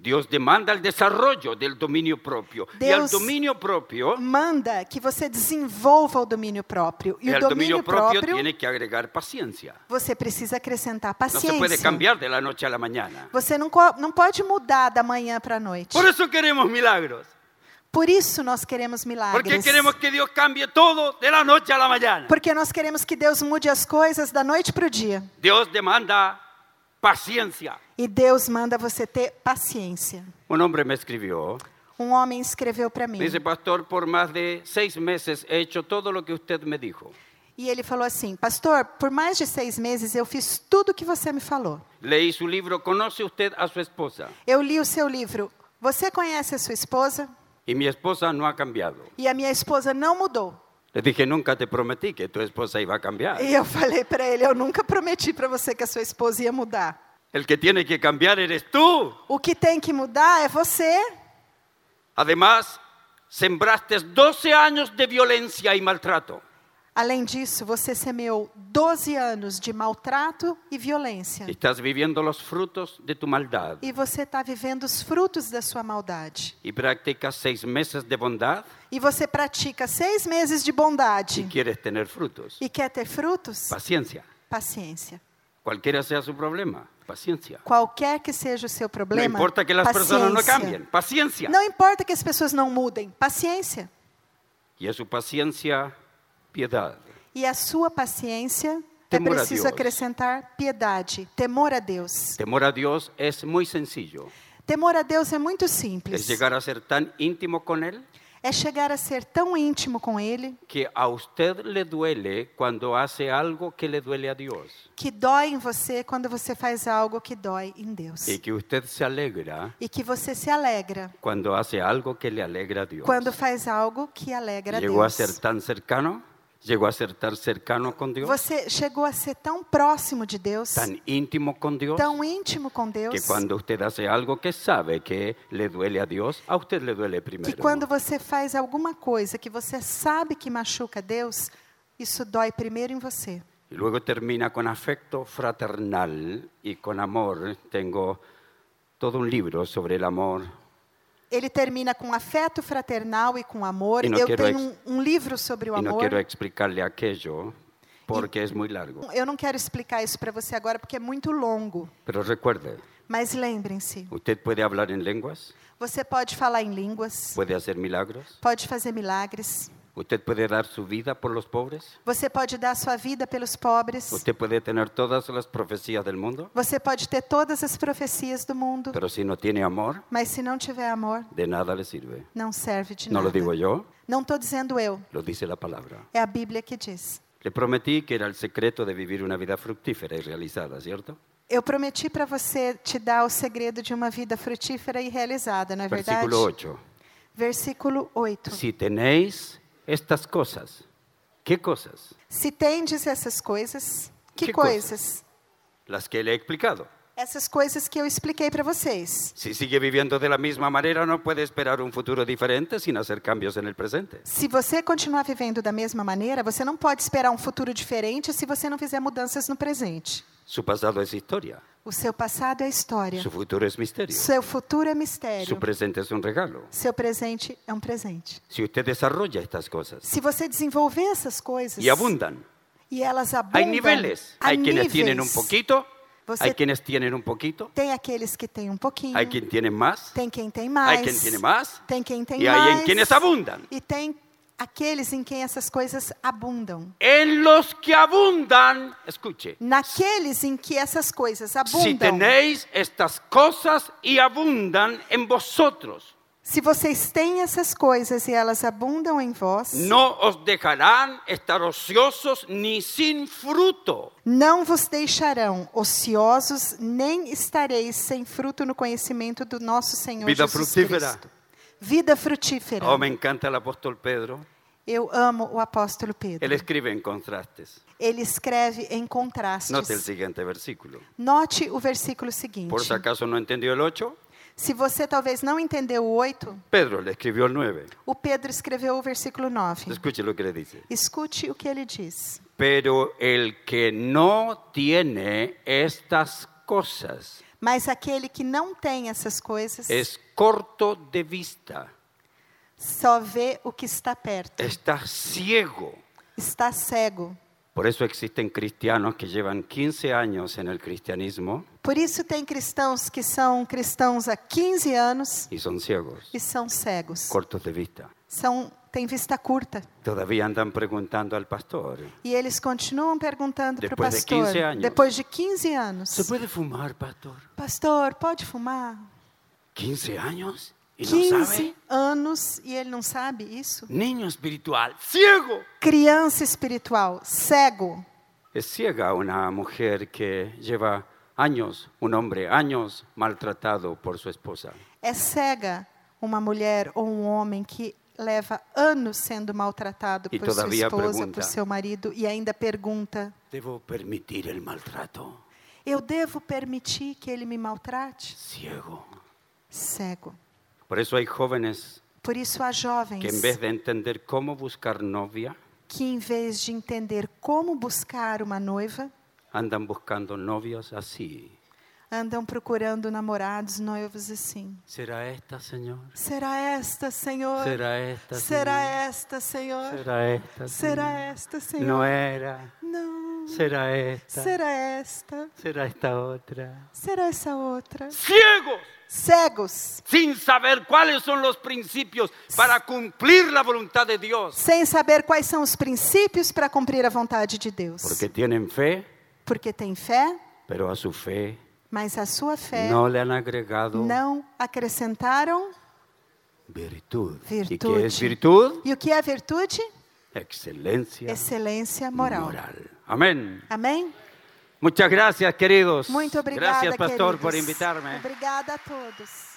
[SPEAKER 1] Dios demanda el desarrollo del dominio propio. y al
[SPEAKER 2] Deus-
[SPEAKER 1] dominio propio,
[SPEAKER 2] Manda que você desenvolva o domínio próprio. E
[SPEAKER 1] y
[SPEAKER 2] É o
[SPEAKER 1] al
[SPEAKER 2] domínio
[SPEAKER 1] dominio propio
[SPEAKER 2] próprio,
[SPEAKER 1] tiene que agregar paciencia.
[SPEAKER 2] você precisa acrescentar
[SPEAKER 1] No se puede
[SPEAKER 2] paciência.
[SPEAKER 1] cambiar de la noche a la mañana.
[SPEAKER 2] Você não, co- não pode mudar da manhã para a noite.
[SPEAKER 1] Por eso queremos milagros.
[SPEAKER 2] Por isso nós queremos
[SPEAKER 1] Porque
[SPEAKER 2] milagres.
[SPEAKER 1] queremos que Dios cambie todo de la noche a la mañana.
[SPEAKER 2] Porque nós queremos que Deus mude as coisas da noite para o dia.
[SPEAKER 1] Dios demanda paciencia.
[SPEAKER 2] E Deus manda você ter paciência.
[SPEAKER 1] Un hombre me escribió,
[SPEAKER 2] Um homem escreveu para mim.
[SPEAKER 1] me dice, pastor, por más de seis meses he hecho todo lo que usted me dijo.
[SPEAKER 2] E ele falou assim: Pastor, por mais de seis meses eu fiz tudo o que você me falou.
[SPEAKER 1] Leí su libro, ¿conoce usted a su esposa?
[SPEAKER 2] Eu li o seu livro. Você conhece a sua esposa?
[SPEAKER 1] Y mi esposa no ha cambiado.
[SPEAKER 2] E a minha esposa não mudou.
[SPEAKER 1] Le dije, nunca te prometí que tu esposa iba a cambiar.
[SPEAKER 2] E eu falei para ele: Eu nunca prometi para você que a sua esposa ia mudar.
[SPEAKER 1] El que tiene que cambiar eres tú.
[SPEAKER 2] O que tem que mudar é você.
[SPEAKER 1] Además, sembraste 12 años de violencia y maltrato.
[SPEAKER 2] Além disso, você semeou 12 anos de maltrato e violência.
[SPEAKER 1] Estás viviendo los frutos de tu maldad
[SPEAKER 2] E você está vivendo os frutos da sua maldade.
[SPEAKER 1] y practicas seis meses de bondad
[SPEAKER 2] E você pratica seis meses de bondade
[SPEAKER 1] y quieres tener frutos.
[SPEAKER 2] e quer ter frutos?
[SPEAKER 1] Paciencia.
[SPEAKER 2] Paciência.
[SPEAKER 1] Cualquiera sea su problema. Paciencia.
[SPEAKER 2] Qualquer que seja o seu
[SPEAKER 1] No
[SPEAKER 2] problema.
[SPEAKER 1] importa que las
[SPEAKER 2] paciência.
[SPEAKER 1] personas no cambien. Paciencia.
[SPEAKER 2] Não importa que as pessoas não mudem. Paciência.
[SPEAKER 1] Y a su paciencia, piedad.
[SPEAKER 2] E a sua paciência
[SPEAKER 1] Temor a
[SPEAKER 2] é preciso
[SPEAKER 1] Deus.
[SPEAKER 2] acrescentar piedade, temor a Deus.
[SPEAKER 1] Temor a Dios es muy sencillo.
[SPEAKER 2] Temor a Deus é muito simples.
[SPEAKER 1] Es llegar a ser tan íntimo con Él
[SPEAKER 2] É chegar a ser tão íntimo com Ele
[SPEAKER 1] que a usted le duele cuando hace algo que le duele a Dios
[SPEAKER 2] que dói em você quando você faz algo que dói em Deus.
[SPEAKER 1] y que usted se alegra
[SPEAKER 2] E que você se alegra
[SPEAKER 1] cuando hace algo que le alegra a Dios.
[SPEAKER 2] quando faz algo que alegra a
[SPEAKER 1] llegó a
[SPEAKER 2] Deus.
[SPEAKER 1] ser tan cercano, llegó a ser tan cercano con Dios,
[SPEAKER 2] Você chegou a ser tão próximo de Deus,
[SPEAKER 1] tan íntimo con Dios,
[SPEAKER 2] tão íntimo com Deus,
[SPEAKER 1] que cuando usted hace algo que sabe que le duele a Dios, a usted le duele primero.
[SPEAKER 2] que quando você faz alguma coisa que você sabe que machuca Deus, isso dói primeiro em você.
[SPEAKER 1] Y luego termina con afecto fraternal y con amor. Tengo todo un libro sobre el amor.
[SPEAKER 2] Ele termina com afeto fraternal e com amor.
[SPEAKER 1] E não
[SPEAKER 2] Eu
[SPEAKER 1] quero
[SPEAKER 2] tenho
[SPEAKER 1] ex-
[SPEAKER 2] um, um livro sobre o
[SPEAKER 1] Y no quiero
[SPEAKER 2] amor.
[SPEAKER 1] explicarle aquello porque es muy largo.
[SPEAKER 2] Eu não quero explicar isso para você agora porque é muito longo.
[SPEAKER 1] Pero recuerde,
[SPEAKER 2] Mas lembrem-se,
[SPEAKER 1] usted puede hablar en lenguas,
[SPEAKER 2] você pode falar em línguas,
[SPEAKER 1] puede hacer milagros,
[SPEAKER 2] pode fazer milagres,
[SPEAKER 1] usted puede dar su vida por los pobres,
[SPEAKER 2] você pode dar sua vida pelos pobres.
[SPEAKER 1] usted puede tener todas las profecías del mundo,
[SPEAKER 2] Você pode ter todas as profecias do mundo,
[SPEAKER 1] pero si no tiene amor,
[SPEAKER 2] mas se não tiver amor,
[SPEAKER 1] de nada le sirve.
[SPEAKER 2] não serve de
[SPEAKER 1] No
[SPEAKER 2] nada.
[SPEAKER 1] lo digo yo,
[SPEAKER 2] Não estou dizendo eu,
[SPEAKER 1] lo dice la palabra.
[SPEAKER 2] é a Bíblia que diz.
[SPEAKER 1] Le prometí que era el secreto de vivir una vida fructífera y realizada, ¿cierto?
[SPEAKER 2] Eu prometi para você te dar o segredo de uma vida frutífera e realizada, não é verdade?
[SPEAKER 1] Versículo 8.
[SPEAKER 2] Versículo 8.
[SPEAKER 1] Si tenéis estas cosas, ¿qué cosas?
[SPEAKER 2] Se tendes essas coisas, que,
[SPEAKER 1] Que
[SPEAKER 2] coisas?
[SPEAKER 1] Las que le he explicado.
[SPEAKER 2] Essas coisas que eu expliquei para vocês.
[SPEAKER 1] Si sigue viviendo de la misma manera, no puede esperar un futuro diferente sin hacer cambios en el presente.
[SPEAKER 2] Se você continuar vivendo da mesma maneira, você não pode esperar um futuro diferente se você não fizer mudanças no presente.
[SPEAKER 1] Su pasado es historia,
[SPEAKER 2] O seu passado é história.
[SPEAKER 1] su futuro es misterio,
[SPEAKER 2] Seu futuro é
[SPEAKER 1] su
[SPEAKER 2] mistério.
[SPEAKER 1] presente es un regalo.
[SPEAKER 2] Seu presente é um presente.
[SPEAKER 1] Si usted desarrolla estas cosas
[SPEAKER 2] Se você desenvolver essas coisas
[SPEAKER 1] y abundan,
[SPEAKER 2] e elas abundam,
[SPEAKER 1] hay niveles.
[SPEAKER 2] há
[SPEAKER 1] Hay quienes
[SPEAKER 2] níveis.
[SPEAKER 1] tienen un poquito,
[SPEAKER 2] Você-
[SPEAKER 1] hay quienes tienen un poquito,
[SPEAKER 2] Tem aqueles que têm um pouquinho.
[SPEAKER 1] hay quien tiene más,
[SPEAKER 2] Tem quem tem mais.
[SPEAKER 1] hay quien tiene más,
[SPEAKER 2] Tem quem tem
[SPEAKER 1] y
[SPEAKER 2] mais.
[SPEAKER 1] hay en quienes abundan.
[SPEAKER 2] E tem aqueles em quem essas coisas abundam.
[SPEAKER 1] En los que abundan, escuche,
[SPEAKER 2] Naqueles em que essas coisas
[SPEAKER 1] Si
[SPEAKER 2] abundam.
[SPEAKER 1] tenéis estas cosas y abundan en vosotros,
[SPEAKER 2] Se vocês têm essas coisas e elas abundam em vós,
[SPEAKER 1] no os dejarán estar ociosos ni sin fruto.
[SPEAKER 2] Não vos deixarão ociosos, nem estareis sem fruto no conhecimento do nosso Senhor
[SPEAKER 1] Vida
[SPEAKER 2] Jesus
[SPEAKER 1] frutífera.
[SPEAKER 2] Cristo. Vida frutífera.
[SPEAKER 1] Oh, me encanta el apóstol Pedro.
[SPEAKER 2] Eu amo o apóstolo
[SPEAKER 1] Él
[SPEAKER 2] Pedro.
[SPEAKER 1] escribe en contrastes.
[SPEAKER 2] Ele escreve em contrastes.
[SPEAKER 1] Note el siguiente versículo.
[SPEAKER 2] Note o versículo seguinte.
[SPEAKER 1] Por si acaso no entendió el 8,
[SPEAKER 2] Se você talvez não entendeu o 8,
[SPEAKER 1] Pedro le escribió el 9.
[SPEAKER 2] o Pedro escreveu o versículo 9.
[SPEAKER 1] Escuche lo que le dice.
[SPEAKER 2] Escute o que ele diz.
[SPEAKER 1] Pero el que no tiene estas cosas
[SPEAKER 2] Mas aquele que não tem essas coisas
[SPEAKER 1] es corto de vista,
[SPEAKER 2] só vê o que está perto,
[SPEAKER 1] está ciego.
[SPEAKER 2] está cego.
[SPEAKER 1] Por eso existen cristianos que llevan 15 años en el cristianismo
[SPEAKER 2] Por isso tem cristãos que são cristãos há 15 anos
[SPEAKER 1] y son ciegos,
[SPEAKER 2] e são cegos.
[SPEAKER 1] cortos de vista.
[SPEAKER 2] São têm vista curta
[SPEAKER 1] Todavía andan preguntando al pastor,
[SPEAKER 2] e eles continuam perguntando para o
[SPEAKER 1] Depois de
[SPEAKER 2] pastor
[SPEAKER 1] 15 anos.
[SPEAKER 2] depois de 15 anos.
[SPEAKER 1] ¿se puede fumar, pastor?
[SPEAKER 2] Pastor, pode fumar?
[SPEAKER 1] 15 años y no
[SPEAKER 2] 15
[SPEAKER 1] sabe.
[SPEAKER 2] anos e ele não sabe isso?
[SPEAKER 1] Niño espiritual, ciego.
[SPEAKER 2] Criança espiritual, cego.
[SPEAKER 1] Es ciega una mujer que lleva años, un hombre, años maltratado por su esposa.
[SPEAKER 2] É cega uma mulher ou um homem que leva anos sendo maltratado
[SPEAKER 1] E
[SPEAKER 2] por sua
[SPEAKER 1] todavia
[SPEAKER 2] esposa,
[SPEAKER 1] pergunta.
[SPEAKER 2] por seu marido e ainda pergunta:
[SPEAKER 1] Debo permitir el maltrato.
[SPEAKER 2] Eu devo permitir que ele me maltrate?
[SPEAKER 1] Ciego.
[SPEAKER 2] Cego.
[SPEAKER 1] Por eso hay jóvenes
[SPEAKER 2] Por isso há jovens
[SPEAKER 1] que en vez de entender cómo buscar novia,
[SPEAKER 2] que, em vez de entender como buscar uma noiva,
[SPEAKER 1] andan buscando novios así.
[SPEAKER 2] andam procurando namorados, noivos assim.
[SPEAKER 1] ¿Será esta, Señor?
[SPEAKER 2] Será esta, Senhor?
[SPEAKER 1] ¿Será esta?
[SPEAKER 2] Será
[SPEAKER 1] Señor?
[SPEAKER 2] esta, Senhor?
[SPEAKER 1] ¿Será esta?
[SPEAKER 2] Será
[SPEAKER 1] Señor?
[SPEAKER 2] esta,
[SPEAKER 1] No
[SPEAKER 2] Senhor?
[SPEAKER 1] era.
[SPEAKER 2] Não.
[SPEAKER 1] ¿Será esta?
[SPEAKER 2] Será esta?
[SPEAKER 1] ¿Será esta otra?
[SPEAKER 2] Será essa outra?
[SPEAKER 1] Ciegos.
[SPEAKER 2] Cegos,
[SPEAKER 1] sin saber cuáles son los principios para cumplir la voluntad de Dios.
[SPEAKER 2] sem saber quais são os princípios para cumprir a vontade de Deus.
[SPEAKER 1] Porque tienen fe,
[SPEAKER 2] Porque tem fé,
[SPEAKER 1] pero a su fe
[SPEAKER 2] mas a sua fé
[SPEAKER 1] no le han agregado
[SPEAKER 2] não acrescentaram.
[SPEAKER 1] virtud. ¿Y
[SPEAKER 2] Virtud.
[SPEAKER 1] qué es virtud?
[SPEAKER 2] E o que é virtude?
[SPEAKER 1] Excelencia
[SPEAKER 2] Excelência moral.
[SPEAKER 1] Amén.
[SPEAKER 2] Amém?
[SPEAKER 1] Muchas gracias, queridos.
[SPEAKER 2] Muito obrigada,
[SPEAKER 1] gracias, pastor, por
[SPEAKER 2] queridos.
[SPEAKER 1] invitarme.
[SPEAKER 2] Obrigada a todos.